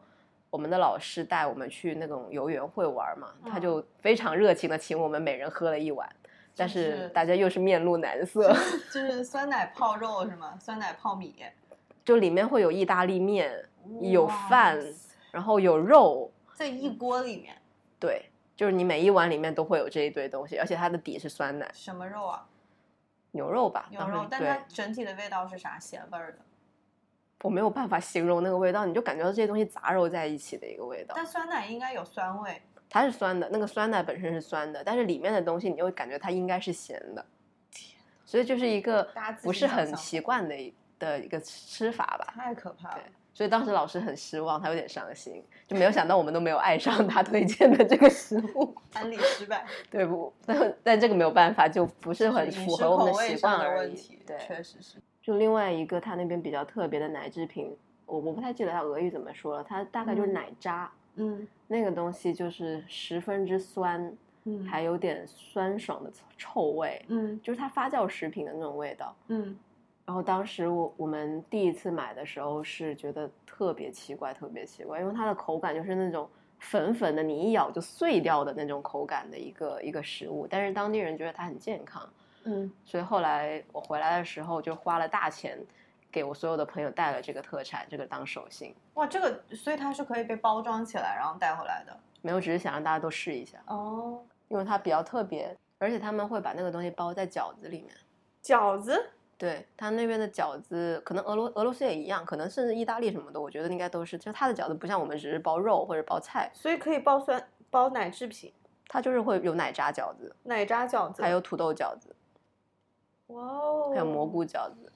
[SPEAKER 2] 我们的老师带我们去那种游园会玩嘛，他
[SPEAKER 1] 嗯
[SPEAKER 2] 就非常热情的请我们每人喝了一碗，但
[SPEAKER 1] 就是是
[SPEAKER 2] 大家又是面露难色。
[SPEAKER 1] 就是酸奶泡肉是吗？酸奶泡米，
[SPEAKER 2] 就里面会有意大利面，有
[SPEAKER 1] 哇
[SPEAKER 2] 饭然后有肉，
[SPEAKER 1] 在一锅里面，
[SPEAKER 2] 对，就是你每一碗里面都会有这一堆东西，而且它的底是酸奶
[SPEAKER 1] 什么肉啊？
[SPEAKER 2] 牛肉吧？
[SPEAKER 1] 牛
[SPEAKER 2] 当时
[SPEAKER 1] 肉，但它
[SPEAKER 2] 对，
[SPEAKER 1] 整体的味道是啥咸味儿的？
[SPEAKER 2] 我没有办法形容那个味道，你就感觉到这些东西杂糅在一起的一个味道。
[SPEAKER 1] 但酸奶应该有酸味，
[SPEAKER 2] 它是酸的，那个酸奶本身是酸的，但是里面的东西你又感觉它应该是咸的，所以就是一个
[SPEAKER 1] 大家自
[SPEAKER 2] 不
[SPEAKER 1] 行
[SPEAKER 2] 是
[SPEAKER 1] 想
[SPEAKER 2] 很
[SPEAKER 1] 象
[SPEAKER 2] 习惯的一的一个吃法吧。
[SPEAKER 1] 太可怕了
[SPEAKER 2] 对。所以当时老师很失望，他有点伤心，就没有想到我们都没有爱上他推荐的这个食物。
[SPEAKER 1] 安利失败，
[SPEAKER 2] 对不？但但这个没有办法，就不 是
[SPEAKER 1] 就
[SPEAKER 2] 很
[SPEAKER 1] 是饮
[SPEAKER 2] 符
[SPEAKER 1] 食
[SPEAKER 2] 合我们
[SPEAKER 1] 口
[SPEAKER 2] 的
[SPEAKER 1] 味
[SPEAKER 2] 习惯
[SPEAKER 1] 上的
[SPEAKER 2] 而
[SPEAKER 1] 问
[SPEAKER 2] 已。
[SPEAKER 1] 题，
[SPEAKER 2] 对，
[SPEAKER 1] 确实是。
[SPEAKER 2] 就另外一个，它那边比较特别的奶制品，我我不太记得它俄语怎么说了，它大概就是
[SPEAKER 1] 嗯
[SPEAKER 2] 奶渣、
[SPEAKER 1] 嗯
[SPEAKER 2] 那个东西，就是十分之酸，
[SPEAKER 1] 嗯
[SPEAKER 2] 还有点酸爽的臭味，
[SPEAKER 1] 嗯
[SPEAKER 2] 就是它发酵食品的那种味道。
[SPEAKER 1] 嗯
[SPEAKER 2] 然后当时我我们第一次买的时候是觉得特别奇怪，特别奇怪，因为它的口感就是那种粉粉的，你一咬就碎掉的那种口感的一个一个食物。但是当地人觉得它很健康，
[SPEAKER 1] 嗯，
[SPEAKER 2] 所以后来我回来的时候就花了大钱，给我所有的朋友带了这个特产，这个当手信。
[SPEAKER 1] 哇，这个所以它是可以被包装起来，然后带回来的。
[SPEAKER 2] 没有，只是想让大家都试一下，
[SPEAKER 1] 哦，
[SPEAKER 2] 因为它比较特别，而且他们会把那个东西包在饺子里面。
[SPEAKER 1] 饺子，
[SPEAKER 2] 对他那边的饺子，可能俄罗俄罗斯也一样，可能甚至意大利什么的，我觉得应该都是。就它的饺子不像我们只是包肉或者包菜，
[SPEAKER 1] 所以可以包酸包奶制品、
[SPEAKER 2] 它就是会有奶渣饺子，
[SPEAKER 1] 奶渣饺子
[SPEAKER 2] 还有土豆饺子，
[SPEAKER 1] 哇哦
[SPEAKER 2] 还有蘑菇饺子。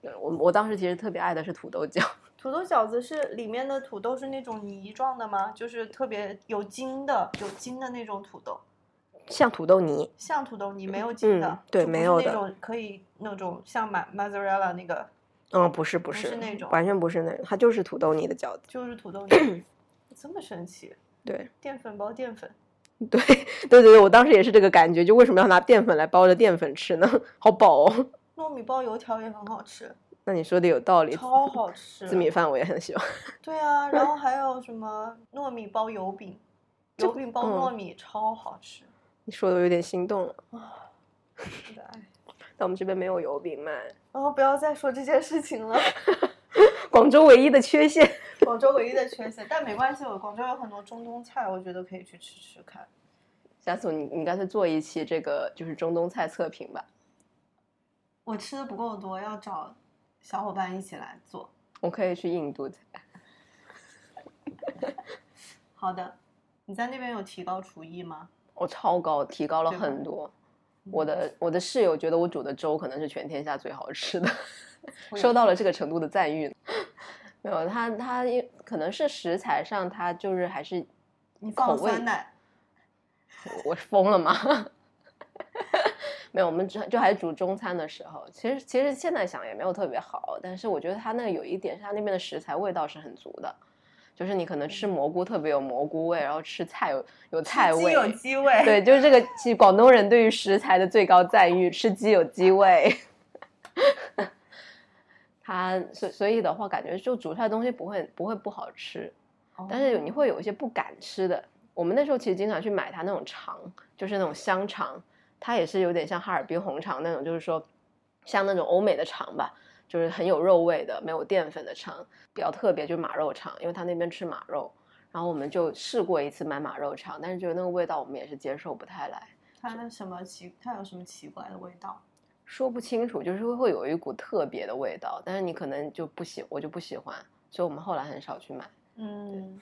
[SPEAKER 2] 对我我当时其实特别爱的是土豆饺，
[SPEAKER 1] 土豆饺子是里面的土豆是那种泥状的吗？就是特别有筋的、有筋的那种土豆，
[SPEAKER 2] 像土豆泥，
[SPEAKER 1] 像土豆泥没有筋的，
[SPEAKER 2] 嗯对
[SPEAKER 1] 就不
[SPEAKER 2] 没
[SPEAKER 1] 是
[SPEAKER 2] 有的
[SPEAKER 1] 那种可以那种像马 mozzarella 那个，
[SPEAKER 2] 嗯，不是不
[SPEAKER 1] 是那种
[SPEAKER 2] 完全不是那种，它就是土豆泥的饺子。
[SPEAKER 1] 就是土 豆泥，这么神奇，
[SPEAKER 2] 对
[SPEAKER 1] 淀粉包淀粉，
[SPEAKER 2] 对对对对，我当时也是这个感觉，就为什么要拿淀粉来包着淀粉吃呢？好饱哦。
[SPEAKER 1] 糯米包油条也很好吃，
[SPEAKER 2] 那你说的有道理，
[SPEAKER 1] 超好吃，啊
[SPEAKER 2] 紫米饭我也很喜欢。
[SPEAKER 1] 对啊，然后还有什么糯米包油饼，
[SPEAKER 2] 这
[SPEAKER 1] 油
[SPEAKER 2] 个
[SPEAKER 1] 饼包
[SPEAKER 2] 嗯
[SPEAKER 1] 糯米、超好吃，
[SPEAKER 2] 你说的我有点心动了，
[SPEAKER 1] 我的哎爱。
[SPEAKER 2] 但我们这边没有油饼卖。
[SPEAKER 1] 然后不要再说这件事情了。
[SPEAKER 2] 广州唯一的缺陷。
[SPEAKER 1] 广州唯一的缺陷，但没关系，我广州有很多中东菜，我觉得可以去吃吃看。
[SPEAKER 2] 下次你你干脆做一期这个就是中东菜测评吧，
[SPEAKER 1] 我吃的不够多，要找小伙伴一起来做。
[SPEAKER 2] 我可以去印度。
[SPEAKER 1] 好的，你在那边有提高厨艺吗？
[SPEAKER 2] 我超高，提高了
[SPEAKER 1] 对吧嗯
[SPEAKER 2] 很多。我的我的室友觉得我煮的粥可能是全天下最好吃的，
[SPEAKER 1] 嗯会有
[SPEAKER 2] 受到了这个程度的赞誉。 没有，他他因可能是食材上他就是还是
[SPEAKER 1] 你
[SPEAKER 2] 口
[SPEAKER 1] 放
[SPEAKER 2] 味
[SPEAKER 1] 酸奶，
[SPEAKER 2] 我是疯了吗？ 没有，我们就就还煮中餐的时候，其实其实现在想也没有特别好，但是我觉得它那个有一点是它那边的食材味道是很足的，就是你可能吃蘑菇特别有蘑菇味，然后吃菜有有菜
[SPEAKER 1] 嗯鸡
[SPEAKER 2] 味，
[SPEAKER 1] 有鸡味，
[SPEAKER 2] 对，就是这个，其实广东人对于食材的最高赞誉，吃鸡有鸡味。 他所所以的话，感觉就煮出来的东西不会不会不好吃，
[SPEAKER 1] 哦，
[SPEAKER 2] 但是有你会有一些不敢吃的。我们那时候其实经常去买它那种肠，就是那种香肠，它也是有点像哈尔滨红肠那种，就是说像那种欧美的肠吧，就是很有肉味的，没有淀粉的肠，比较特别就是马肉肠，因为他那边吃马肉。然后我们就试过一次买马肉肠，但是觉得那个味道我们也是接受不太来。
[SPEAKER 1] 它的什么奇，它有什么奇怪的味道？
[SPEAKER 2] 说不清楚，就是会有一股特别的味道，但是你可能就不喜，我就不喜欢，所以我们后来很少去买。
[SPEAKER 1] 嗯，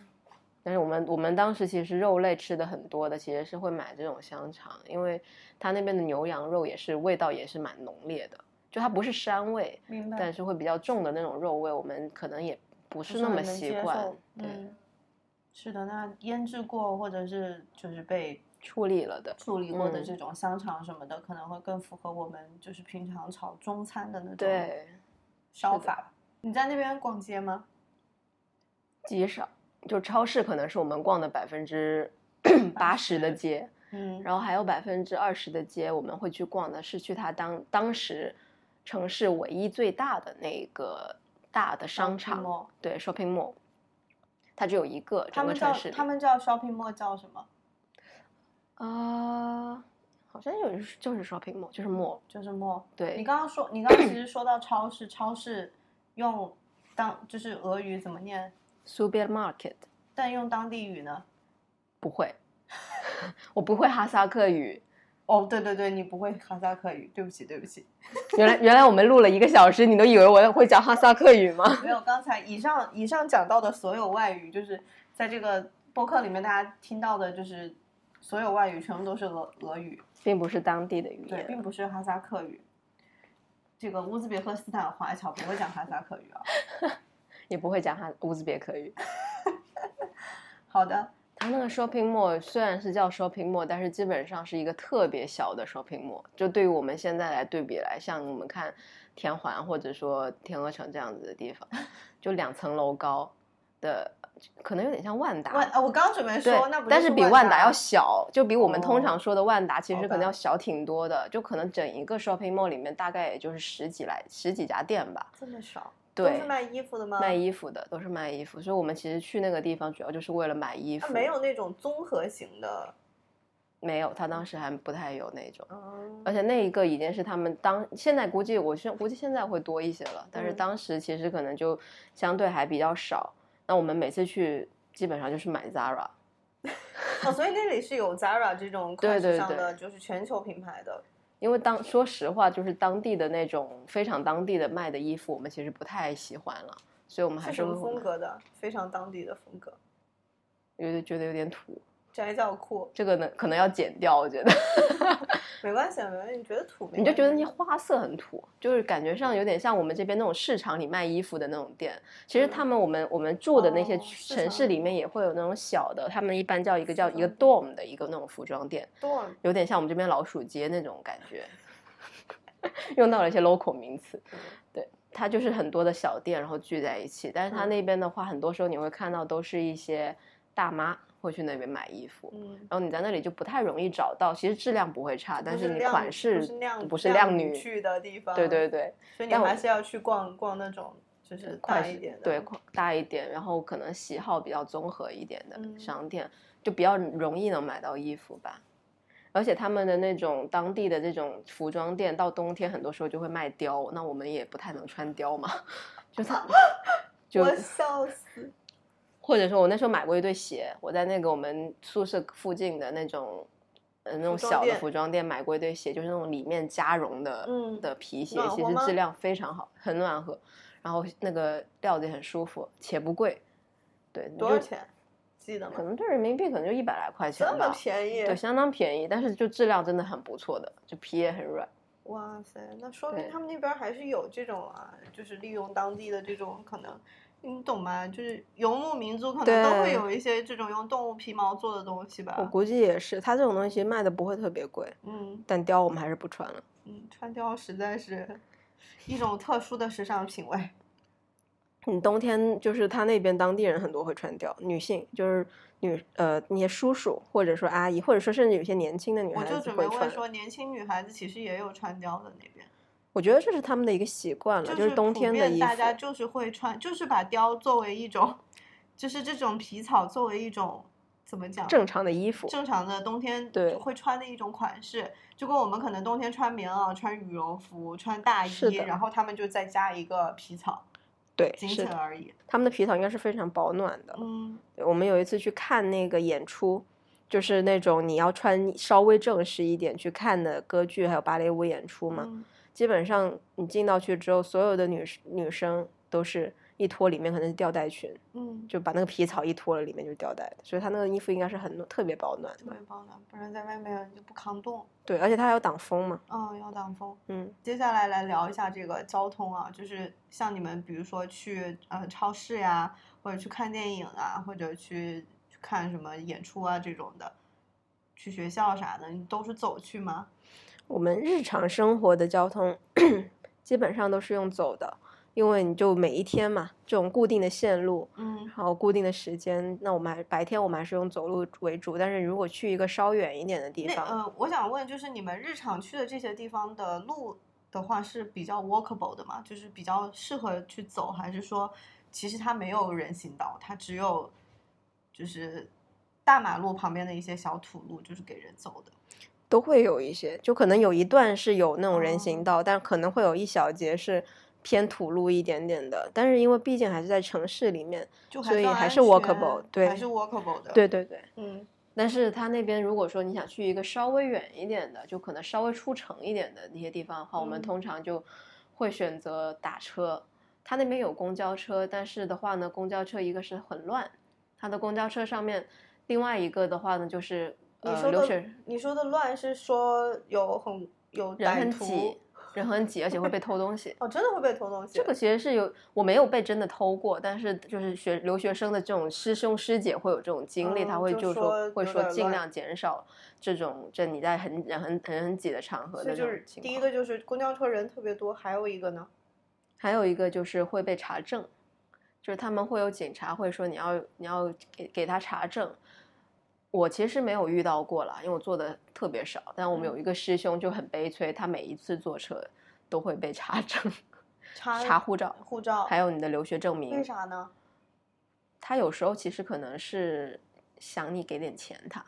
[SPEAKER 2] 但是我们我们当时其实肉类吃的很多的，其实是会买这种香肠，因为它那边的牛羊肉也是味道也是蛮浓烈的，就它不是膻味，
[SPEAKER 1] 明白。
[SPEAKER 2] 但是会比较重的那种肉味，我们可能也不是那么习惯。对，
[SPEAKER 1] 嗯，是的，那腌制过或者是就是被
[SPEAKER 2] 处理了的，
[SPEAKER 1] 处理过的
[SPEAKER 2] 嗯
[SPEAKER 1] 这种香肠什么的，可能会更符合我们就是平常炒中餐的那种
[SPEAKER 2] 对，
[SPEAKER 1] 烧
[SPEAKER 2] 是的
[SPEAKER 1] 法吧。你在那边逛街吗？
[SPEAKER 2] 极少，就超市可能是我们逛的百分之八十的街。
[SPEAKER 1] 嗯，
[SPEAKER 2] 然后还有百分之二十的街我们会去逛的，是去它当当时城市唯一最大的那个大的商场，
[SPEAKER 1] mall
[SPEAKER 2] 对 shopping mall，它只有一个，
[SPEAKER 1] 他
[SPEAKER 2] 整个
[SPEAKER 1] 们叫
[SPEAKER 2] 城市里
[SPEAKER 1] 他们叫 shopping mall 叫什么？
[SPEAKER 2] 啊、好像有是就是 shopping mall，就是 mall，
[SPEAKER 1] 就是 mall。你
[SPEAKER 2] 对，
[SPEAKER 1] 刚刚说，你刚刚其实说到超市，超市用当就是俄语怎么念，
[SPEAKER 2] supermarket
[SPEAKER 1] 但用当地语呢？
[SPEAKER 2] 不会， 我不会哈萨克语，
[SPEAKER 1] 哦，对对对，你不会哈萨克语，对不起对不起。
[SPEAKER 2] 原来原来我们录了一个小时，你都以为我会讲哈萨克语吗？
[SPEAKER 1] 没有，刚才以上以上讲到的所有外语，就是在这个播客里面大家听到的，就是所有外语全部都是俄俄语，
[SPEAKER 2] 并不是当地的语
[SPEAKER 1] 对，
[SPEAKER 2] 言，
[SPEAKER 1] 并不是哈萨克语。这个乌兹别克斯坦华侨不会讲哈萨克语啊。
[SPEAKER 2] 也不会讲哈乌兹别克语。
[SPEAKER 1] 好的，
[SPEAKER 2] 它那个 shopping mall 虽然是叫 shopping mall，但是基本上是一个特别小的 shopping mall。就对于我们现在来对比来，像我们看天环或者说天鹅城这样子的地方，就两层楼高的，可能有点像万达。
[SPEAKER 1] 万啊，我刚准备
[SPEAKER 2] 对
[SPEAKER 1] 说，那不，
[SPEAKER 2] 但
[SPEAKER 1] 是
[SPEAKER 2] 比
[SPEAKER 1] 万哦
[SPEAKER 2] 万达要小，就比我们通常说的万达其
[SPEAKER 1] 好
[SPEAKER 2] 实
[SPEAKER 1] 吧
[SPEAKER 2] 可能要小挺多的，就可能整一个 shopping mall 里面大概也就是十几来十几家店吧。
[SPEAKER 1] 这么少，
[SPEAKER 2] 对，
[SPEAKER 1] 都是卖衣服的吗？
[SPEAKER 2] 卖衣服的都是卖衣服，所以我们其实去那个地方主要就是为了买衣
[SPEAKER 1] 啊，
[SPEAKER 2] 服。
[SPEAKER 1] 没有那种综合型的，
[SPEAKER 2] 没有，他当时还不太有那种，
[SPEAKER 1] 嗯
[SPEAKER 2] 而且那一个已经是他们当现在估计我是估计现在会多一些了，但是
[SPEAKER 1] 嗯
[SPEAKER 2] 当时其实可能就相对还比较少。那我们每次去基本上就是买 Zara，
[SPEAKER 1] 哦，所以那里是有 Zara 这种快
[SPEAKER 2] 对
[SPEAKER 1] 时
[SPEAKER 2] 对
[SPEAKER 1] 尚
[SPEAKER 2] 对
[SPEAKER 1] 的，就是全球品牌的，
[SPEAKER 2] 因为当说实话就是当地的那种非常当地的卖的衣服，我们其实不太喜欢了，所以我们还
[SPEAKER 1] 是
[SPEAKER 2] 是
[SPEAKER 1] 什么
[SPEAKER 2] 会
[SPEAKER 1] 风格的？非常当地的风格，
[SPEAKER 2] 有点觉得有点土。
[SPEAKER 1] 窄脚裤，
[SPEAKER 2] 这个呢可能要剪掉，我觉得
[SPEAKER 1] 没关系，没关系，你觉得土没关系？
[SPEAKER 2] 你就觉得那些花色很土，就是感觉上有点像我们这边那种市场里卖衣服的那种店。其实他们我们我们住的那些
[SPEAKER 1] 嗯哦
[SPEAKER 2] 区
[SPEAKER 1] 市
[SPEAKER 2] 城
[SPEAKER 1] 场
[SPEAKER 2] 市里面也会有那种小的，他们一般叫一个叫
[SPEAKER 1] 服
[SPEAKER 2] 一个 dorm 的一个那种服装店，
[SPEAKER 1] 多
[SPEAKER 2] 有点像我们这边老鼠街那种感觉。 用到了一些 local 名词，对，它就是很多的小店，然后聚在一起。但是它
[SPEAKER 1] 嗯
[SPEAKER 2] 那边的话，很多时候你会看到都是一些大妈会去那边买衣服，
[SPEAKER 1] 嗯，
[SPEAKER 2] 然后你在那里就不太容易找到。其实质量不会差，但
[SPEAKER 1] 不是
[SPEAKER 2] 你
[SPEAKER 1] 靓
[SPEAKER 2] 款
[SPEAKER 1] 女
[SPEAKER 2] 式
[SPEAKER 1] 不是靓
[SPEAKER 2] 不是
[SPEAKER 1] 靓
[SPEAKER 2] 靓
[SPEAKER 1] 女
[SPEAKER 2] 女
[SPEAKER 1] 去的地方，
[SPEAKER 2] 对对，对，
[SPEAKER 1] 所以你
[SPEAKER 2] 但我嗯
[SPEAKER 1] 还是要去逛逛那种就是
[SPEAKER 2] 款
[SPEAKER 1] 大
[SPEAKER 2] 式
[SPEAKER 1] 一点的，
[SPEAKER 2] 对，款大一点，然后可能喜好比较综合一点的
[SPEAKER 1] 嗯
[SPEAKER 2] 商店，就比较容易能买到衣服吧。而且他们的那种当地的这种服装店，到冬天很多时候就会卖貂，那我们也不太能穿貂嘛， 就 他就
[SPEAKER 1] 我笑死，
[SPEAKER 2] 或者说我那时候买过一对鞋，我在那个我们宿舍附近的那种。呃，那种
[SPEAKER 1] 服装
[SPEAKER 2] 小的
[SPEAKER 1] 店
[SPEAKER 2] 服装店买过一对鞋，就是那种里面加绒的，
[SPEAKER 1] 嗯
[SPEAKER 2] 的皮鞋，
[SPEAKER 1] 暖
[SPEAKER 2] 其
[SPEAKER 1] 和
[SPEAKER 2] 实
[SPEAKER 1] 吗
[SPEAKER 2] 质量非常好，很暖和，然后那个料子也很舒服，且不贵。对，你
[SPEAKER 1] 多
[SPEAKER 2] 就
[SPEAKER 1] 少？钱？记得
[SPEAKER 2] 可
[SPEAKER 1] 吗？
[SPEAKER 2] 能对人民币可能就一百来块钱
[SPEAKER 1] 这么
[SPEAKER 2] 吧，
[SPEAKER 1] 便宜
[SPEAKER 2] 对，，相当便宜，但是就质量真的很不错的，就皮也很软。
[SPEAKER 1] 哇塞，那说明
[SPEAKER 2] 对
[SPEAKER 1] 他们那边还是有这种啊，就是利用当地的这种可能你懂吗？就是游牧民族可能都
[SPEAKER 2] 对
[SPEAKER 1] 会有一些这种用动物皮毛做的东西吧
[SPEAKER 2] 我。估计也是，它这种东西卖的不会特别贵，
[SPEAKER 1] 嗯
[SPEAKER 2] 但貂我们还是不穿了。
[SPEAKER 1] 嗯，穿貂实在是一种特殊的时尚品味。
[SPEAKER 2] 你冬天就是他那边当地人很多会穿貂，女性就是女呃那些叔叔或者说阿姨，或者说甚至有些年轻的女
[SPEAKER 1] 我
[SPEAKER 2] 孩
[SPEAKER 1] 就
[SPEAKER 2] 子
[SPEAKER 1] 准
[SPEAKER 2] 会
[SPEAKER 1] 备问
[SPEAKER 2] 穿。
[SPEAKER 1] 说，年轻女孩子其实也有穿貂的那边，
[SPEAKER 2] 我觉得这是他们的一个习惯了，
[SPEAKER 1] 就
[SPEAKER 2] 嗯就是冬
[SPEAKER 1] 普
[SPEAKER 2] 天的
[SPEAKER 1] 遍
[SPEAKER 2] 衣服。
[SPEAKER 1] 大家就是会穿，就是把貂作为一种，就是这种皮草作为一种怎么讲
[SPEAKER 2] 正常的衣服，
[SPEAKER 1] 正常的冬天
[SPEAKER 2] 对
[SPEAKER 1] 会穿的一种款式，就跟我们可能冬天穿棉袄、穿羽绒服、穿大衣
[SPEAKER 2] 是的，
[SPEAKER 1] 然后他们就再加一个皮草，
[SPEAKER 2] 对，
[SPEAKER 1] 仅
[SPEAKER 2] 是
[SPEAKER 1] 此
[SPEAKER 2] 的，
[SPEAKER 1] 而已。
[SPEAKER 2] 他们的皮草应该是非常保暖的。
[SPEAKER 1] 嗯，
[SPEAKER 2] 对我们有一次去看那个演出，就是那种你要穿稍微正式一点去看的歌剧还有芭蕾舞演出嘛。
[SPEAKER 1] 嗯
[SPEAKER 2] 基本上你进到去之后，所有的女女生都是一脱，里面可能是吊带裙，
[SPEAKER 1] 嗯，
[SPEAKER 2] 就把那个皮草一脱了，里面就是吊带的，所以它那个衣服应该是很暖特别保暖
[SPEAKER 1] 特
[SPEAKER 2] 的
[SPEAKER 1] 别。保暖，不然在外面就不抗冻。
[SPEAKER 2] 对，而且它还要挡风嘛。
[SPEAKER 1] 嗯，要挡风。
[SPEAKER 2] 嗯，
[SPEAKER 1] 接下来来聊一下这个交通啊，就是像你们比如说去呃超市呀，或者去看电影啊，或者去去看什么演出啊这种的，去学校啥的，你都是走去吗？
[SPEAKER 2] 我们日常生活的交通基本上都是用走的，因为你就每一天嘛，这种固定的线路，
[SPEAKER 1] 嗯
[SPEAKER 2] 然后固定的时间，那我们还白天我们还是用走路为主，但是如果去一个稍远一点的地
[SPEAKER 1] 那
[SPEAKER 2] 方，
[SPEAKER 1] 呃，我想问，就是你们日常去的这些地方的路的话是比较 walkable 的吗？就是比较适合去走，还是说其实它没有人行道，它只有就是大马路旁边的一些小土路，就是给人走的？
[SPEAKER 2] 都会有一些，就可能有一段是有那种人
[SPEAKER 1] 哦
[SPEAKER 2] 行道，但可能会有一小节是偏土路一点点的，但是因为毕竟还是在城市里面，
[SPEAKER 1] 就
[SPEAKER 2] 所以
[SPEAKER 1] 算
[SPEAKER 2] 还
[SPEAKER 1] 安
[SPEAKER 2] 是 walkable，
[SPEAKER 1] 全
[SPEAKER 2] 对
[SPEAKER 1] 还是 walkable 的，
[SPEAKER 2] 对，对对。
[SPEAKER 1] 嗯
[SPEAKER 2] 但是它那边如果说你想去一个稍微远一点的，就可能稍微出城一点的那些地方的话，我们
[SPEAKER 1] 嗯
[SPEAKER 2] 通常就会选择打车。它那边有公交车，但是的话呢，公交车一个是很乱，它的公交车上面另外一个的话呢就是
[SPEAKER 1] 你
[SPEAKER 2] 呃
[SPEAKER 1] 说
[SPEAKER 2] 流
[SPEAKER 1] 的
[SPEAKER 2] 水
[SPEAKER 1] 你说的乱是说有很有
[SPEAKER 2] 人
[SPEAKER 1] 歹
[SPEAKER 2] 很
[SPEAKER 1] 徒
[SPEAKER 2] 挤，人很挤，而且会被偷东西。
[SPEAKER 1] 哦，真的会被偷东西，
[SPEAKER 2] 这个其实是有，我没有被真的偷过，但是就是学留学生的这种师兄师姐会有这种经历，
[SPEAKER 1] 嗯
[SPEAKER 2] 他会
[SPEAKER 1] 就
[SPEAKER 2] 就
[SPEAKER 1] 说
[SPEAKER 2] 说会
[SPEAKER 1] 有
[SPEAKER 2] 说
[SPEAKER 1] 点
[SPEAKER 2] 尽
[SPEAKER 1] 乱
[SPEAKER 2] 量减少这种，这你在很人很人很挤的场合
[SPEAKER 1] 所
[SPEAKER 2] 的
[SPEAKER 1] 以
[SPEAKER 2] 这
[SPEAKER 1] 就
[SPEAKER 2] 种
[SPEAKER 1] 是
[SPEAKER 2] 情况。
[SPEAKER 1] 第一个就是公交车人特别多，还有一个呢，
[SPEAKER 2] 还有一个就是会被查证，就是他们会有警察会说你要你要给给他查证。我其实没有遇到过啦，因为我做的特别少。但我
[SPEAKER 1] 嗯
[SPEAKER 2] 们有一个师兄就很悲催，他每一次坐车都会被查证，
[SPEAKER 1] 查
[SPEAKER 2] 查护照，
[SPEAKER 1] 护照，
[SPEAKER 2] 还有你的留学证明。
[SPEAKER 1] 为啥呢？
[SPEAKER 2] 他有时候其实可能是想你给点钱他，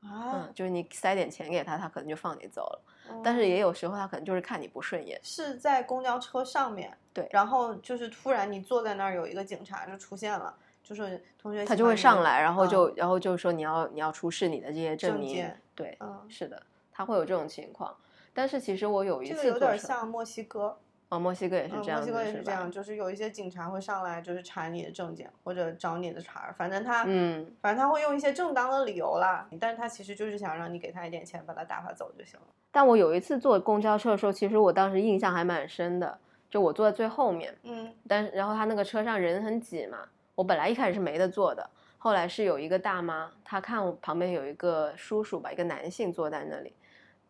[SPEAKER 1] 啊
[SPEAKER 2] 嗯，，就是你塞点钱给他，他可能就放你走了。但是
[SPEAKER 1] 嗯
[SPEAKER 2] 也有时候他可能就是看你不顺眼，
[SPEAKER 1] 是在公交车上面，
[SPEAKER 2] 对
[SPEAKER 1] 然后就是突然你坐在那儿，有一个警察就出现了，就说同学，
[SPEAKER 2] 他
[SPEAKER 1] 请
[SPEAKER 2] 就
[SPEAKER 1] 把
[SPEAKER 2] 会
[SPEAKER 1] 你的
[SPEAKER 2] 上来，然后
[SPEAKER 1] 嗯
[SPEAKER 2] 就、然后就说你要你要出示你的这些证
[SPEAKER 1] 证
[SPEAKER 2] 明
[SPEAKER 1] 件，
[SPEAKER 2] 对，
[SPEAKER 1] 嗯，
[SPEAKER 2] 是的，他会有这种情况。但是其实我有一
[SPEAKER 1] 这个
[SPEAKER 2] 次
[SPEAKER 1] 有
[SPEAKER 2] 坐
[SPEAKER 1] 点
[SPEAKER 2] 车
[SPEAKER 1] 像墨西哥，
[SPEAKER 2] 哦，墨西哥也是
[SPEAKER 1] 嗯，
[SPEAKER 2] 这
[SPEAKER 1] 墨
[SPEAKER 2] 样
[SPEAKER 1] 西
[SPEAKER 2] 子，
[SPEAKER 1] 哥也
[SPEAKER 2] 是
[SPEAKER 1] 是这
[SPEAKER 2] 吧
[SPEAKER 1] 样，就是有一些警察会上来，就是查你的证件或者找你的茬儿，反正他，
[SPEAKER 2] 嗯，
[SPEAKER 1] 反正他会用一些正当的理由啦，但是他其实就是想让你给他一点钱，把他打发走就行了。
[SPEAKER 2] 但我有一次坐公交车的时候，其实我当时印象还蛮深的，就我坐在最后面，
[SPEAKER 1] 嗯
[SPEAKER 2] 但是然后他那个车上人很挤嘛，我本来一开始是没得坐的，后来是有一个大妈，她看我旁边有一个叔叔吧，一个男性坐在那里，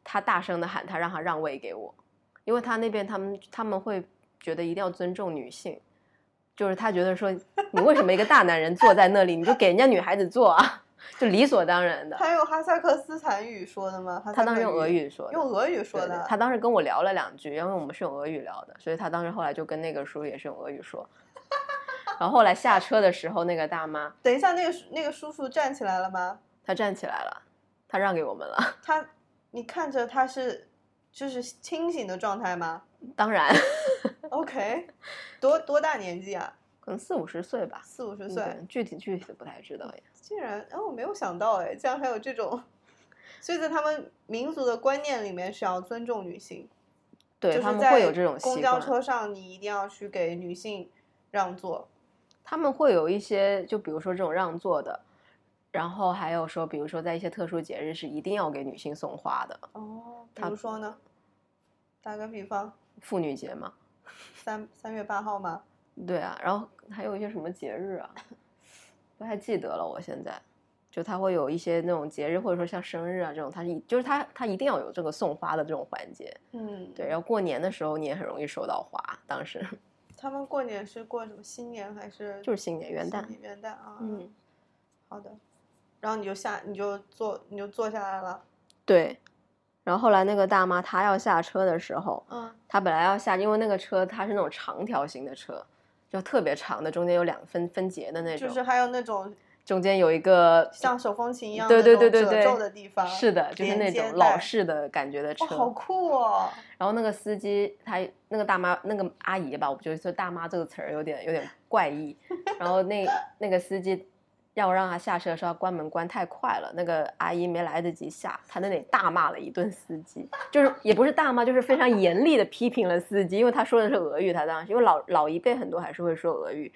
[SPEAKER 2] 她大声的喊他让他让位给我，因为他那边他们他们会觉得一定要尊重女性，就是他觉得说你为什么一个大男人坐在那里，你就给人家女孩子坐啊， 就理所当然的。
[SPEAKER 1] 他用哈萨克斯坦语说的吗？哈萨
[SPEAKER 2] 他当时
[SPEAKER 1] 克
[SPEAKER 2] 用俄语说的，
[SPEAKER 1] 用俄语说
[SPEAKER 2] 对对
[SPEAKER 1] 的。
[SPEAKER 2] 他当时跟我聊了两句，因为我们是用俄语聊的，所以他当时后来就跟那个叔叔也是用俄 语说。然后后来下车的时候，那个大妈
[SPEAKER 1] 等一下，那个叔那个叔叔站起来了吗？
[SPEAKER 2] 她站起来了，她让给我们了。
[SPEAKER 1] 他，你看着他是就是清醒的状态吗
[SPEAKER 2] 当然，
[SPEAKER 1] ？OK，多多大年纪啊？
[SPEAKER 2] 可能四五十岁吧，
[SPEAKER 1] 四五十
[SPEAKER 2] 嗯
[SPEAKER 1] 岁，
[SPEAKER 2] 对具体具体的不太知道耶。
[SPEAKER 1] 竟然，哎，我没有想到，哎，竟然还有这种。所以在他们民族的观念里面是要尊重女性，
[SPEAKER 2] 对
[SPEAKER 1] 就
[SPEAKER 2] 他
[SPEAKER 1] 是
[SPEAKER 2] 们会
[SPEAKER 1] 在
[SPEAKER 2] 有这种
[SPEAKER 1] 公
[SPEAKER 2] 习
[SPEAKER 1] 交
[SPEAKER 2] 惯，
[SPEAKER 1] 车上你一定要去给女性让座。
[SPEAKER 2] 他们会有一些，就比如说这种让座的，然后还有说，比如说在一些特殊节日是一定要给女性送花的，
[SPEAKER 1] 哦，比
[SPEAKER 2] 他
[SPEAKER 1] 如说呢？打个比方，
[SPEAKER 2] 妇女节嘛，
[SPEAKER 1] 三三月八号吗？
[SPEAKER 2] 对啊，然后还有一些什么节日啊，不太记得了。我现在就它会有一些那种节日，或者说像生日啊这种，它是一就是它它一定要有这个送花的这种环节。
[SPEAKER 1] 嗯，
[SPEAKER 2] 对，然后过年的时候你也很容易收到花，当时
[SPEAKER 1] 他们过年是过什么新年还是
[SPEAKER 2] 就是新年元旦。
[SPEAKER 1] 新年元旦啊，
[SPEAKER 2] 嗯，，
[SPEAKER 1] 好的。然后你就下，你就坐，你就坐下来了。
[SPEAKER 2] 对。然后后来那个大妈她要下车的时候，
[SPEAKER 1] 嗯
[SPEAKER 2] 她本来要下，因为那个车它是那种长条形的车，就特别长的，中间有两分分节的那种，
[SPEAKER 1] 就是还有那种
[SPEAKER 2] 中间有一个
[SPEAKER 1] 像手风琴一样
[SPEAKER 2] 对
[SPEAKER 1] 那
[SPEAKER 2] 对
[SPEAKER 1] 种
[SPEAKER 2] 对对
[SPEAKER 1] 褶
[SPEAKER 2] 对
[SPEAKER 1] 皱的地方，
[SPEAKER 2] 是的，就是那
[SPEAKER 1] 连接
[SPEAKER 2] 种老
[SPEAKER 1] 带
[SPEAKER 2] 式的感觉的车。
[SPEAKER 1] 哇，好酷哦！
[SPEAKER 2] 然后那个司机他那个大妈那个阿姨吧，我觉得说大妈这个词儿有点有点怪异。然后那那个司机要让他下车的时候，他关门关太快了，那个阿姨没来得及下，他那里大骂了一顿司机，就是也不是大骂，就是非常严厉的批评了司机，因为他说的是俄语，他当时因为老老一辈很多还是会说俄语。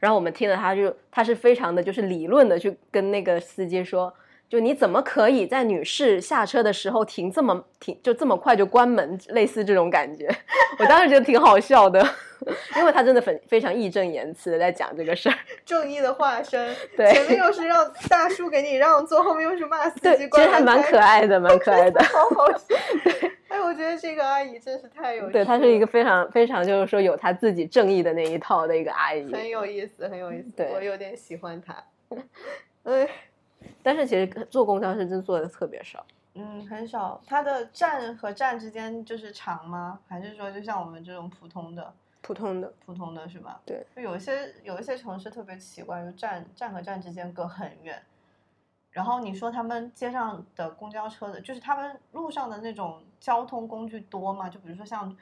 [SPEAKER 2] 然后我们听了他就他是非常的就是理论的去跟那个司机说。就你怎么可以在女士下车的时候停这么停就这么快就关门，类似这种感觉， 我当时觉得挺好笑的， 因为他真的很非常义正言辞的在讲这个事儿。
[SPEAKER 1] 正义的化 身，
[SPEAKER 2] 对
[SPEAKER 1] 前面又是让大叔给你让座，后面又是骂司
[SPEAKER 2] 对，
[SPEAKER 1] 机，
[SPEAKER 2] 其实还蛮可
[SPEAKER 1] 爱，
[SPEAKER 2] 爱的，蛮可 爱的。
[SPEAKER 1] 好好笑。哎，我觉得这个阿姨真是太有趣了，
[SPEAKER 2] 对，她是一个非常非常就是说有她自己正义的那一套的一个阿姨。
[SPEAKER 1] 很有意思，很有意思，
[SPEAKER 2] 对
[SPEAKER 1] 我有点喜欢她。哎，
[SPEAKER 2] 但是其实坐公交是真坐的特别少，
[SPEAKER 1] 嗯，很少。它的站和站之间就是长吗？还是说就像我们这种普通的、
[SPEAKER 2] 普通的。
[SPEAKER 1] 普通的是吧？
[SPEAKER 2] 对，
[SPEAKER 1] 就有一些有一些城市特别奇怪，就站站和站之间隔很远。然后你说他们街上的公交车的，就是他们路上的那种交通工具多吗？就比如说像，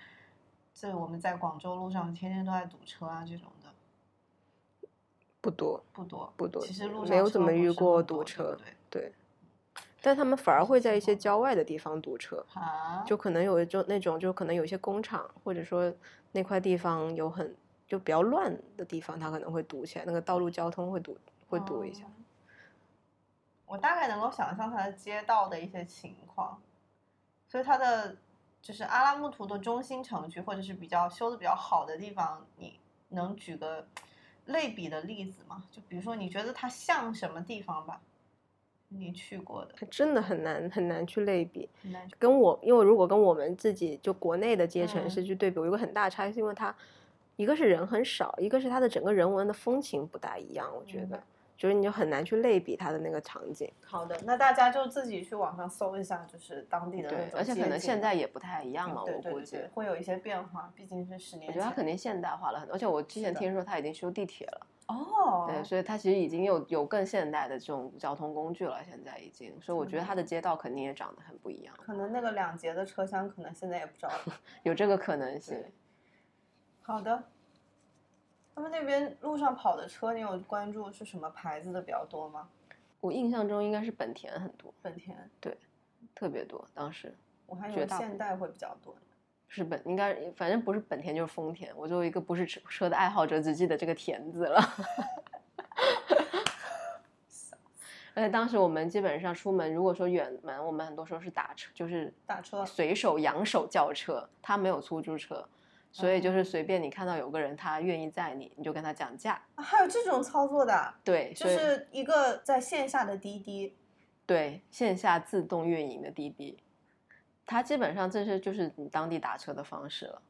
[SPEAKER 1] 这我们在广州路上天天都在堵车啊这种的，
[SPEAKER 2] 不多，
[SPEAKER 1] 不多
[SPEAKER 2] 不多
[SPEAKER 1] 其实路上
[SPEAKER 2] 没有
[SPEAKER 1] 车
[SPEAKER 2] 怎么
[SPEAKER 1] 不
[SPEAKER 2] 遇
[SPEAKER 1] 是很
[SPEAKER 2] 过
[SPEAKER 1] 多对不
[SPEAKER 2] 堵车
[SPEAKER 1] 对
[SPEAKER 2] 对，但他们反而会在一些郊外的地方堵车。
[SPEAKER 1] 啊，
[SPEAKER 2] 就可能有一种那种，就可能有一些工厂，或者说那块地方有很就比较乱的地方，它可能会堵起来，那个道路交通会堵会堵一下。
[SPEAKER 1] 嗯我大概能够想象它的街道的一些情况，所以它的就是阿拉木图的中心城区，或者是比较修的比较好的地方，你能举个类比的例子吗？就比如说，你觉得它像什么地方吧？你去过的，
[SPEAKER 2] 它真的很难很难去类比，
[SPEAKER 1] 很难去
[SPEAKER 2] 跟我因为如果跟我们自己就国内的街城
[SPEAKER 1] 嗯
[SPEAKER 2] 市去对比，有一个很大的差异，是因为它一个是人很少，一个是它的整个人文的风情不大一样，我觉
[SPEAKER 1] 明
[SPEAKER 2] 得
[SPEAKER 1] 白。
[SPEAKER 2] 就是你就很难去类比它的那个场景，
[SPEAKER 1] 嗯好的，那大家就自己去网上搜一下，就是当地的那
[SPEAKER 2] 对
[SPEAKER 1] 种，
[SPEAKER 2] 而且
[SPEAKER 1] 街
[SPEAKER 2] 可能
[SPEAKER 1] 景啊
[SPEAKER 2] 现在也不太一样了，
[SPEAKER 1] 嗯对
[SPEAKER 2] 我
[SPEAKER 1] 对
[SPEAKER 2] 估
[SPEAKER 1] 对
[SPEAKER 2] 计
[SPEAKER 1] 对，会有一些变化，毕竟是十年
[SPEAKER 2] 我
[SPEAKER 1] 前。
[SPEAKER 2] 觉得它肯定现代化了很多，而且我之前
[SPEAKER 1] 的
[SPEAKER 2] 听说它已经修地铁了。
[SPEAKER 1] 哦，
[SPEAKER 2] 对，所以它其实已经有有更现代的这种交通工具了，现在已经，所以我觉得它的街道肯定也长得很不一样，
[SPEAKER 1] 可能那个两节的车厢，可能现在也不知道了。
[SPEAKER 2] 有这个可能性。
[SPEAKER 1] 好的。他们那边路上跑的车，你有关注是什么牌子的比较多吗？
[SPEAKER 2] 我印象中应该是本田很多，
[SPEAKER 1] 本田，
[SPEAKER 2] 特别多，当时
[SPEAKER 1] 我还以
[SPEAKER 2] 绝
[SPEAKER 1] 为
[SPEAKER 2] 大部
[SPEAKER 1] 现代会比较多。
[SPEAKER 2] 是本应该反正不是本田就是丰田，我作为一个不是车车的爱好者，只记得这个田字了。 而且当时我们基本上出门，如果说远门，我们很多时候是打车，就是
[SPEAKER 1] 打车
[SPEAKER 2] 随手扬手叫车，他没有出租车，所以就是
[SPEAKER 1] 哦
[SPEAKER 2] 随便你看到有个人他愿意载你，你就跟他讲价。
[SPEAKER 1] 啊还有这种操作的啊，
[SPEAKER 2] 对，
[SPEAKER 1] 就
[SPEAKER 2] 所以
[SPEAKER 1] 是一个在线下的滴滴，
[SPEAKER 2] 对线下自动运营的滴滴，它基本上这是就是你当地打车的方式了。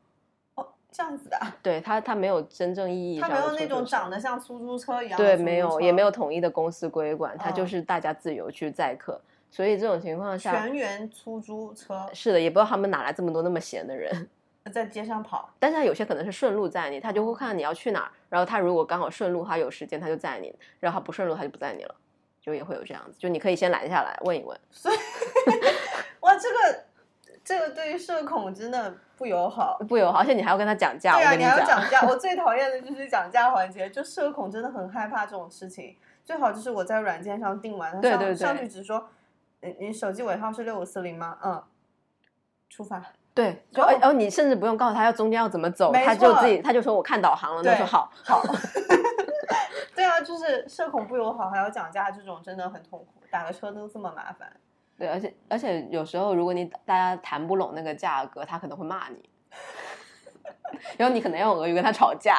[SPEAKER 1] 哦，这样子的啊，
[SPEAKER 2] 对它，它没有真正意义
[SPEAKER 1] 它
[SPEAKER 2] 上
[SPEAKER 1] 没
[SPEAKER 2] 的出租车，
[SPEAKER 1] 有那种长得像出租车一样的
[SPEAKER 2] 对
[SPEAKER 1] 出
[SPEAKER 2] 没
[SPEAKER 1] 租
[SPEAKER 2] 有
[SPEAKER 1] 车
[SPEAKER 2] 也没有统一的公司规管，它就
[SPEAKER 1] 嗯
[SPEAKER 2] 是大家自由去载客。所以这种情况下
[SPEAKER 1] 全，员出租车
[SPEAKER 2] 是的，也不知道他们哪来这么多那么闲的人。
[SPEAKER 1] 在街上跑，
[SPEAKER 2] 但是他有些可能是顺路载你，他就会看你要去哪儿，然后他如果刚好顺路，他有时间他就载你，然后他不顺路他就不载你了，就也会有这样子，就你可以先拦下来问一问。
[SPEAKER 1] 哇，这个这个对于社恐真的不友好。
[SPEAKER 2] 不友好，而且你还要跟他讲价，
[SPEAKER 1] 对啊，
[SPEAKER 2] 我跟
[SPEAKER 1] 你还
[SPEAKER 2] 讲，
[SPEAKER 1] 要讲价，我最讨厌的就是讲价环节，就社恐真的很害怕这种事情。最好就是我在软件上订完，他
[SPEAKER 2] 对
[SPEAKER 1] 上
[SPEAKER 2] 对对
[SPEAKER 1] 上去只说，你你手机尾号是六五四零吗？嗯，出 发。
[SPEAKER 2] 对，就
[SPEAKER 1] 哦
[SPEAKER 2] 而后你甚至不用告诉他要中间要怎么走，
[SPEAKER 1] 没
[SPEAKER 2] 他就
[SPEAKER 1] 错
[SPEAKER 2] 自己他就说我看导航了，那
[SPEAKER 1] 对
[SPEAKER 2] 说好好，
[SPEAKER 1] 对啊，就是社恐不友好，还要讲价，这种真的很痛苦。打个车都这么麻烦，
[SPEAKER 2] 对，而且而且有时候如果你大家谈不拢那个价格，他可能会骂你，然后你可能要用俄语跟他吵架，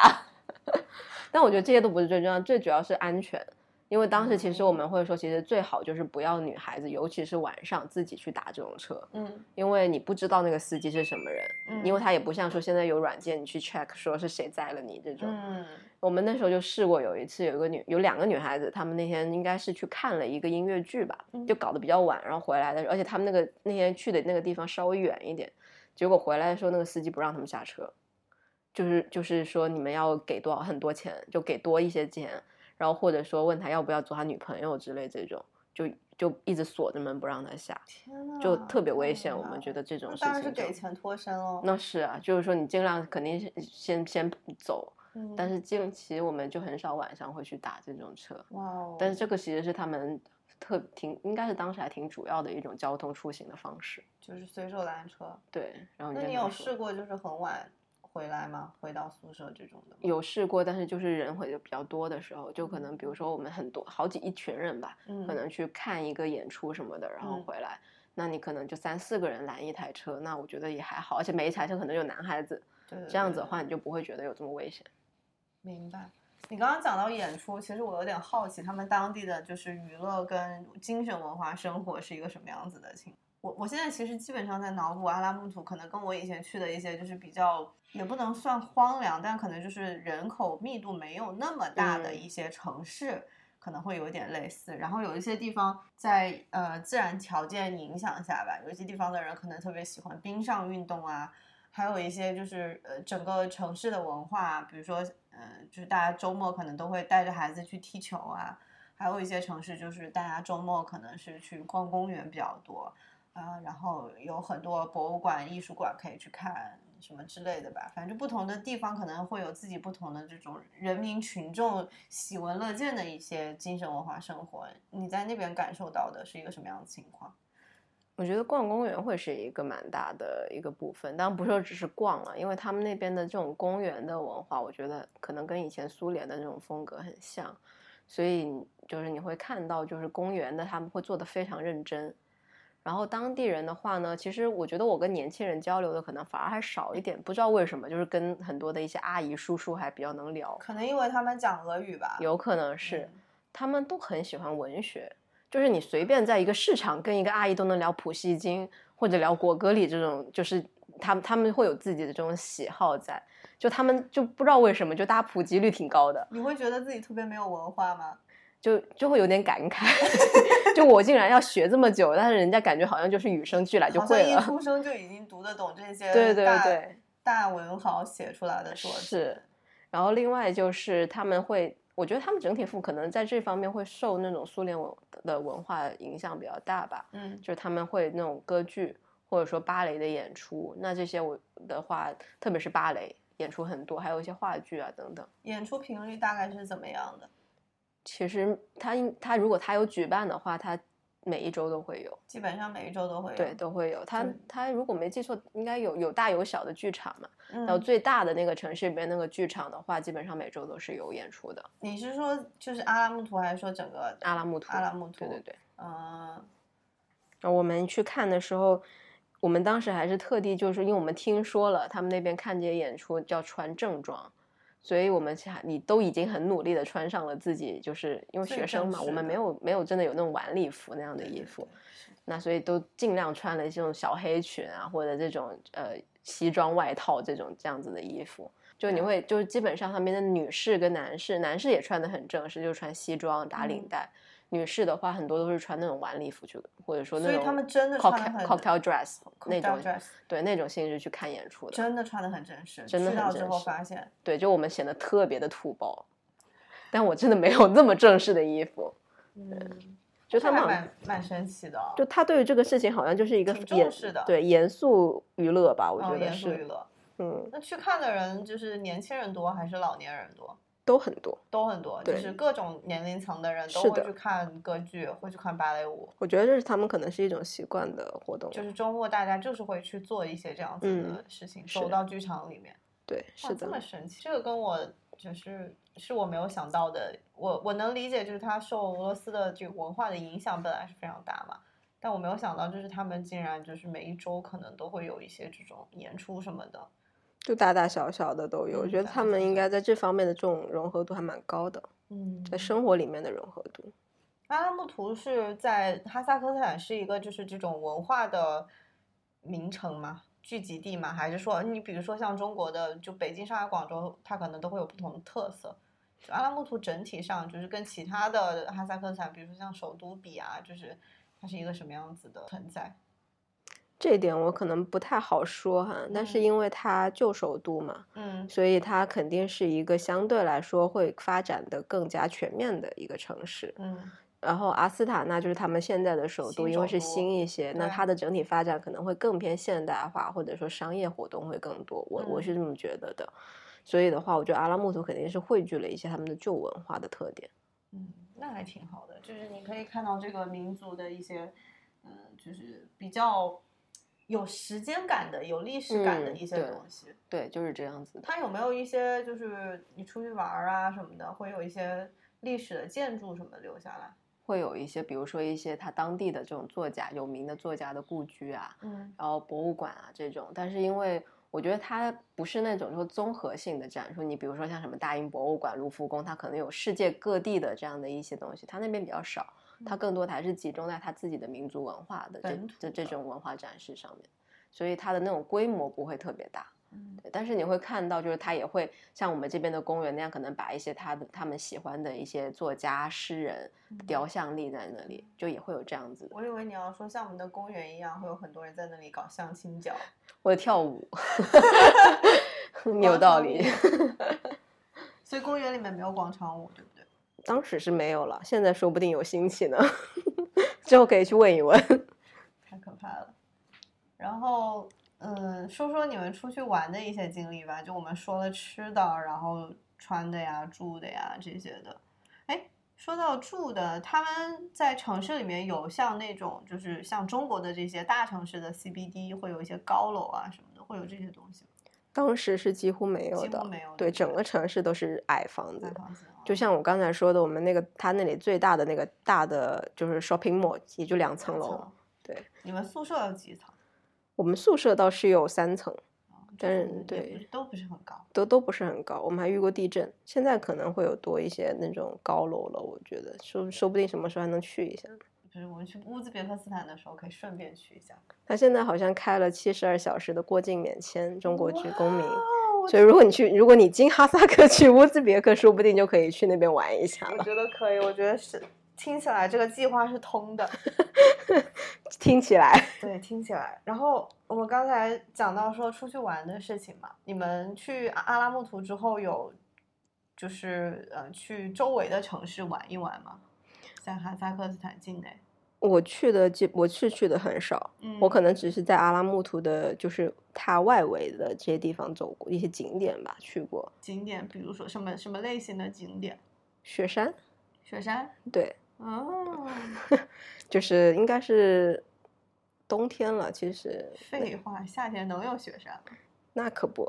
[SPEAKER 2] 但我觉得这些都不是最重要，最主要是安全。因为当时其实我们会说，其实最好就是不要女孩子，尤其是晚上自己去打这种车，
[SPEAKER 4] 嗯
[SPEAKER 2] 因为你不知道那个司机是什么人，
[SPEAKER 4] 嗯，
[SPEAKER 2] 因为他也不像说现在有软件你去 check 说是谁载了你这种。
[SPEAKER 4] 嗯
[SPEAKER 2] 我们那时候就试过，有一次有一个女有两个女孩子，她们那天应该是去看了一个音乐剧吧，就搞得比较晚，然后回来的时候，而且她们那个那天去的那个地方稍微远一点，结果回来的时候那个司机不让他们下车，就是就是说你们要给多少很多钱，就给多一些钱，然后或者说问他要不要做他女朋友之类这种，就就一直锁着门不让他下，
[SPEAKER 1] 天呐，
[SPEAKER 2] 就特别危险。
[SPEAKER 1] 天
[SPEAKER 2] 我们
[SPEAKER 1] 呐
[SPEAKER 2] 觉得这种
[SPEAKER 1] 那
[SPEAKER 2] 事
[SPEAKER 1] 当然是
[SPEAKER 2] 情就
[SPEAKER 1] 给钱脱身喽。
[SPEAKER 2] 那是啊，就是说你尽量肯定是先先走。
[SPEAKER 4] 嗯，
[SPEAKER 2] 但是近期我们就很少晚上会去打这种车，
[SPEAKER 1] 哇哦！
[SPEAKER 2] 但是这个其实是他们特挺应该是当时还挺主要的一种交通出行的方式。
[SPEAKER 1] 就是随手拦车。
[SPEAKER 2] 对，然后
[SPEAKER 1] 那
[SPEAKER 2] 刚
[SPEAKER 1] 你
[SPEAKER 2] 才
[SPEAKER 1] 有
[SPEAKER 2] 说
[SPEAKER 1] 试过就是很晚回来吗？回到宿舍这种的吗？
[SPEAKER 2] 有试过，但是就是人会比较多的时候，就可能比如说我们很多好几一群人吧，
[SPEAKER 4] 嗯
[SPEAKER 2] 可能去看一个演出什么的，然后
[SPEAKER 1] 嗯
[SPEAKER 2] 回来，那你可能就三四个人拦一台车，那我觉得也还好，而且每一台车可能有男孩子，
[SPEAKER 1] 对对
[SPEAKER 2] 这样子的
[SPEAKER 1] 对
[SPEAKER 2] 话你就不会觉得有这么危险。
[SPEAKER 1] 明白。你刚刚讲到演出，其实我有点好奇，他们当地的就是娱乐跟精神文化生活是一个什么样子的情况。我我现在其实基本上在脑补阿拉木图，可能跟我以前去的一些就是比较也不能算荒凉，但可能就是人口密度没有那么大的
[SPEAKER 2] 嗯
[SPEAKER 1] 一些城市，可能会有点类似。然后有一些地方在呃自然条件影响下吧，有一些地方的人可能特别喜欢冰上运动啊，还有一些就是呃整个城市的文化，啊比如说呃就是大家周末可能都会带着孩子去踢球啊，还有一些城市就是大家周末可能是去逛公园比较多啊、然后有很多博物馆、艺术馆可以去看什么之类的吧。反正不同的地方可能会有自己不同的这种人民群众喜闻乐见的一些精神文化生活。你在那边感受到的是一个什么样的情况？
[SPEAKER 2] 我觉得逛公园会是一个蛮大的一个部分，当然不是说只是逛了，因为他们那边的这种公园的文化，我觉得可能跟以前苏联的这种风格很像，所以你就是你会看到，就是公园的他们会做的非常认真。然后当地人的话呢，其实我觉得我跟年轻人交流的可能反而还少一点，不知道为什么，就是跟很多的一些阿姨叔叔还比较能聊，
[SPEAKER 1] 可能因为他们讲俄语吧，
[SPEAKER 2] 有可能
[SPEAKER 1] 嗯
[SPEAKER 2] 是。他们都很喜欢文学，就是你随便在一个市场跟一个阿姨都能聊普希金或者聊果戈里这种，就是他们他们会有自己的这种喜好在，就他们就不知道为什么，就大家普及率挺高的，
[SPEAKER 1] 你会觉得自己特别没有文化吗？
[SPEAKER 2] 就就会有点感慨， 就我竟然要学这么久，但是人家感觉好像就是与生俱哎来就
[SPEAKER 1] 好像
[SPEAKER 2] 会
[SPEAKER 1] 一
[SPEAKER 2] 了，
[SPEAKER 1] 出生就已经读得懂这些
[SPEAKER 2] 对对
[SPEAKER 1] 大
[SPEAKER 2] 对。
[SPEAKER 1] 大文豪写出来的作品，
[SPEAKER 2] 是，然后另外就是他们会，我觉得他们整体父可能在这方面会受那种苏联文的文化影响比较大吧。
[SPEAKER 1] 嗯
[SPEAKER 2] 就是他们会那种歌剧或者说芭蕾的演出，那这些我的话，特别是芭蕾演出很多，还有一些话剧啊等等。
[SPEAKER 1] 演出频率大概是怎么样的？
[SPEAKER 2] 其实他应他如果他有举办的话，他每一周都会有，
[SPEAKER 1] 基本上每一周都会有。
[SPEAKER 2] 对，都会有。他
[SPEAKER 1] 对
[SPEAKER 2] 他如果没记错，应该有有大有小的剧场嘛。然后
[SPEAKER 1] 嗯，
[SPEAKER 2] 最大的那个城市里边那个剧场的话，基本上每周都是有演出的。
[SPEAKER 1] 你是说就是阿拉木图，还是说整个
[SPEAKER 2] 阿拉木图，
[SPEAKER 1] 阿拉木图？
[SPEAKER 2] 对对对。
[SPEAKER 1] 嗯，
[SPEAKER 2] 然后我们去看的时候，我们当时还是特地，就是因为我们听说了他们那边看这些演出要穿正装，所以我们其实还你都已经很努力的穿上了自己，就是因为
[SPEAKER 1] 最
[SPEAKER 2] 学生
[SPEAKER 1] 正
[SPEAKER 2] 嘛，我
[SPEAKER 1] 式
[SPEAKER 2] 们没
[SPEAKER 1] 的
[SPEAKER 2] 有没有真的有那种晚礼服那样的
[SPEAKER 1] 对
[SPEAKER 2] 衣
[SPEAKER 1] 对
[SPEAKER 2] 服，
[SPEAKER 1] 对是
[SPEAKER 2] 那所以都尽量穿了这种小黑裙啊，或者这种呃西装外套这种这样子的衣服。就你
[SPEAKER 1] 对
[SPEAKER 2] 会，就是基本上他们的女士跟男士，男士也穿的很正式，就是穿西装打领
[SPEAKER 1] 嗯
[SPEAKER 2] 带。女士的话，很多都是穿那种晚礼服去，或者说那
[SPEAKER 1] 所
[SPEAKER 2] 种
[SPEAKER 1] 以他们真的穿得
[SPEAKER 2] cocktail
[SPEAKER 1] 很
[SPEAKER 2] cocktail dress 那
[SPEAKER 1] cocktail
[SPEAKER 2] 种
[SPEAKER 1] dress
[SPEAKER 2] 对那种性质去看演出的。
[SPEAKER 1] 真的穿的很正式，
[SPEAKER 2] 真的
[SPEAKER 1] 去
[SPEAKER 2] 很
[SPEAKER 1] 到之
[SPEAKER 2] 正
[SPEAKER 1] 后
[SPEAKER 2] 式
[SPEAKER 1] 发现，
[SPEAKER 2] 对，就我们显得特别的土包，但我真的没有那么正式的衣服。
[SPEAKER 1] 嗯，
[SPEAKER 2] 就他
[SPEAKER 1] 这
[SPEAKER 2] 们
[SPEAKER 1] 还
[SPEAKER 2] 好像
[SPEAKER 1] 蛮蛮神奇的哦，
[SPEAKER 2] 就他对于这个事情好像就是一个
[SPEAKER 1] 挺重
[SPEAKER 2] 严
[SPEAKER 1] 视的
[SPEAKER 2] 对严肃娱乐吧，
[SPEAKER 1] 嗯
[SPEAKER 2] 我觉得
[SPEAKER 1] 严肃娱
[SPEAKER 2] 是，
[SPEAKER 1] 乐。
[SPEAKER 2] 嗯，
[SPEAKER 1] 那去看的人就是年轻人多还是老年人多？
[SPEAKER 2] 都很多。
[SPEAKER 1] 都很多，就
[SPEAKER 2] 对
[SPEAKER 1] 是各种年龄层的人都
[SPEAKER 2] 是
[SPEAKER 1] 会
[SPEAKER 2] 的
[SPEAKER 1] 去看歌剧，会去看芭蕾舞。
[SPEAKER 2] 我觉得这是他们可能是一种习惯的活动，
[SPEAKER 1] 就是周末大家就是会去做一些这样子的事情，走
[SPEAKER 2] 嗯是
[SPEAKER 1] 到剧场里面。
[SPEAKER 2] 对，
[SPEAKER 1] 哇，
[SPEAKER 2] 是
[SPEAKER 1] 这么
[SPEAKER 2] 的，
[SPEAKER 1] 神奇！这个跟我就是是我没有想到的。我我能理解，就是它受俄罗斯的这个文化的影响本来是非常大嘛，但我没有想到，就是他们竟然就是每一周可能都会有一些这种演出什么的。
[SPEAKER 2] 就大大小小的都有。我
[SPEAKER 1] 嗯
[SPEAKER 2] 觉得
[SPEAKER 1] 大
[SPEAKER 2] 他
[SPEAKER 1] 大
[SPEAKER 2] 们
[SPEAKER 1] 小
[SPEAKER 2] 应该在这方面的这种融合度还蛮高的，
[SPEAKER 1] 嗯
[SPEAKER 2] 在生活里面的融合度。
[SPEAKER 1] 阿拉木图是在哈萨克斯坦是一个就是这种文化的名城吗？聚集地吗？还是说你比如说像中国的，就北京、上海、广州，它可能都会有不同的特色。就阿拉木图整体上就是跟其他的哈萨克斯坦，比如说像首都比啊，就是它是一个什么样子的存在？
[SPEAKER 2] 这一点我可能不太好说哈，但是
[SPEAKER 1] 嗯
[SPEAKER 2] 因为它旧首都嘛，
[SPEAKER 1] 嗯
[SPEAKER 2] 所以它肯定是一个相对来说会发展的更加全面的一个城市。
[SPEAKER 1] 嗯
[SPEAKER 2] 然后阿斯塔纳就是他们现在的首都，
[SPEAKER 1] 新
[SPEAKER 2] 因
[SPEAKER 1] 首
[SPEAKER 2] 为是
[SPEAKER 1] 都
[SPEAKER 2] 新一些，那
[SPEAKER 1] 对
[SPEAKER 2] 它的整体发展可能会更偏现代化，或者说商业活动会更多。我我
[SPEAKER 1] 嗯
[SPEAKER 2] 是这么觉得的，所以的话，我觉得阿拉木图肯定是汇聚了一些他们的旧文化的特点。
[SPEAKER 1] 嗯，那还挺好的，就是你可以看到这个民族的一些，呃，就是比较有时间感的、有历史感的
[SPEAKER 2] 嗯
[SPEAKER 1] 一些
[SPEAKER 2] 对
[SPEAKER 1] 东西。
[SPEAKER 2] 对，就是这样子的。
[SPEAKER 1] 它有没有一些就是你出去玩儿啊什么的，会有一些历史的建筑什么留下来？
[SPEAKER 2] 会有一些，比如说一些他当地的这种作家，有名的作家的故居啊，
[SPEAKER 1] 嗯
[SPEAKER 2] 然后博物馆啊这种，但是因为我觉得它不是那种说综合性的展出，你比如说像什么大英博物馆、卢浮宫，它可能有世界各地的这样的一些东西，它那边比较少，它
[SPEAKER 1] 嗯
[SPEAKER 2] 更多的还是集中在它自己的民族文化的
[SPEAKER 1] 本
[SPEAKER 2] 这
[SPEAKER 1] 土
[SPEAKER 2] 这这
[SPEAKER 1] 的
[SPEAKER 2] 种文化展示上面，所以它的那种规模不会特别大。
[SPEAKER 1] 嗯
[SPEAKER 2] 对但是你会看到，就是他也会像我们这边的公园那样，可能把一些他的他们喜欢的一些作家、诗人
[SPEAKER 1] 嗯
[SPEAKER 2] 雕像立在那里，就也会有这样子的，
[SPEAKER 1] 我以为你要说像我们的公园一样，会有很多人在那里搞相亲角。
[SPEAKER 2] 或者跳 舞，有
[SPEAKER 1] 广
[SPEAKER 2] 道
[SPEAKER 1] 场
[SPEAKER 2] 理。
[SPEAKER 1] 所以公园里面没有广场舞，对不对？
[SPEAKER 2] 当时是没有了，现在说不定有兴起呢， 之后可以去问一问。
[SPEAKER 1] 太可怕了。然后，嗯，说说你们出去玩的一些经历吧。就我们说了吃的，然后穿的呀、住的呀这些的。哎，说到住的，他们在城市里面有像那种，就是像中国的这些大城市的 CBD 会有一些高楼啊什么的，会有这些东西吗？
[SPEAKER 2] 当时是几乎没有
[SPEAKER 1] 几乎
[SPEAKER 2] 的，
[SPEAKER 1] 没有
[SPEAKER 2] 对，
[SPEAKER 1] 对
[SPEAKER 2] 嗯整个城市都是矮房
[SPEAKER 1] 买
[SPEAKER 2] 子。
[SPEAKER 1] 房子啊
[SPEAKER 2] 就像我刚才说的，我们那个他那里最大的那个大的就是 shopping mall，也就两层楼。。对，
[SPEAKER 1] 你们宿舍有几层？
[SPEAKER 2] 我们宿舍倒是有三层，
[SPEAKER 1] 啊
[SPEAKER 2] 但是
[SPEAKER 1] 就也
[SPEAKER 2] 对
[SPEAKER 1] 不是都不是很高。
[SPEAKER 2] 都都不是很高。我们还遇过地震，现在可能会有多一些那种高楼了。我觉得说说不定什么时候还能去一下。
[SPEAKER 1] 就是我们去乌兹别克斯坦的时候，可以顺便去一下。
[SPEAKER 2] 他现在好像开了七十二小时的过境免签，中国籍公民
[SPEAKER 1] 哇。哦我
[SPEAKER 2] 所以如果你去，如果你经哈萨克 去乌兹别克，说不定就可以去那边玩一下
[SPEAKER 1] 我
[SPEAKER 2] 了。
[SPEAKER 1] 觉得可以，我觉得是听起来这个计划是通 的。
[SPEAKER 2] 听起来，
[SPEAKER 1] 对，听起来。然后我们刚才讲到说出去玩的事情嘛，你们去阿阿拉木图之后有，就是呃去周围的城市玩一玩吗？在哈萨克斯坦境内，
[SPEAKER 2] 我去的基我去去的很少，
[SPEAKER 1] 嗯
[SPEAKER 2] 我可能只是在阿拉木图的，就是它外围的这些地方走过一些景点吧，去过
[SPEAKER 1] 嗯景点，比如说什么什么类型的景点？
[SPEAKER 2] 雪山，
[SPEAKER 1] 雪山，
[SPEAKER 2] 对，
[SPEAKER 1] 哦，
[SPEAKER 2] 就是应该是冬天了，其实
[SPEAKER 1] 废话，夏天能有雪山吗？
[SPEAKER 2] 那可不，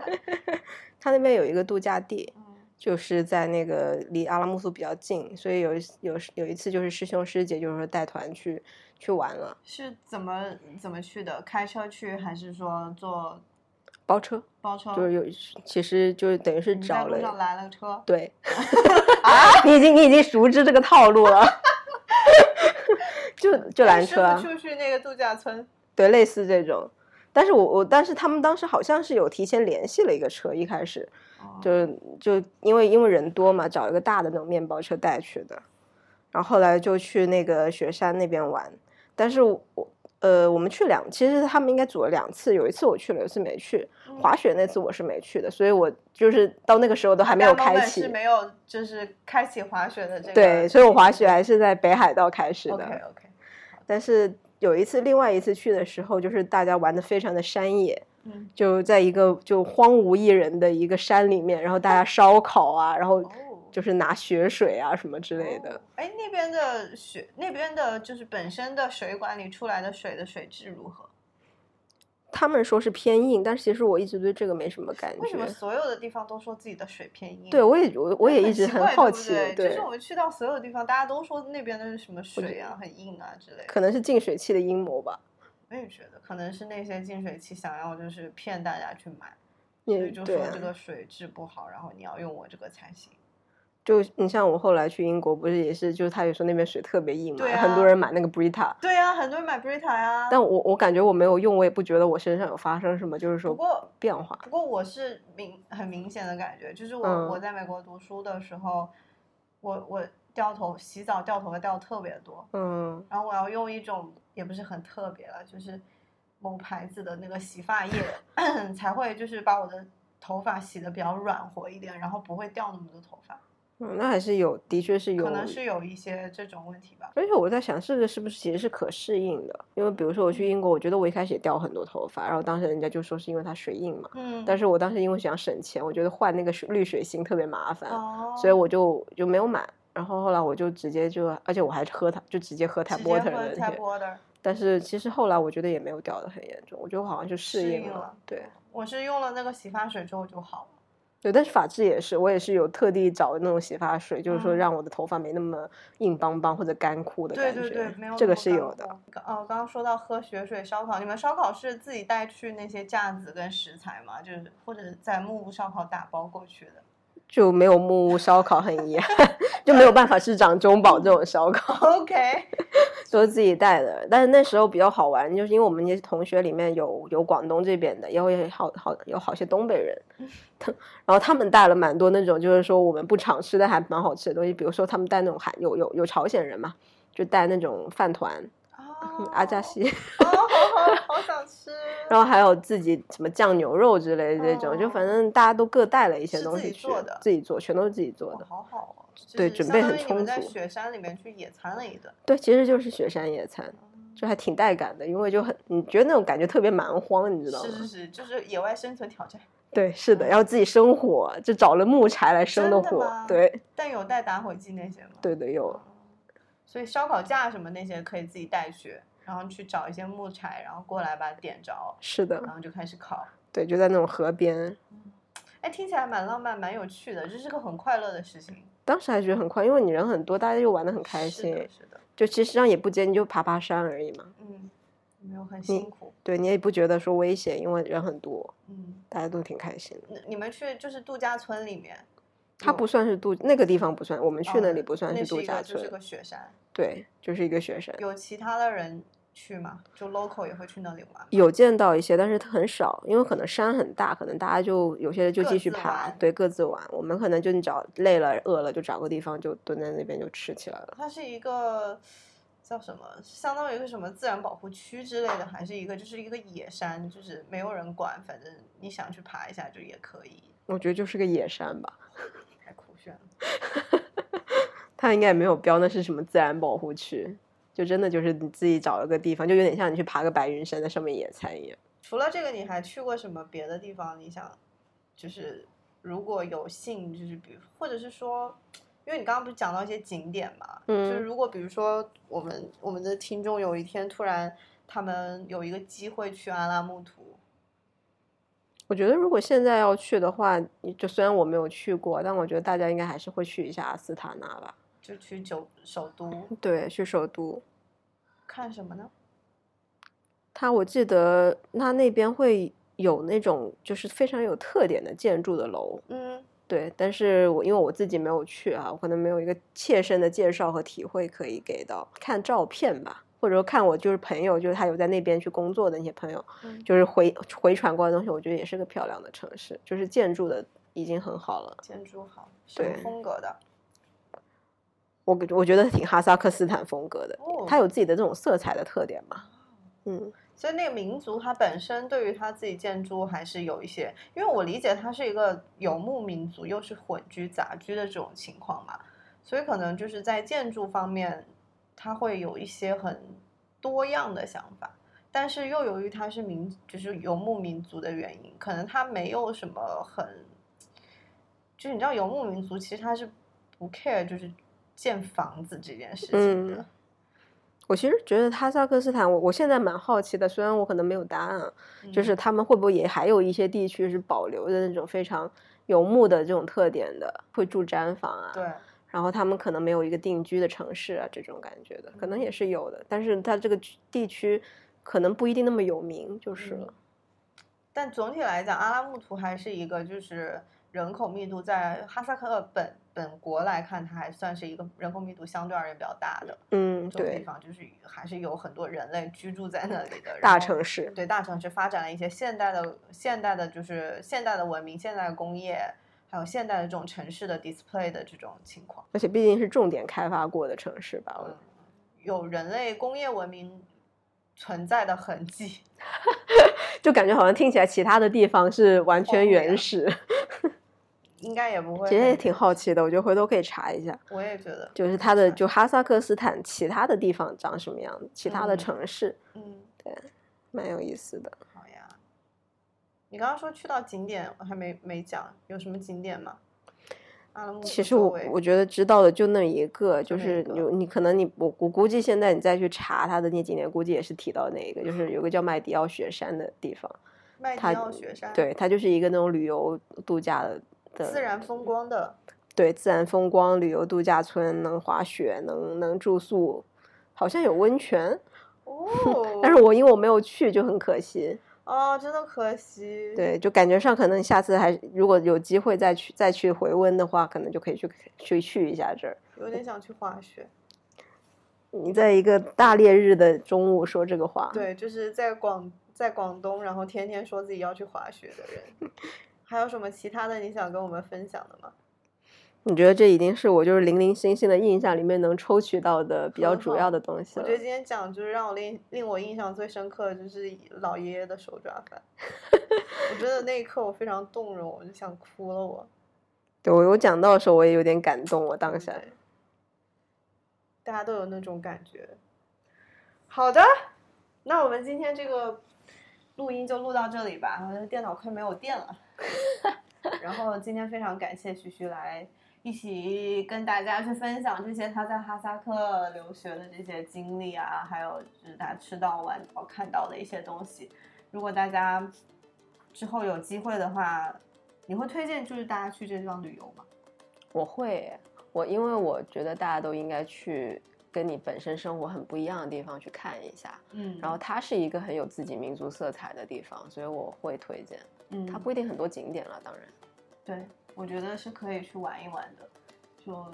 [SPEAKER 2] 它那边有一个度假地，
[SPEAKER 1] 嗯
[SPEAKER 2] 就是在那个离阿拉木图比较近，所以有一有有一次就是师兄师姐就是说带团去去玩了，
[SPEAKER 1] 是怎么怎么去的？开车去还是说坐
[SPEAKER 2] 包车，
[SPEAKER 1] 包车？
[SPEAKER 2] 就是有其实就是等于是
[SPEAKER 1] 你在
[SPEAKER 2] 找
[SPEAKER 1] 路上啊
[SPEAKER 2] 了
[SPEAKER 1] 拦了个车，
[SPEAKER 2] 对， 你已经你已经熟知这个套路 了，就就拦车啊
[SPEAKER 1] 哎师傅，去不去那个度假村？
[SPEAKER 2] 对，类似这种。但是我我但是他们当时好像是有提前联系了一个车，一开始就
[SPEAKER 1] 哦
[SPEAKER 2] 是就因为因为人多嘛，找一个大的那种面包车带去的，然后后来就去那个雪山那边玩，但是我呃我们去两，其实他们应该组了两次，有一次我去了，有一次没去，
[SPEAKER 1] 嗯
[SPEAKER 2] 滑雪那次我是没去的，所以我就是到那个时候都还没
[SPEAKER 1] 大
[SPEAKER 2] 有
[SPEAKER 1] 猫
[SPEAKER 2] 开
[SPEAKER 1] 们是
[SPEAKER 2] 启，
[SPEAKER 1] 没有就是开启滑雪的这个。
[SPEAKER 2] 对，所以我滑雪还是在北海道开始的，
[SPEAKER 1] OK OK，
[SPEAKER 2] 但是有一次另外一次去的时候，就是大家玩的非常的山野，
[SPEAKER 1] 嗯，
[SPEAKER 2] 就在一个就荒无一人的一个山里面，然后大家烧烤啊，然后
[SPEAKER 1] 哦，
[SPEAKER 2] 就是拿雪水啊什么之类的
[SPEAKER 1] 哦。。哎，那边的雪，那边的就是本身的水管里出来的水的水质如何？
[SPEAKER 2] 他们说是偏硬，但是其实我一直对这个没什么感
[SPEAKER 1] 为什么
[SPEAKER 2] 觉。
[SPEAKER 1] 所有的地方都说自己的水偏硬？
[SPEAKER 2] 对，我也我我也一直
[SPEAKER 1] 奇
[SPEAKER 2] 很
[SPEAKER 1] 怪
[SPEAKER 2] 好
[SPEAKER 1] 对不
[SPEAKER 2] 奇，
[SPEAKER 1] 对就是我们去到所有地方，大家都说那边的什么水啊很硬啊之类的。
[SPEAKER 2] 可能是净水器的阴谋吧。
[SPEAKER 1] 我也觉得，可能是那些净水器想要就是骗大家去买，所
[SPEAKER 2] 也
[SPEAKER 1] 以就
[SPEAKER 2] 对
[SPEAKER 1] 说
[SPEAKER 2] 啊
[SPEAKER 1] 这个水质不好，然后你要用我这个才行。
[SPEAKER 2] 就你像我后来去英国，不是也是，就是他也说那边水特别硬嘛，
[SPEAKER 1] 对
[SPEAKER 2] 很多
[SPEAKER 1] 啊
[SPEAKER 2] 人买那个 Brita，
[SPEAKER 1] 对呀、很多人买 Brita 呀、
[SPEAKER 2] 但我我感觉我没有用，我也不觉得我身上有发生什么，就是
[SPEAKER 1] 不
[SPEAKER 2] 说
[SPEAKER 1] 过
[SPEAKER 2] 变化。
[SPEAKER 1] 不过我是明很明显的感觉，就是我、
[SPEAKER 2] 嗯
[SPEAKER 1] 我在美国读书的时候，我我掉头洗澡掉头发掉特别多，
[SPEAKER 2] 嗯，
[SPEAKER 1] 然后我要用一种也不是很特别了，就是某牌子的那个洗发液， 才会就是把我的头发洗的比较软和一点，然后不会掉那么多头发。
[SPEAKER 2] 嗯那还是有，的确是有，
[SPEAKER 1] 可能是有一些这种问题吧。
[SPEAKER 2] 而且我在想，这个是不是其实是可适应的？因为比如说我去英国，我觉得我一开始也掉很多头发，然后当时人家就说是因为它水硬嘛。
[SPEAKER 1] 嗯，
[SPEAKER 2] 但
[SPEAKER 1] 是
[SPEAKER 2] 是我当时因为想省钱，我觉得换那个水滤水芯特别麻烦，
[SPEAKER 1] 哦，
[SPEAKER 2] 所以我就就没有买。然后后来我就直接就，而且我还喝它，就直接喝 tap
[SPEAKER 1] 直接
[SPEAKER 2] water
[SPEAKER 1] 喝
[SPEAKER 2] 的那
[SPEAKER 1] tap
[SPEAKER 2] 些。
[SPEAKER 1] water。
[SPEAKER 2] 但是其实后来我觉得也没有掉的很严重，我觉得我好像就适
[SPEAKER 1] 适
[SPEAKER 2] 应
[SPEAKER 1] 应
[SPEAKER 2] 了。
[SPEAKER 1] 了
[SPEAKER 2] 对
[SPEAKER 1] 我是用了那个洗发水之后就好了。
[SPEAKER 2] 对，但是发质也是，我也是有特地找那种洗发水，就是说
[SPEAKER 1] 嗯
[SPEAKER 2] 让我的头发没那么硬邦邦或者干枯的
[SPEAKER 1] 对
[SPEAKER 2] 感觉。
[SPEAKER 1] 对对，没有
[SPEAKER 2] 这
[SPEAKER 1] 那
[SPEAKER 2] 个
[SPEAKER 1] 么
[SPEAKER 2] 是
[SPEAKER 1] 干
[SPEAKER 2] 有的。
[SPEAKER 1] 货。刚哦，刚刚说到喝雪水烧烤，你们烧烤是自己带去那些架子跟食材吗？就是或者在木屋烧烤打包过去的？
[SPEAKER 2] 就没有木屋烧烤很遗憾，就没有办法吃掌中宝这种烧烤，
[SPEAKER 1] OK，
[SPEAKER 2] 都是自己带的。但是那时候比较好玩，就是因为我们那些同学里面有有广东这边的，也有好好有好些东北 人，然后他们带了蛮多那种，就是说我们不常吃但还蛮好吃的东西，比如说他们带那种韩有有有朝鲜人嘛，就带那种饭团、嗯
[SPEAKER 1] 哦，
[SPEAKER 2] 阿加西，
[SPEAKER 1] 哦，好好好想吃。
[SPEAKER 2] 然后还有自己什么酱牛肉之类的这种，就反正大家都各带了一些
[SPEAKER 1] 哦是
[SPEAKER 2] 东
[SPEAKER 1] 自
[SPEAKER 2] 西
[SPEAKER 1] 己
[SPEAKER 2] 去
[SPEAKER 1] 做的
[SPEAKER 2] 自己做，全都是自己做的
[SPEAKER 1] 哇。好好哦，就
[SPEAKER 2] 对
[SPEAKER 1] 是
[SPEAKER 2] 准
[SPEAKER 1] 相
[SPEAKER 2] 备
[SPEAKER 1] 当
[SPEAKER 2] 很
[SPEAKER 1] 于你们
[SPEAKER 2] 充
[SPEAKER 1] 在
[SPEAKER 2] 足
[SPEAKER 1] 雪山里面去野餐了一顿，
[SPEAKER 2] 对，其实就是雪山野餐，就还挺带感的，因为就很你觉得那种感觉特别蛮荒，你知道吗？
[SPEAKER 1] 是是是，就是野外生存挑战。
[SPEAKER 2] 对，是的，然后自己生火，就找了木柴来生
[SPEAKER 1] 真的
[SPEAKER 2] 火。
[SPEAKER 1] 吗
[SPEAKER 2] 对，
[SPEAKER 1] 但有带打火机那些吗？
[SPEAKER 2] 对的，有
[SPEAKER 1] 哦，所以烧烤架什么那些可以自己带去，然后去找一些木柴，然后过来把它点着，
[SPEAKER 2] 是的
[SPEAKER 1] 然，后就开始烤。
[SPEAKER 2] 对，就在那种河边，
[SPEAKER 1] 哎，听起来蛮浪漫、蛮有趣的，这是个很快乐的事情。
[SPEAKER 2] 当时还觉得很快，因为你人很多，大家又玩的很开
[SPEAKER 1] 是的，
[SPEAKER 2] 心，
[SPEAKER 1] 是的，
[SPEAKER 2] 就其实上也不艰，你就爬爬山而已嘛。
[SPEAKER 1] 嗯，没有很辛苦，
[SPEAKER 2] 对你也不觉得说危险，因为人很多，
[SPEAKER 1] 嗯。
[SPEAKER 2] 大家都挺开心的。
[SPEAKER 1] 那你们去就是度假村里面，
[SPEAKER 2] 它
[SPEAKER 1] 有
[SPEAKER 2] 不算是度，那个地方不算，我们去
[SPEAKER 1] 哦
[SPEAKER 2] 那里不算
[SPEAKER 1] 嗯那
[SPEAKER 2] 是度
[SPEAKER 1] 一
[SPEAKER 2] 假
[SPEAKER 1] 个就
[SPEAKER 2] 村
[SPEAKER 1] 是，个雪山，
[SPEAKER 2] 对，就是一个雪山。
[SPEAKER 1] 有其他的人去吗？就 local 也会去那里玩吗？
[SPEAKER 2] 有见到一些，但是它很少，因为可能山很大，可能大家就有些人就
[SPEAKER 1] 各
[SPEAKER 2] 继续
[SPEAKER 1] 自
[SPEAKER 2] 爬，
[SPEAKER 1] 玩
[SPEAKER 2] 对，各自玩。我们可能就你找累了、饿了，就找个地方就蹲在那边就吃起来了。
[SPEAKER 1] 它是一个叫什么，相当于一个什么自然保护区之类的，还是一个就是一个野山，就是没有人管，反正你想去爬一下就也可以。
[SPEAKER 2] 我觉得就是个野山吧，
[SPEAKER 1] 太酷炫了！
[SPEAKER 2] 它应该也没有标那是什么自然保护区，就真的就是你自己找了个地方，就有点像你去爬个白云山，在上面野餐一样。
[SPEAKER 1] 除了这个，你还去过什么别的地方？你想，就是如果有幸，就是比如，或者是说，因为你刚刚不是讲到一些景点嘛，
[SPEAKER 2] 嗯
[SPEAKER 1] 就是如果比如说我们我们的听众有一天突然他们有一个机会去阿拉木图，
[SPEAKER 2] 我觉得如果现在要去的话，你就虽然我没有去过，但我觉得大家应该还是会去一下阿斯塔纳吧。
[SPEAKER 1] 就去首首都
[SPEAKER 2] 对，去首都，
[SPEAKER 1] 看什么呢？
[SPEAKER 2] 它我记得它那边会有那种就是非常有特点的建筑的楼，
[SPEAKER 1] 嗯，
[SPEAKER 2] 对。但是我因为我自己没有去啊，我可能没有一个切身的介绍和体会可以给到。看照片吧，或者说看我就是朋友，就是他有在那边去工作的那些朋友，
[SPEAKER 1] 嗯
[SPEAKER 2] 就是回回传过来的东西，我觉得也是个漂亮的城市，就是建筑的已经很好了。
[SPEAKER 1] 建筑好，什么
[SPEAKER 2] 对
[SPEAKER 1] 风格的？
[SPEAKER 2] 我我觉得挺哈萨克斯坦风格的，
[SPEAKER 1] 哦
[SPEAKER 2] 它有自己的这种色彩的特点嘛。嗯，
[SPEAKER 1] 所以那个民族它本身对于它自己建筑还是有一些，因为我理解它是一个游牧民族，又是混居杂居的这种情况嘛，所以可能就是在建筑方面，它会有一些很多样的想法。但是又由于它是民，就是游牧民族的原因，可能它没有什么很，就是你知道游牧民族其实他是不 care 就是建房子这件事情的，
[SPEAKER 2] 嗯我其实觉得哈萨克斯坦，我我现在蛮好奇的，虽然我可能没有答案啊，就是
[SPEAKER 1] 嗯
[SPEAKER 2] 他们会不会也还有一些地区是保留着那种非常游牧的这种特点的，会住毡房啊，
[SPEAKER 1] 对。
[SPEAKER 2] 然后他们可能没有一个定居的城市啊，这种感觉的，可能也是有的。但是它这个区地区
[SPEAKER 4] 可能不一定那么有名，就是
[SPEAKER 1] 嗯
[SPEAKER 4] 了。
[SPEAKER 1] 但总体来讲，阿拉木图还是一个就是人口密度在哈萨克呃本本国来看，它还算是一个人口密度相对而言比较大的
[SPEAKER 4] 嗯，
[SPEAKER 1] 这种地
[SPEAKER 4] 对，
[SPEAKER 1] 方，就是还是有很多人类居住在那里的。然
[SPEAKER 4] 大
[SPEAKER 1] 后
[SPEAKER 4] 城市，
[SPEAKER 1] 对大城市发展了一些现代的、现代的，就是现代的文明、现代的工业，还有现代的这种城市的 display 的这种情况。
[SPEAKER 4] 而且毕竟是重点开发过的城市吧，我
[SPEAKER 1] 嗯，有人类工业文明存在的痕迹。
[SPEAKER 4] 就感觉好像听起来其他的地方是完
[SPEAKER 1] 荒
[SPEAKER 4] 全
[SPEAKER 1] 芜呀
[SPEAKER 4] 原始。
[SPEAKER 1] 应该也不会很，
[SPEAKER 4] 其实也挺好奇的，我觉得回头可以查一下，
[SPEAKER 1] 我也觉得，
[SPEAKER 4] 就是它的
[SPEAKER 1] 查
[SPEAKER 4] 就哈萨克斯坦其他的地方长什么样子，其他的
[SPEAKER 1] 嗯
[SPEAKER 4] 城市、
[SPEAKER 1] 嗯，
[SPEAKER 4] 蛮有意思的。
[SPEAKER 1] 好呀。你刚刚说去到景点，我还没没讲，有什么景点吗？阿拉木图
[SPEAKER 4] 其实
[SPEAKER 1] 周
[SPEAKER 4] 我
[SPEAKER 1] 围
[SPEAKER 4] 我觉得知道的就那一个，就
[SPEAKER 1] 就那
[SPEAKER 4] 是
[SPEAKER 1] 一个
[SPEAKER 4] 有你可能你我我估计现在你再去查它的那几年，估计也是提到那一个，就是有个叫麦迪奥雪山的地方，
[SPEAKER 1] 麦迪
[SPEAKER 4] 它
[SPEAKER 1] 奥雪山，
[SPEAKER 4] 对，它就是一个那种旅游度假的的
[SPEAKER 1] 嗯自然风光的，
[SPEAKER 4] 对自然风光旅游度假村，能滑雪，能能住宿，好像有温泉，
[SPEAKER 1] 哦，
[SPEAKER 4] 但是我因为我没有去，就很可惜。
[SPEAKER 1] 哦，真的可惜，，
[SPEAKER 4] 对，就感觉上可能下次还如果有机会再去再去回温的话，可能就可以去去去一下这儿。
[SPEAKER 1] 有点想去滑雪。
[SPEAKER 4] 你在一个大烈日的中午说这个话，，
[SPEAKER 1] 对，就是在广在广东，然后天天说自己要去滑雪的 人。还有什么其他的你想跟我们分享的吗？
[SPEAKER 4] 你觉得这已经是我就是零零星星的印象里面能抽取到的比较
[SPEAKER 1] 很
[SPEAKER 4] 主
[SPEAKER 1] 好
[SPEAKER 4] 要的东西
[SPEAKER 1] 我
[SPEAKER 4] 了
[SPEAKER 1] 觉。得今天讲就是让我令令我印象最深刻的就是老爷爷的手抓 饭，我真的那一刻我非常动容，我就想哭了我。
[SPEAKER 4] 对我有讲到的时候，我也有点感动，我当下。
[SPEAKER 1] 对大家都有那种感觉。好的，那我们今天这个录音就录到这里吧。我的电脑快没有电 了。然后今天非常感谢徐徐来一起跟大家去分享这些他在哈萨克留学的这些经历啊，还有就是他吃到玩到看到的一些东西。如果大家之后有机会的话，你会推荐就是大家去这地方旅游吗？
[SPEAKER 2] 我会，我因为我觉得大家都应该去跟你本身生活很不一样的地方去看一下，
[SPEAKER 1] 嗯
[SPEAKER 2] 然后它是一个很有自己民族色彩的地方，所以我会推荐。
[SPEAKER 1] 嗯，
[SPEAKER 2] 它不一定很多景点了，当然。
[SPEAKER 1] 对，我觉得是可以去玩一玩的，就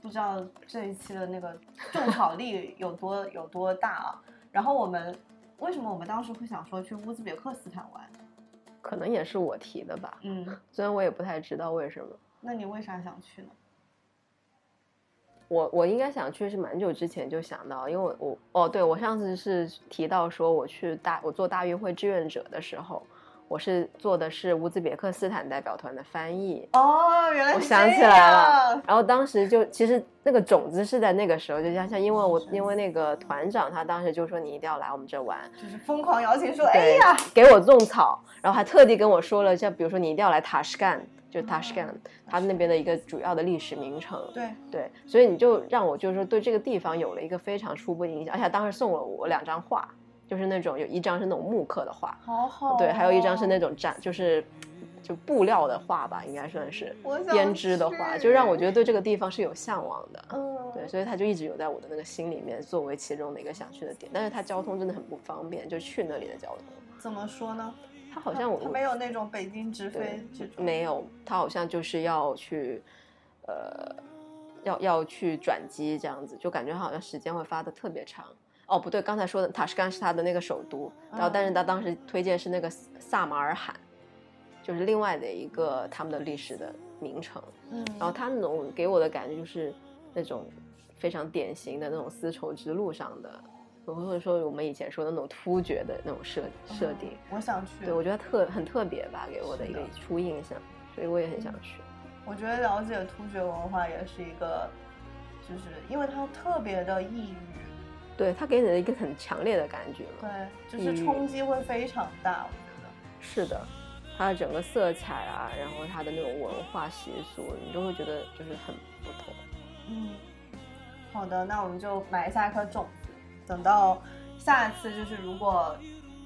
[SPEAKER 1] 不知道这一期的那个种草力有多有多大啊。然后我们为什么我们当时会想说去乌兹别克斯坦玩？
[SPEAKER 2] 可能也是我提的吧，
[SPEAKER 1] 嗯，
[SPEAKER 2] 虽然我也不太知道为什么。
[SPEAKER 1] 那你为啥想去呢？
[SPEAKER 2] 我我应该想去是蛮久之前就想到，因为我我哦，对我上次是提到说我去大我做大运会志愿者的时候，我是做的是乌兹别克斯坦代表团的翻译，
[SPEAKER 1] 哦，原来
[SPEAKER 2] 我
[SPEAKER 1] 是
[SPEAKER 2] 想
[SPEAKER 1] 这
[SPEAKER 2] 起来了
[SPEAKER 1] 样。。
[SPEAKER 2] 然后当时就其实那个种子是在那个时候，就像像因为我
[SPEAKER 1] 是
[SPEAKER 2] 因为那个团长他当时就说你一定要来我们这玩，
[SPEAKER 1] 就是疯狂摇琴说：“哎
[SPEAKER 2] 对
[SPEAKER 1] 呀，
[SPEAKER 2] 给我种草，然后还特地跟我说了，像比如说你一定要来塔什干，就是塔什干，
[SPEAKER 1] 啊
[SPEAKER 2] 它那边的一个主要的历史名城。
[SPEAKER 1] 对，
[SPEAKER 2] 对，所以你就让我就是说对这个地方有了一个非常初步的印象，而且当时送了我两张画，就是那种有一张是那种木刻的画，
[SPEAKER 1] 好好。”哦
[SPEAKER 2] 对，还有一张是那种展，就是就布料的画吧，应该算是
[SPEAKER 1] 我想
[SPEAKER 2] 编织的画，就让我觉
[SPEAKER 1] 得，
[SPEAKER 2] 得对这个地方是有向往的。
[SPEAKER 1] 嗯，
[SPEAKER 2] 对，所以它就一直有在我的那个心里面作为其中的一个想去的点，但是它交通真的很不方便，就去那里的交通，
[SPEAKER 1] 怎么说呢？
[SPEAKER 2] 它好
[SPEAKER 1] 它
[SPEAKER 2] 像我
[SPEAKER 1] 哦它没有那种北京直
[SPEAKER 2] 对
[SPEAKER 1] 飞这种，
[SPEAKER 2] 没有，他好像就是要去，呃，要要去转机这样子，就感觉好像时间会发的特别长。哦，不对，刚才说的塔什干是他的那个首都，然后但是他
[SPEAKER 1] 嗯
[SPEAKER 2] 当时推荐是那个萨萨马尔罕，就是另外的一个他们的历史的名城。
[SPEAKER 1] 嗯，
[SPEAKER 2] 然后他那种给我的感觉就是那种非常典型的那种丝绸之路上的，或者说我们以前说的那种突厥的那种设设定。
[SPEAKER 1] 嗯我想去。
[SPEAKER 2] 对，我觉得特很特别吧，给我的
[SPEAKER 1] 是
[SPEAKER 2] 一个
[SPEAKER 1] 的
[SPEAKER 2] 初印象，所以我也很想去。
[SPEAKER 1] 我觉得了解突厥文化也是一个，就是因为它特别的抑郁，
[SPEAKER 2] 对他给你的一个很强烈的感觉嘛，
[SPEAKER 1] 对，就是冲击会非常大。我觉得，
[SPEAKER 2] 是的，它的整个色彩啊，然后它的那种文化习俗，你就会觉得就是很不同。
[SPEAKER 1] 嗯，好的，那我们就埋下一颗种子，等到下次就是如果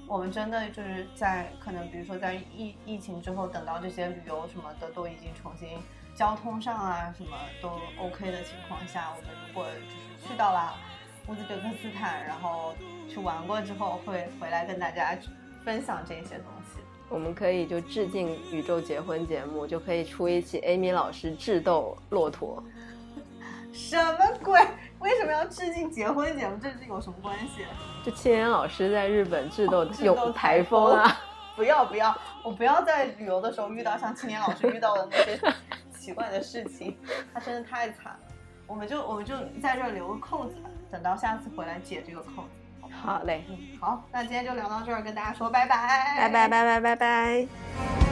[SPEAKER 1] 我们真的就是在可能比如说在疫疫情之后，等到这些旅游什么的都已经重新交通上啊什么都 OK 的情况下，我们如果就是去到了乌兹别克斯坦，然后去玩过之后会回来跟大家分享这些东西。
[SPEAKER 2] 我们可以就致敬《宇宙结婚》节目，就可以出一期 Amy 老师智斗骆驼。
[SPEAKER 1] 什么鬼？为什么要致敬结婚节目？这是有什么关系？
[SPEAKER 2] 就青岩老师在日本智斗
[SPEAKER 1] 智斗
[SPEAKER 2] 有台风啊，
[SPEAKER 1] 不要不要，我不要在旅游的时候遇到像青年老师遇到的那些奇怪的事情，他真的太惨了。我们就我们就在这儿留个扣子吧，等到下次回来解这个扣子。 嗯
[SPEAKER 2] 好嘞。
[SPEAKER 1] 嗯，好，那今天就聊到这儿，跟大家说拜拜，
[SPEAKER 4] 拜拜拜拜拜拜。